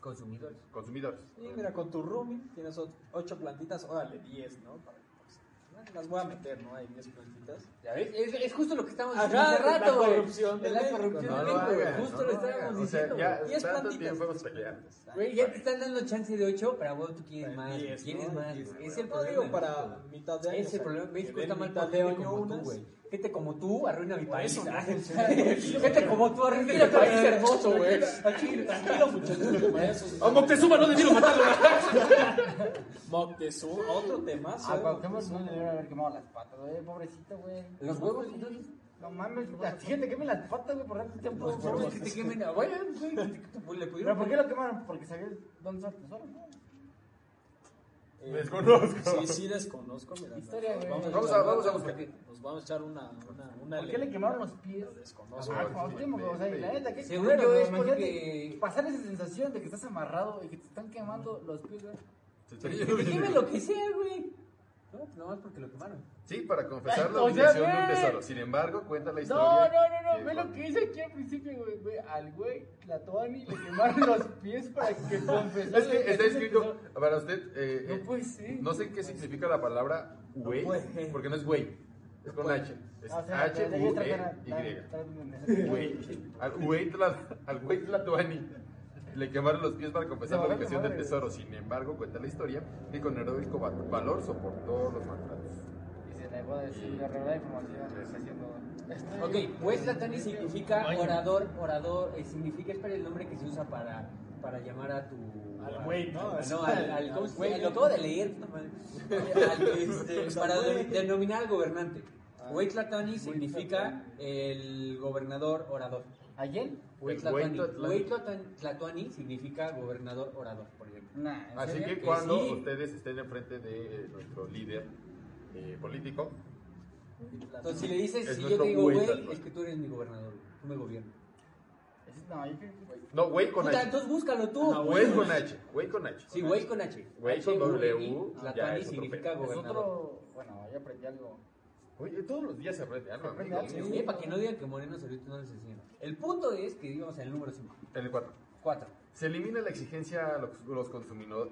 Speaker 4: Consumidores.
Speaker 10: Consumidores.
Speaker 7: Sí, mira, con tu roomie tienes o- ocho plantitas, órale, 10, ¿no? Para- pues, las voy a meter, ¿no? Hay 10 plantitas.
Speaker 4: Ya ves, es, es justo lo que estábamos
Speaker 7: Ajá,
Speaker 4: diciendo hace
Speaker 7: la
Speaker 4: rato, güey.
Speaker 7: corrupción de
Speaker 4: Es la
Speaker 7: México,
Speaker 4: corrupción
Speaker 7: no
Speaker 4: de
Speaker 7: lo
Speaker 4: México, güey.
Speaker 10: hagan,
Speaker 4: Justo
Speaker 10: no
Speaker 4: lo
Speaker 10: lo
Speaker 4: estábamos
Speaker 10: hagan. O sea,
Speaker 4: diciendo,
Speaker 10: ya
Speaker 4: güey.
Speaker 7: Diez
Speaker 10: tanto
Speaker 7: plantitas.
Speaker 10: tiempo hemos peleado.
Speaker 4: Güey, ya te están dando chance de 8, pero güey, tú quieres más, güey,
Speaker 7: Diez,
Speaker 4: quieres
Speaker 7: ¿no?
Speaker 4: más.
Speaker 7: Diez,
Speaker 4: güey.
Speaker 7: güey.
Speaker 4: Es el
Speaker 7: No,
Speaker 4: problema.
Speaker 7: digo,
Speaker 4: de
Speaker 7: para
Speaker 4: México, güey.
Speaker 7: mitad de año.
Speaker 4: Es el problema. México está mal
Speaker 7: mitad
Speaker 4: por
Speaker 7: de
Speaker 4: gente
Speaker 7: año
Speaker 4: como tú,
Speaker 7: unas.
Speaker 4: güey. Gente como tú arruina mi país.
Speaker 7: eso,
Speaker 4: ah,
Speaker 7: güey.
Speaker 4: Gente como tú arruina mi país hermoso, güey.
Speaker 7: Tranquilo, tranquilo, muchachos, que vaya a sus-
Speaker 1: Moctezuma no debieron matarlo!
Speaker 7: Moctezuma, otro tema.
Speaker 8: A Cuauhtémoc no le debe haber quemado las patas, güey, pobrecito, güey. pues,
Speaker 4: Los huevos, entonces.
Speaker 8: No mames, la gente queme las patas, güey, por tanto tiempo.
Speaker 4: Los huevos que te quemen. ah, Bueno, güey, que te- que le
Speaker 8: ¿Pero
Speaker 4: pudieron.
Speaker 8: por qué lo quemaron? Porque sabía dónde está el tesoro, ¿no?
Speaker 10: Desconozco.
Speaker 7: Eh, Sí, sí, desconozco. Mira,
Speaker 8: Historia,
Speaker 7: nos
Speaker 8: güey.
Speaker 10: Vamos a-
Speaker 7: echar-
Speaker 10: vamos a buscar.
Speaker 7: Nos vamos a echar una. una, una
Speaker 8: ¿Por qué le
Speaker 7: ley.
Speaker 8: quemaron los pies?
Speaker 7: Lo desconozco.
Speaker 8: Ah, Cuauhtémoc, güey, o sea, y la neta, qué
Speaker 4: Según
Speaker 8: culero,
Speaker 4: yo
Speaker 8: güey,
Speaker 4: es
Speaker 8: imagínate
Speaker 4: porque-
Speaker 8: Pasar esa sensación de que estás amarrado y que te están quemando los pies, güey.
Speaker 4: Que quemen lo que sea, güey. No, pues nomás porque lo quemaron.
Speaker 10: Sí, para confesar la
Speaker 8: O sea,
Speaker 10: ubicación de un
Speaker 8: güey.
Speaker 10: tesoro. Sin embargo, cuenta la
Speaker 8: No,
Speaker 10: historia.
Speaker 8: no, no, no,
Speaker 10: que
Speaker 8: ve lo
Speaker 10: con-
Speaker 8: que dice aquí al principio, güey. güey, Al güey, la Toani le quemaron los pies para que confesara.
Speaker 10: Es que está escrito para usted. eh, eh,
Speaker 8: No puede ser.
Speaker 10: No sé qué significa la palabra güey,
Speaker 7: puede.
Speaker 10: porque no es güey, es con H. Es
Speaker 8: Ah, O sea,
Speaker 10: H,
Speaker 8: la-
Speaker 10: U,
Speaker 8: la-
Speaker 10: E,
Speaker 8: la- la-
Speaker 10: Y.
Speaker 8: la-
Speaker 10: Güey. Al güey tla- al güey Tlatoani le quemaron los pies para compensar la
Speaker 8: Se vale
Speaker 10: ubicación del
Speaker 8: madre.
Speaker 10: tesoro. Sin embargo, cuenta la historia que con heroico va- valor soportó los maltratos.
Speaker 8: Y se negó a decir, la revelada información que está haciendo. Estoy-
Speaker 4: Ok, pues Latani significa orador, orador, eh, significa, es para el nombre que se usa para, para llamar a tu...
Speaker 7: Al güey, ¿no?
Speaker 4: a-
Speaker 7: Así,
Speaker 4: No, al, al,
Speaker 7: al
Speaker 4: ¿cómo se-
Speaker 7: güey.
Speaker 4: Lo acabo de leer. no mames. Eh, al que, este,
Speaker 7: Pues al
Speaker 4: para
Speaker 7: güey.
Speaker 4: de- denominar al gobernante. Güey Tlatani significa el gobernador orador.
Speaker 8: ¿Ayer?
Speaker 4: Güey
Speaker 10: El güey
Speaker 4: Tlatoani.
Speaker 10: Tlatoani.
Speaker 4: Güey Tlatan- Tlatoani significa gobernador orador, por ejemplo.
Speaker 8: Nah, ¿en
Speaker 10: Así
Speaker 8: serio?
Speaker 10: que
Speaker 4: Que
Speaker 10: cuando
Speaker 4: sí.
Speaker 10: ustedes estén enfrente de eh, nuestro líder eh, político,
Speaker 4: Entonces, si le dices,
Speaker 10: Es
Speaker 4: si yo
Speaker 10: nuestro
Speaker 4: te digo
Speaker 10: güey
Speaker 4: güey,
Speaker 10: Tlatoani.
Speaker 4: es que tú eres mi gobernador, tú me gobiernas.
Speaker 8: Es- No, yo creo que.
Speaker 10: no, güey con
Speaker 4: Puta,
Speaker 10: H.
Speaker 4: entonces búscalo tú.
Speaker 10: Güey con H, güey con H.
Speaker 4: Sí, güey con H.
Speaker 10: Güey
Speaker 4: H,
Speaker 10: con
Speaker 4: U,
Speaker 10: W,
Speaker 4: I,
Speaker 10: ya
Speaker 4: Tlatoani
Speaker 10: es otro
Speaker 4: significa
Speaker 8: Es
Speaker 4: gobernador.
Speaker 8: otro. Bueno, yo aprendí algo.
Speaker 10: Oye, todos los días se aprende algo,
Speaker 8: Aprende
Speaker 10: amigo.
Speaker 8: algo.
Speaker 4: Sí, Eh, para que no digan que morenos ahorita no les enseñan. El punto es que digamos el número 5.
Speaker 10: El 4.
Speaker 4: 4.
Speaker 10: Se elimina la exigencia a los, los consumino-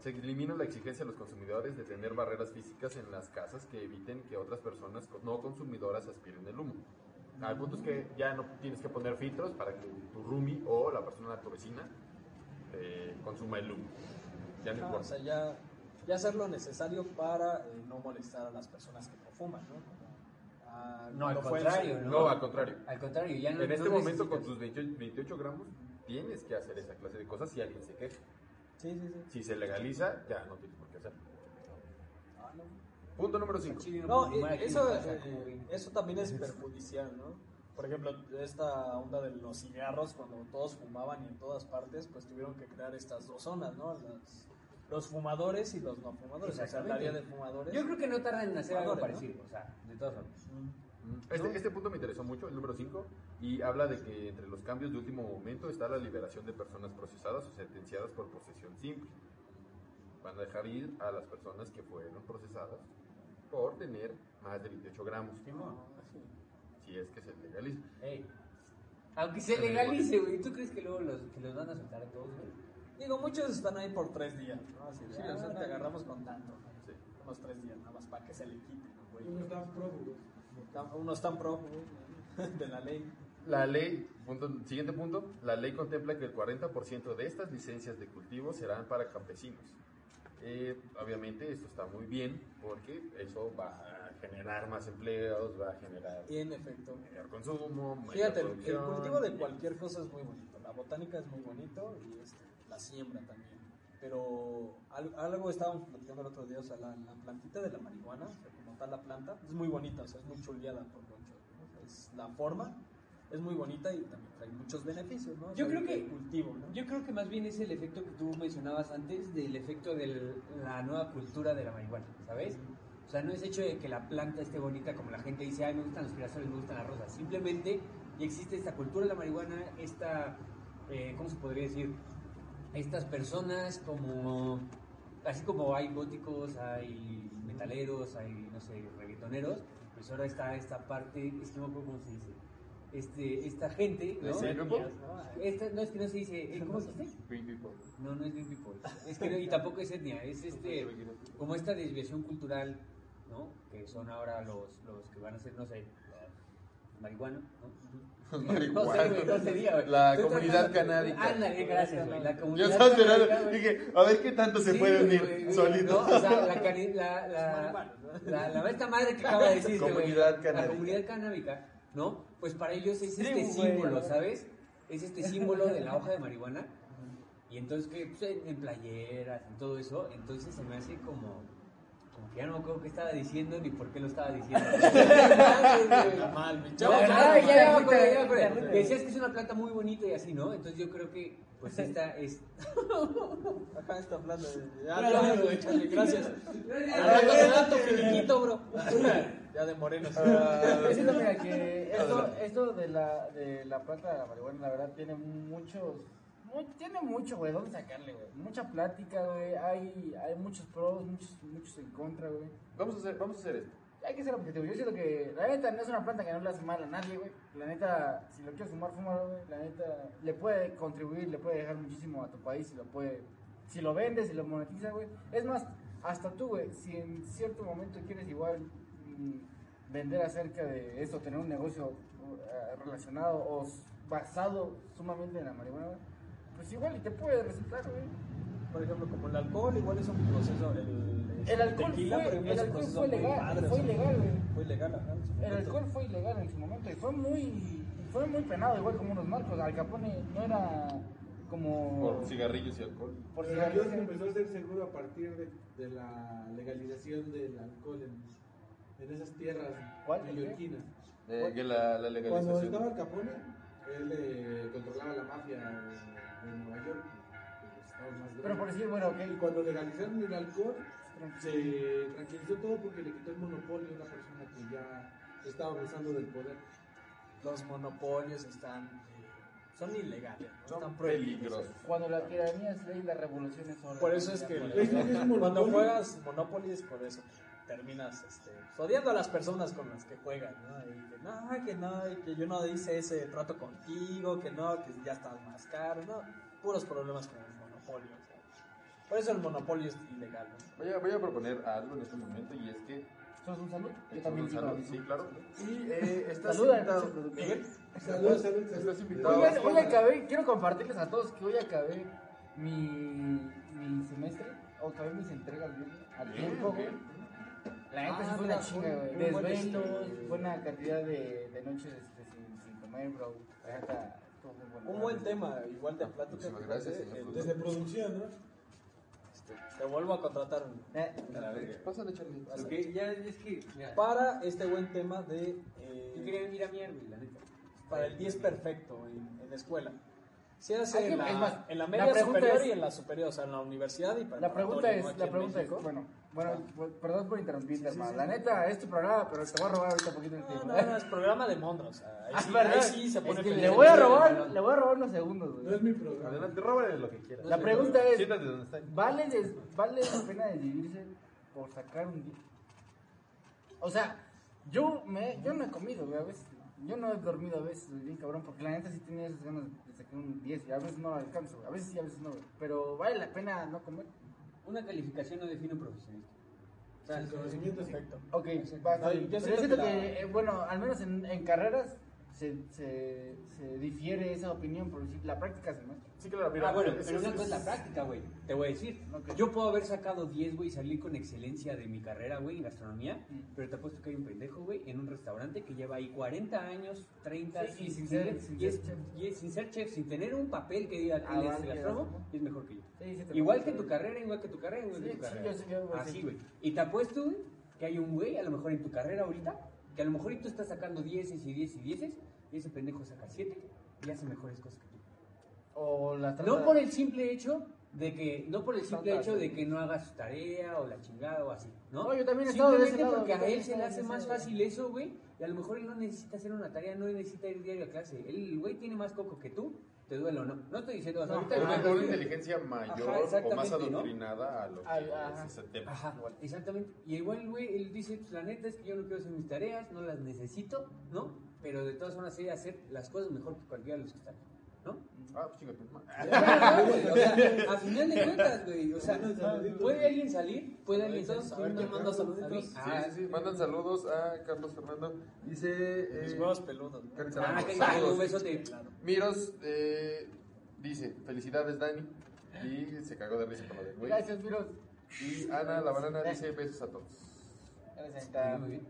Speaker 10: se elimina la exigencia a los consumidores de tener barreras físicas en las casas que eviten que otras personas co- no consumidoras aspiren el humo. Al punto es que ya no tienes que poner filtros para que tu roomie o la persona tu vecina eh, consuma el humo. Ya no
Speaker 7: Ah, o sea,
Speaker 10: importa.
Speaker 7: ya, ya hacer lo necesario para eh, no molestar a las personas que no fuman, ¿no? Ah,
Speaker 4: No, al
Speaker 7: lo fue en
Speaker 4: contrario,
Speaker 7: su-
Speaker 4: ¿no?
Speaker 10: No, al contrario.
Speaker 4: Al contrario, ya no
Speaker 10: En este
Speaker 4: no
Speaker 10: momento con
Speaker 4: necesitas-
Speaker 10: tus 28, 28 gramos tienes que hacer esa clase de cosas si alguien se queja.
Speaker 7: Sí, sí, sí.
Speaker 10: Si se legaliza, ya no tienes por qué hacerlo.
Speaker 4: Ah,
Speaker 10: Punto número 5.
Speaker 4: Chile,
Speaker 7: No,
Speaker 4: pues,
Speaker 7: eh,
Speaker 4: madre,
Speaker 7: eso,
Speaker 4: ¿qué pasa?
Speaker 7: eh,
Speaker 4: ¿Cómo ven?
Speaker 7: eso también es perjudicial, ¿no? Por ejemplo, esta onda de los cigarros, cuando todos fumaban y en todas partes, pues tuvieron que crear estas dos zonas, ¿no? Las- los fumadores y los no fumadores. O sea, el área de fumadores.
Speaker 4: Yo creo que no tardan en hacer algo
Speaker 7: Valores, ¿no?
Speaker 4: parecido, o sea, de todas formas.
Speaker 10: Este, este punto me interesó mucho, el número 5, y habla de que entre los cambios de último momento está la liberación de personas procesadas o sentenciadas por posesión simple. Van a dejar ir a las personas que fueron procesadas por tener más de 28 gramos, si es que se legaliza.
Speaker 4: Ey. Aunque se legalice, güey, ¿tú crees que luego los, que los van a soltar a todos, güey?
Speaker 7: Digo, muchos están ahí por tres días, ¿no? Así de,
Speaker 4: Sí,
Speaker 7: ah,
Speaker 4: o sea,
Speaker 7: te
Speaker 4: no-
Speaker 7: agarramos con tanto, ¿no?
Speaker 10: Sí.
Speaker 7: unos tres días nada más para que se le quite, ¿no, güey?
Speaker 11: Uno está prófugo.
Speaker 7: Tan- Unos tan prófugos ¿no? de la ley.
Speaker 10: La ley, punto- siguiente punto, la ley contempla que el 40% de estas licencias de cultivo serán para campesinos. Eh, obviamente esto está muy bien porque eso va a generar más empleos, va a generar
Speaker 7: En efecto.
Speaker 10: mayor consumo, mayor
Speaker 7: Fíjate, el, el
Speaker 10: producción.
Speaker 7: cultivo de cualquier cosa es muy bonito. La botánica es muy bonito y este, la siembra también. Pero al- algo estábamos platicando el otro día, o sea, la, la plantita de la marihuana, o sea, como tal la planta, es muy bonita, o sea, es muy chuleada por mucho. ¿no? O sea, es la forma es muy bonita y también trae muchos beneficios, ¿no? O
Speaker 4: Yo
Speaker 7: sea,
Speaker 4: creo
Speaker 7: el-
Speaker 4: que-
Speaker 7: el cultivo, ¿no?
Speaker 4: Yo creo que más bien es el efecto que tú mencionabas antes del efecto de la nueva cultura de la marihuana, ¿sabes? O sea, no es hecho de que la planta esté bonita como la gente dice, ay, me gustan los girasoles, me gustan las rosas. Simplemente ya existe esta cultura de la marihuana, esta, eh, ¿cómo se podría decir? Estas personas como, así como hay góticos, hay metaleros, hay, no sé, reggaetoneros, pues ahora está esta parte, es que no me acuerdo cómo se dice, este, esta gente, ¿no?
Speaker 10: ¿Sí, grupo?
Speaker 7: Pues,
Speaker 4: Esta, no es que no se dice, eh, ¿cómo dijiste?
Speaker 10: Green people.
Speaker 4: No, no es Green People. Es que no- y tampoco es etnia, es este, como esta desviación cultural, ¿no? Que son ahora los, los que van a ser, no sé, marihuana, ¿no?
Speaker 10: Marihuana.
Speaker 4: No sé, güey, tontería, güey.
Speaker 10: La
Speaker 4: Estoy
Speaker 10: comunidad
Speaker 4: tratando-
Speaker 10: canábica.
Speaker 4: Ándale, gracias, güey. La
Speaker 10: Yo
Speaker 4: comunidad
Speaker 10: estaba esperando,
Speaker 4: canábica, güey.
Speaker 10: dije, a ver qué tanto se
Speaker 4: Sí,
Speaker 10: puede
Speaker 4: güey,
Speaker 10: unir
Speaker 4: güey,
Speaker 10: solito.
Speaker 4: no, o sea, la, cani- la, la, la, la- esta madre que acaba de decir.
Speaker 10: Comunidad
Speaker 4: La
Speaker 10: canábica.
Speaker 4: comunidad canábica, ¿no? Pues para ellos es
Speaker 7: Tribu,
Speaker 4: este
Speaker 7: güey.
Speaker 4: símbolo, ¿sabes? Es este símbolo de la hoja de marihuana. Y entonces, que pues, en, en playeras, en todo eso, entonces se me hace como. Como que ya no creo que estaba diciendo ni por qué lo estaba diciendo.
Speaker 7: Mal, mi
Speaker 4: Ya,
Speaker 7: chavo,
Speaker 4: ya, ya,
Speaker 7: mal, mal.
Speaker 4: ya, me acordé, ya me acordé. Decías que es una planta muy bonita y así, ¿no? Entonces yo creo que, pues esta es.
Speaker 7: Acá está hablando de- ya,
Speaker 4: Claro,
Speaker 7: ya,
Speaker 4: güey.
Speaker 7: échale, gracias.
Speaker 4: Al
Speaker 7: Al
Speaker 4: rato, al rato,
Speaker 7: rato, finiquito, bro. Ya de morenos.
Speaker 10: Ah,
Speaker 8: Yo siento, mira, que esto, esto de, la, de la planta de la marihuana, la verdad, tiene muchos. mu- tiene mucho, güey, dónde sacarle, güey. Mucha plática, güey. Hay, hay muchos pros, muchos, muchos en contra, güey.
Speaker 10: Vamos a hacer, vamos a hacer esto.
Speaker 8: Hay que ser objetivo. Yo siento que la neta no es una planta que no le hace mal a nadie, güey. La neta, si lo quieres fumar, fúmalo, güey. La neta, le puede contribuir, le puede dejar muchísimo a tu país, si lo puede... Si lo vendes, si lo monetizas, güey. Es más, hasta tú, güey, si en cierto momento quieres igual mm, vender acerca de esto, tener un negocio eh, relacionado o s- basado sumamente en la marihuana, güey, pues igual y te puede resultar, güey.
Speaker 7: Por ejemplo, como el alcohol, igual es un proceso. El,
Speaker 8: El alcohol
Speaker 7: tequila,
Speaker 8: fue-
Speaker 7: por ejemplo,
Speaker 8: el
Speaker 7: es un
Speaker 8: alcohol
Speaker 7: proceso
Speaker 8: fue
Speaker 7: muy
Speaker 8: legal,
Speaker 7: padre,
Speaker 8: fue
Speaker 7: o sea,
Speaker 8: ilegal, güey.
Speaker 7: Fue legal, ajá, en su
Speaker 8: El
Speaker 7: momento.
Speaker 8: alcohol fue ilegal en su momento y fue muy, fue muy penado, igual como unos marcos. Al Capone no era como.
Speaker 10: Por cigarrillos y alcohol.
Speaker 8: por
Speaker 9: Pero yo
Speaker 8: cigarrillos.
Speaker 9: creo que empezó a ser seguro a partir de, de la legalización del alcohol en, en esas tierras
Speaker 8: ¿Cuál?
Speaker 9: neoyorquinas.
Speaker 10: Eh, que la, la
Speaker 9: Cuando estaba
Speaker 10: legalización.
Speaker 9: el Capone, él eh, controlaba la mafia de, de Nueva York. los estados más
Speaker 8: Pero por
Speaker 9: grandes.
Speaker 8: decir, bueno, ok.
Speaker 9: Y cuando legalizaron el alcohol, se tranquilizó todo porque le quitó el monopolio a una persona que ya estaba abusando del poder.
Speaker 7: Los monopolios están. eh, Son ilegales, ¿no? están prohibidos.
Speaker 10: Peligroso.
Speaker 8: Cuando la tiranía es ley, la revolución es orden.
Speaker 7: Por eso es que
Speaker 9: Es que es un monopolio.
Speaker 7: cuando juegas Monopoly es por eso que terminas este, odiando a las personas con las que juegan, ¿no? Y que no, que no, y que yo no hice ese trato contigo, que no, que ya estás más caro, ¿no? Puros problemas con el monopolio. o sea. Por eso el monopolio es ilegal, ¿no?
Speaker 10: Voy a, voy a proponer algo en este momento y es que.
Speaker 8: Sos un salud. Yo
Speaker 10: Echamos
Speaker 8: también
Speaker 10: un
Speaker 8: digo.
Speaker 10: saludo, Sí, claro. Y eh, estás
Speaker 8: Saluda,
Speaker 10: invitado.
Speaker 8: pinche productor.
Speaker 7: Miguel,
Speaker 9: Salud, salud,
Speaker 10: Estás
Speaker 9: salud.
Speaker 10: invitado.
Speaker 8: Oigan, hoy acabé, quiero compartirles a todos que hoy acabé mi, mi semestre, o acabé mis entregas bien, al
Speaker 10: Bien,
Speaker 8: tiempo,
Speaker 10: bien.
Speaker 8: güey. La neta
Speaker 7: Ah,
Speaker 8: sí fue una
Speaker 7: mira,
Speaker 8: chinga, güey.
Speaker 7: un- un buen
Speaker 8: Desvelos,
Speaker 7: este-
Speaker 8: buena cantidad de, de noches este, sin, sin comer, bro. La neta, estuvo muy bueno.
Speaker 7: un buen tema, igual te eh, plática.
Speaker 10: Muchísimas gracias, señor Este,
Speaker 7: el-
Speaker 9: Desde producción, ¿no?
Speaker 7: Te vuelvo a contratar un-
Speaker 8: Eh,
Speaker 10: Pásale, Charlie.
Speaker 4: Ok, ya es que. mira,
Speaker 7: para este buen tema de. eh,
Speaker 4: Yo quería ir a mierda, güey, la neta.
Speaker 7: para el 10 perfecto en, en la escuela. Se
Speaker 8: Hay
Speaker 7: hace
Speaker 8: que-
Speaker 7: en, la,
Speaker 8: es más,
Speaker 7: en la
Speaker 8: la
Speaker 7: media
Speaker 8: pregunta
Speaker 7: superior
Speaker 8: es-
Speaker 7: y en la superior, o sea, en la universidad y para
Speaker 8: La
Speaker 7: el
Speaker 8: pregunta
Speaker 7: oratorio, ¿no?
Speaker 8: es,
Speaker 7: Aquí
Speaker 8: la
Speaker 7: en
Speaker 8: pregunta es,
Speaker 7: México.
Speaker 8: bueno, bueno, por- perdón por interrumpirte, hermano. La neta, es tu programa, pero te voy a robar ahorita un poquito el
Speaker 7: No,
Speaker 8: tiempo. ¿eh?
Speaker 7: no, no, es programa de Mondra, o sea, ahí
Speaker 8: Ah,
Speaker 7: sí, ahí
Speaker 8: perdón.
Speaker 7: sí se pone
Speaker 8: Es que
Speaker 7: feliz
Speaker 8: le
Speaker 7: el
Speaker 8: voy a
Speaker 7: día.
Speaker 8: robar, le voy a robar unos segundos,
Speaker 9: No
Speaker 8: güey.
Speaker 9: es mi programa.
Speaker 10: Adelante, róbale lo que quieras.
Speaker 8: La pregunta es,
Speaker 10: Siéntate donde está.
Speaker 8: ¿Vale, des- vale la pena desvivirse por sacar un día? O sea, yo, me, yo no he comido, güey, a veces. Yo no he dormido a veces, güey, bien cabrón, porque la neta sí tenía esas ganas de sacar un 10 y a veces no lo alcanzo, güey. A veces sí, a veces no, güey. Pero vale la pena no comer.
Speaker 4: Una calificación no define un profesionista. O sea,
Speaker 9: El conocimiento sí.
Speaker 7: Perfecto.
Speaker 8: Ok, va, está
Speaker 7: No,
Speaker 8: bien.
Speaker 7: yo
Speaker 8: Pero yo
Speaker 7: siento
Speaker 8: siento
Speaker 7: que la-
Speaker 8: que, eh, bueno, al menos en, en carreras, se, se, se difiere esa opinión, por decir, la práctica se muestra.
Speaker 10: Sí, claro,
Speaker 4: Ah, bueno, pero una cosa es la práctica, güey. Te voy a decir. Yo puedo haber sacado 10, güey, y salir con excelencia de mi carrera, güey, en gastronomía.
Speaker 8: Mm.
Speaker 4: Pero te apuesto que hay un pendejo, güey, en un restaurante que lleva ahí 40 años, 30,
Speaker 8: Sí, y
Speaker 4: sin,
Speaker 8: sin
Speaker 4: ser,
Speaker 8: ser- sin
Speaker 4: y
Speaker 8: ser
Speaker 4: es-
Speaker 8: chef.
Speaker 4: y es sin ser chef, sin tener un papel que diga que él es
Speaker 8: Avance,
Speaker 4: gastrónomo,
Speaker 8: ¿no?
Speaker 4: es mejor que yo.
Speaker 8: Sí, sí, te lo
Speaker 4: igual
Speaker 8: puedo
Speaker 4: que tu
Speaker 8: creer.
Speaker 4: carrera, igual que tu carrera, igual que
Speaker 8: Sí,
Speaker 4: tu
Speaker 8: sí,
Speaker 4: carrera.
Speaker 8: yo sé que algo
Speaker 4: Así,
Speaker 8: así.
Speaker 4: güey. Y te apuesto, güey, que hay un güey, a lo mejor en tu carrera ahorita, que a lo mejor y tú estás sacando 10 y 10 y 10 y ese pendejo saca 7 y hace mejores cosas que tú.
Speaker 8: O la trata-
Speaker 4: No por el simple hecho de que, no por el simple
Speaker 8: Tanta-
Speaker 4: hecho de que no haga su tarea o la chingada o así, ¿no?
Speaker 8: No, yo también he estado de
Speaker 4: Simplemente
Speaker 8: ese lado,
Speaker 4: porque
Speaker 8: yo
Speaker 4: a
Speaker 8: también
Speaker 4: él
Speaker 8: he
Speaker 4: se le
Speaker 8: estado
Speaker 4: hace
Speaker 8: de ese
Speaker 4: más
Speaker 8: lado.
Speaker 4: fácil eso, güey, y a lo mejor él no necesita hacer una tarea, no necesita ir diario a clase. El güey tiene más coco que tú, te duele o no. No estoy diciendo, o sea, ahorita el
Speaker 10: Pero
Speaker 4: güey-
Speaker 10: con una inteligencia mayor
Speaker 4: Ah, Ajá,
Speaker 10: o más
Speaker 4: exactamente, ¿no?
Speaker 10: adoctrinada a lo que
Speaker 8: Al- ajá.
Speaker 10: es ese tema.
Speaker 4: Ajá, exactamente. Y igual, el güey, él dice, pues la neta es que yo no quiero hacer mis tareas, no las necesito, ¿no? Pero de todas formas, sé hacer las cosas mejor que cualquiera de los que están, ¿no?
Speaker 10: Ah, pues chinga tu madre.
Speaker 4: güey, o sea, a final de cuentas, güey, o sea, puede alguien salir, puede alguien
Speaker 7: Entonces, a ver,
Speaker 4: salir,
Speaker 7: ¿quién manda saluditos?
Speaker 4: ¿Alguien?
Speaker 10: Sí, sí, sí. Mandan saludos a Carlos Fernando. Dice. eh,
Speaker 7: Mis huevos peludos. ¿no?
Speaker 10: Carlos
Speaker 4: Ah,
Speaker 10: Fernando,
Speaker 4: que
Speaker 10: saludos.
Speaker 4: un besote.
Speaker 10: Miros eh, dice: Felicidades, Dani. Y se cagó de risa con lo del güey.
Speaker 8: Gracias, Miros.
Speaker 10: Y Ana, la banana, dice: Besos a todos.
Speaker 8: Gracias,
Speaker 4: Ah, muy bien.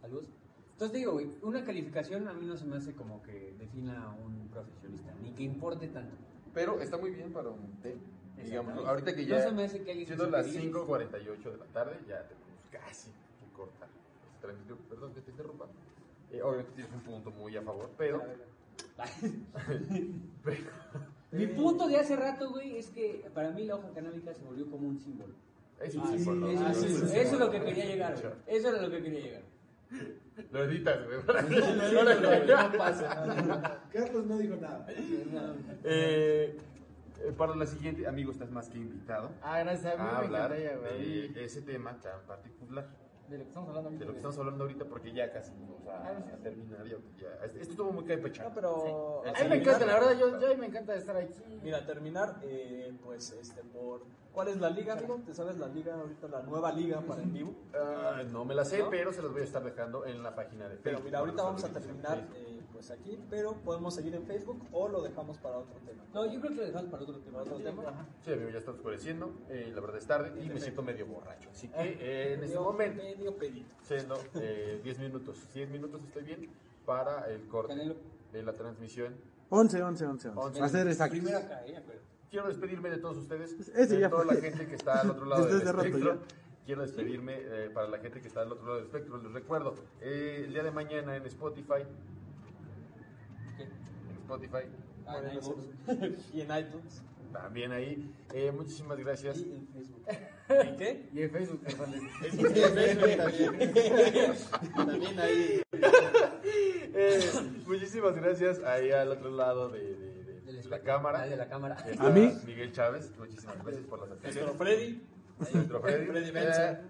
Speaker 4: Saludos. Entonces te digo, güey, una calificación a mí no se me hace como que defina a un profesionista, ni que importe tanto.
Speaker 10: Pero está muy bien para un té. Digamos,
Speaker 4: Exactamente.
Speaker 10: ahorita que
Speaker 4: No
Speaker 10: ya.
Speaker 4: se me hace que alguien
Speaker 10: siendo
Speaker 4: se
Speaker 10: las
Speaker 4: olvide.
Speaker 10: 5.48 de la tarde, ya tenemos casi que cortar. Tranquilo, perdón que te interrumpa. Eh, obviamente tienes un punto muy a favor, pero. pero-
Speaker 4: Mi punto de hace rato, güey, es que para mí la hoja canábica se volvió como un símbolo.
Speaker 10: Es
Speaker 11: Ah,
Speaker 10: un símbolo.
Speaker 4: Eso,
Speaker 10: es un
Speaker 4: eso-
Speaker 10: símbolo.
Speaker 4: eso es lo que quería llegar, güey. Eso era lo que quería llegar.
Speaker 10: Lo editas, güey. para que-
Speaker 11: Carlos no dijo nada.
Speaker 10: Eh, eh, para la siguiente, amigo, estás más que invitado
Speaker 8: Ah, gracias, a mí
Speaker 10: a
Speaker 8: me
Speaker 10: hablar
Speaker 8: encantaría, güey.
Speaker 10: de ese tema tan particular.
Speaker 8: De lo que estamos hablando
Speaker 10: de lo que estamos hablando ahorita porque ya casi vamos a,
Speaker 4: Ah,
Speaker 10: a terminar. Ya, ya- Esto estuvo muy caipechado.
Speaker 7: No, pero.
Speaker 10: Sí.
Speaker 8: A mí me encanta, la verdad, yo, yo a mí me encanta estar aquí.
Speaker 7: Mira, terminar, eh, pues, este, por. ¿Cuál es la liga, amigo? ¿Te sabes la liga ahorita, la nueva liga para en vivo?
Speaker 10: Ah, no me la sé,
Speaker 7: ¿No?
Speaker 10: pero se las voy a estar dejando en la página de Facebook.
Speaker 7: Pero mira, ahorita
Speaker 10: Para
Speaker 7: vamos
Speaker 10: los
Speaker 7: a
Speaker 10: amigos en
Speaker 7: terminar,
Speaker 10: Facebook.
Speaker 7: eh, pues, aquí, pero podemos seguir en Facebook o lo dejamos para otro tema.
Speaker 4: No, yo creo que lo dejamos para otro tema.
Speaker 7: ¿Otro tema?
Speaker 10: Sí, amigo, ya está oscureciendo. eh, la verdad es tarde y me siento medio borracho. Así que eh, en este
Speaker 7: Medio-
Speaker 10: momento,
Speaker 7: Medio pedito.
Speaker 10: siendo eh, 10 minutos, 10 minutos estoy bien para el corte
Speaker 4: Canelo.
Speaker 10: de la transmisión.
Speaker 12: 11, 11, 11, 11.
Speaker 10: Once.
Speaker 12: Va a ser exacto.
Speaker 4: Primero acá, eh, acuérdate.
Speaker 10: Quiero despedirme de todos ustedes,
Speaker 12: ese
Speaker 10: de
Speaker 12: ya
Speaker 10: toda
Speaker 12: fue.
Speaker 10: la gente que está al otro lado
Speaker 12: Desde
Speaker 10: del
Speaker 12: hace rato
Speaker 10: espectro. Quiero despedirme eh, para la gente que está al otro lado del espectro. Les recuerdo, eh, el día de mañana en Spotify,
Speaker 4: ¿Qué?
Speaker 10: en Spotify,
Speaker 4: Ah, en iVoox.
Speaker 7: Y en iTunes.
Speaker 10: también ahí. Eh, muchísimas gracias.
Speaker 4: Y en Facebook.
Speaker 7: ¿Qué?
Speaker 8: Y en Facebook, por favor.
Speaker 7: También ahí.
Speaker 10: Eh, muchísimas gracias ahí al otro lado de, de- de- de la cámara.
Speaker 4: Ah, de la cámara.
Speaker 10: Está
Speaker 12: ¿A mí?
Speaker 10: Miguel Chávez, muchísimas gracias por las atenciones.
Speaker 7: Nuestro Freddy.
Speaker 10: Nuestro Freddy.
Speaker 7: Freddy
Speaker 10: Eh,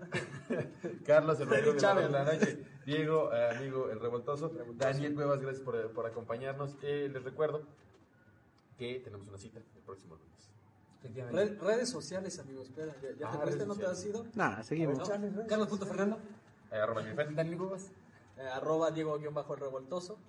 Speaker 7: Benson.
Speaker 10: Carlos, el
Speaker 7: Freddy
Speaker 10: Rodrigo de
Speaker 7: Chávez.
Speaker 10: la Noche. Diego, eh, amigo, el revoltoso. Daniel Cuevas, gracias por, por acompañarnos. Eh, les recuerdo que tenemos una cita el próximo lunes.
Speaker 4: Efectivamente.
Speaker 7: Red- redes sociales, amigos. Espera, ya, ya
Speaker 10: Ah,
Speaker 7: te preste,
Speaker 10: redes
Speaker 7: no te has ido.
Speaker 12: Nada, seguimos.
Speaker 7: ¿No?
Speaker 4: Carlos.Fernando.
Speaker 10: Eh, arroba mi fan.
Speaker 8: Daniel Cubas.
Speaker 7: Eh, arroba Diego-el revoltoso.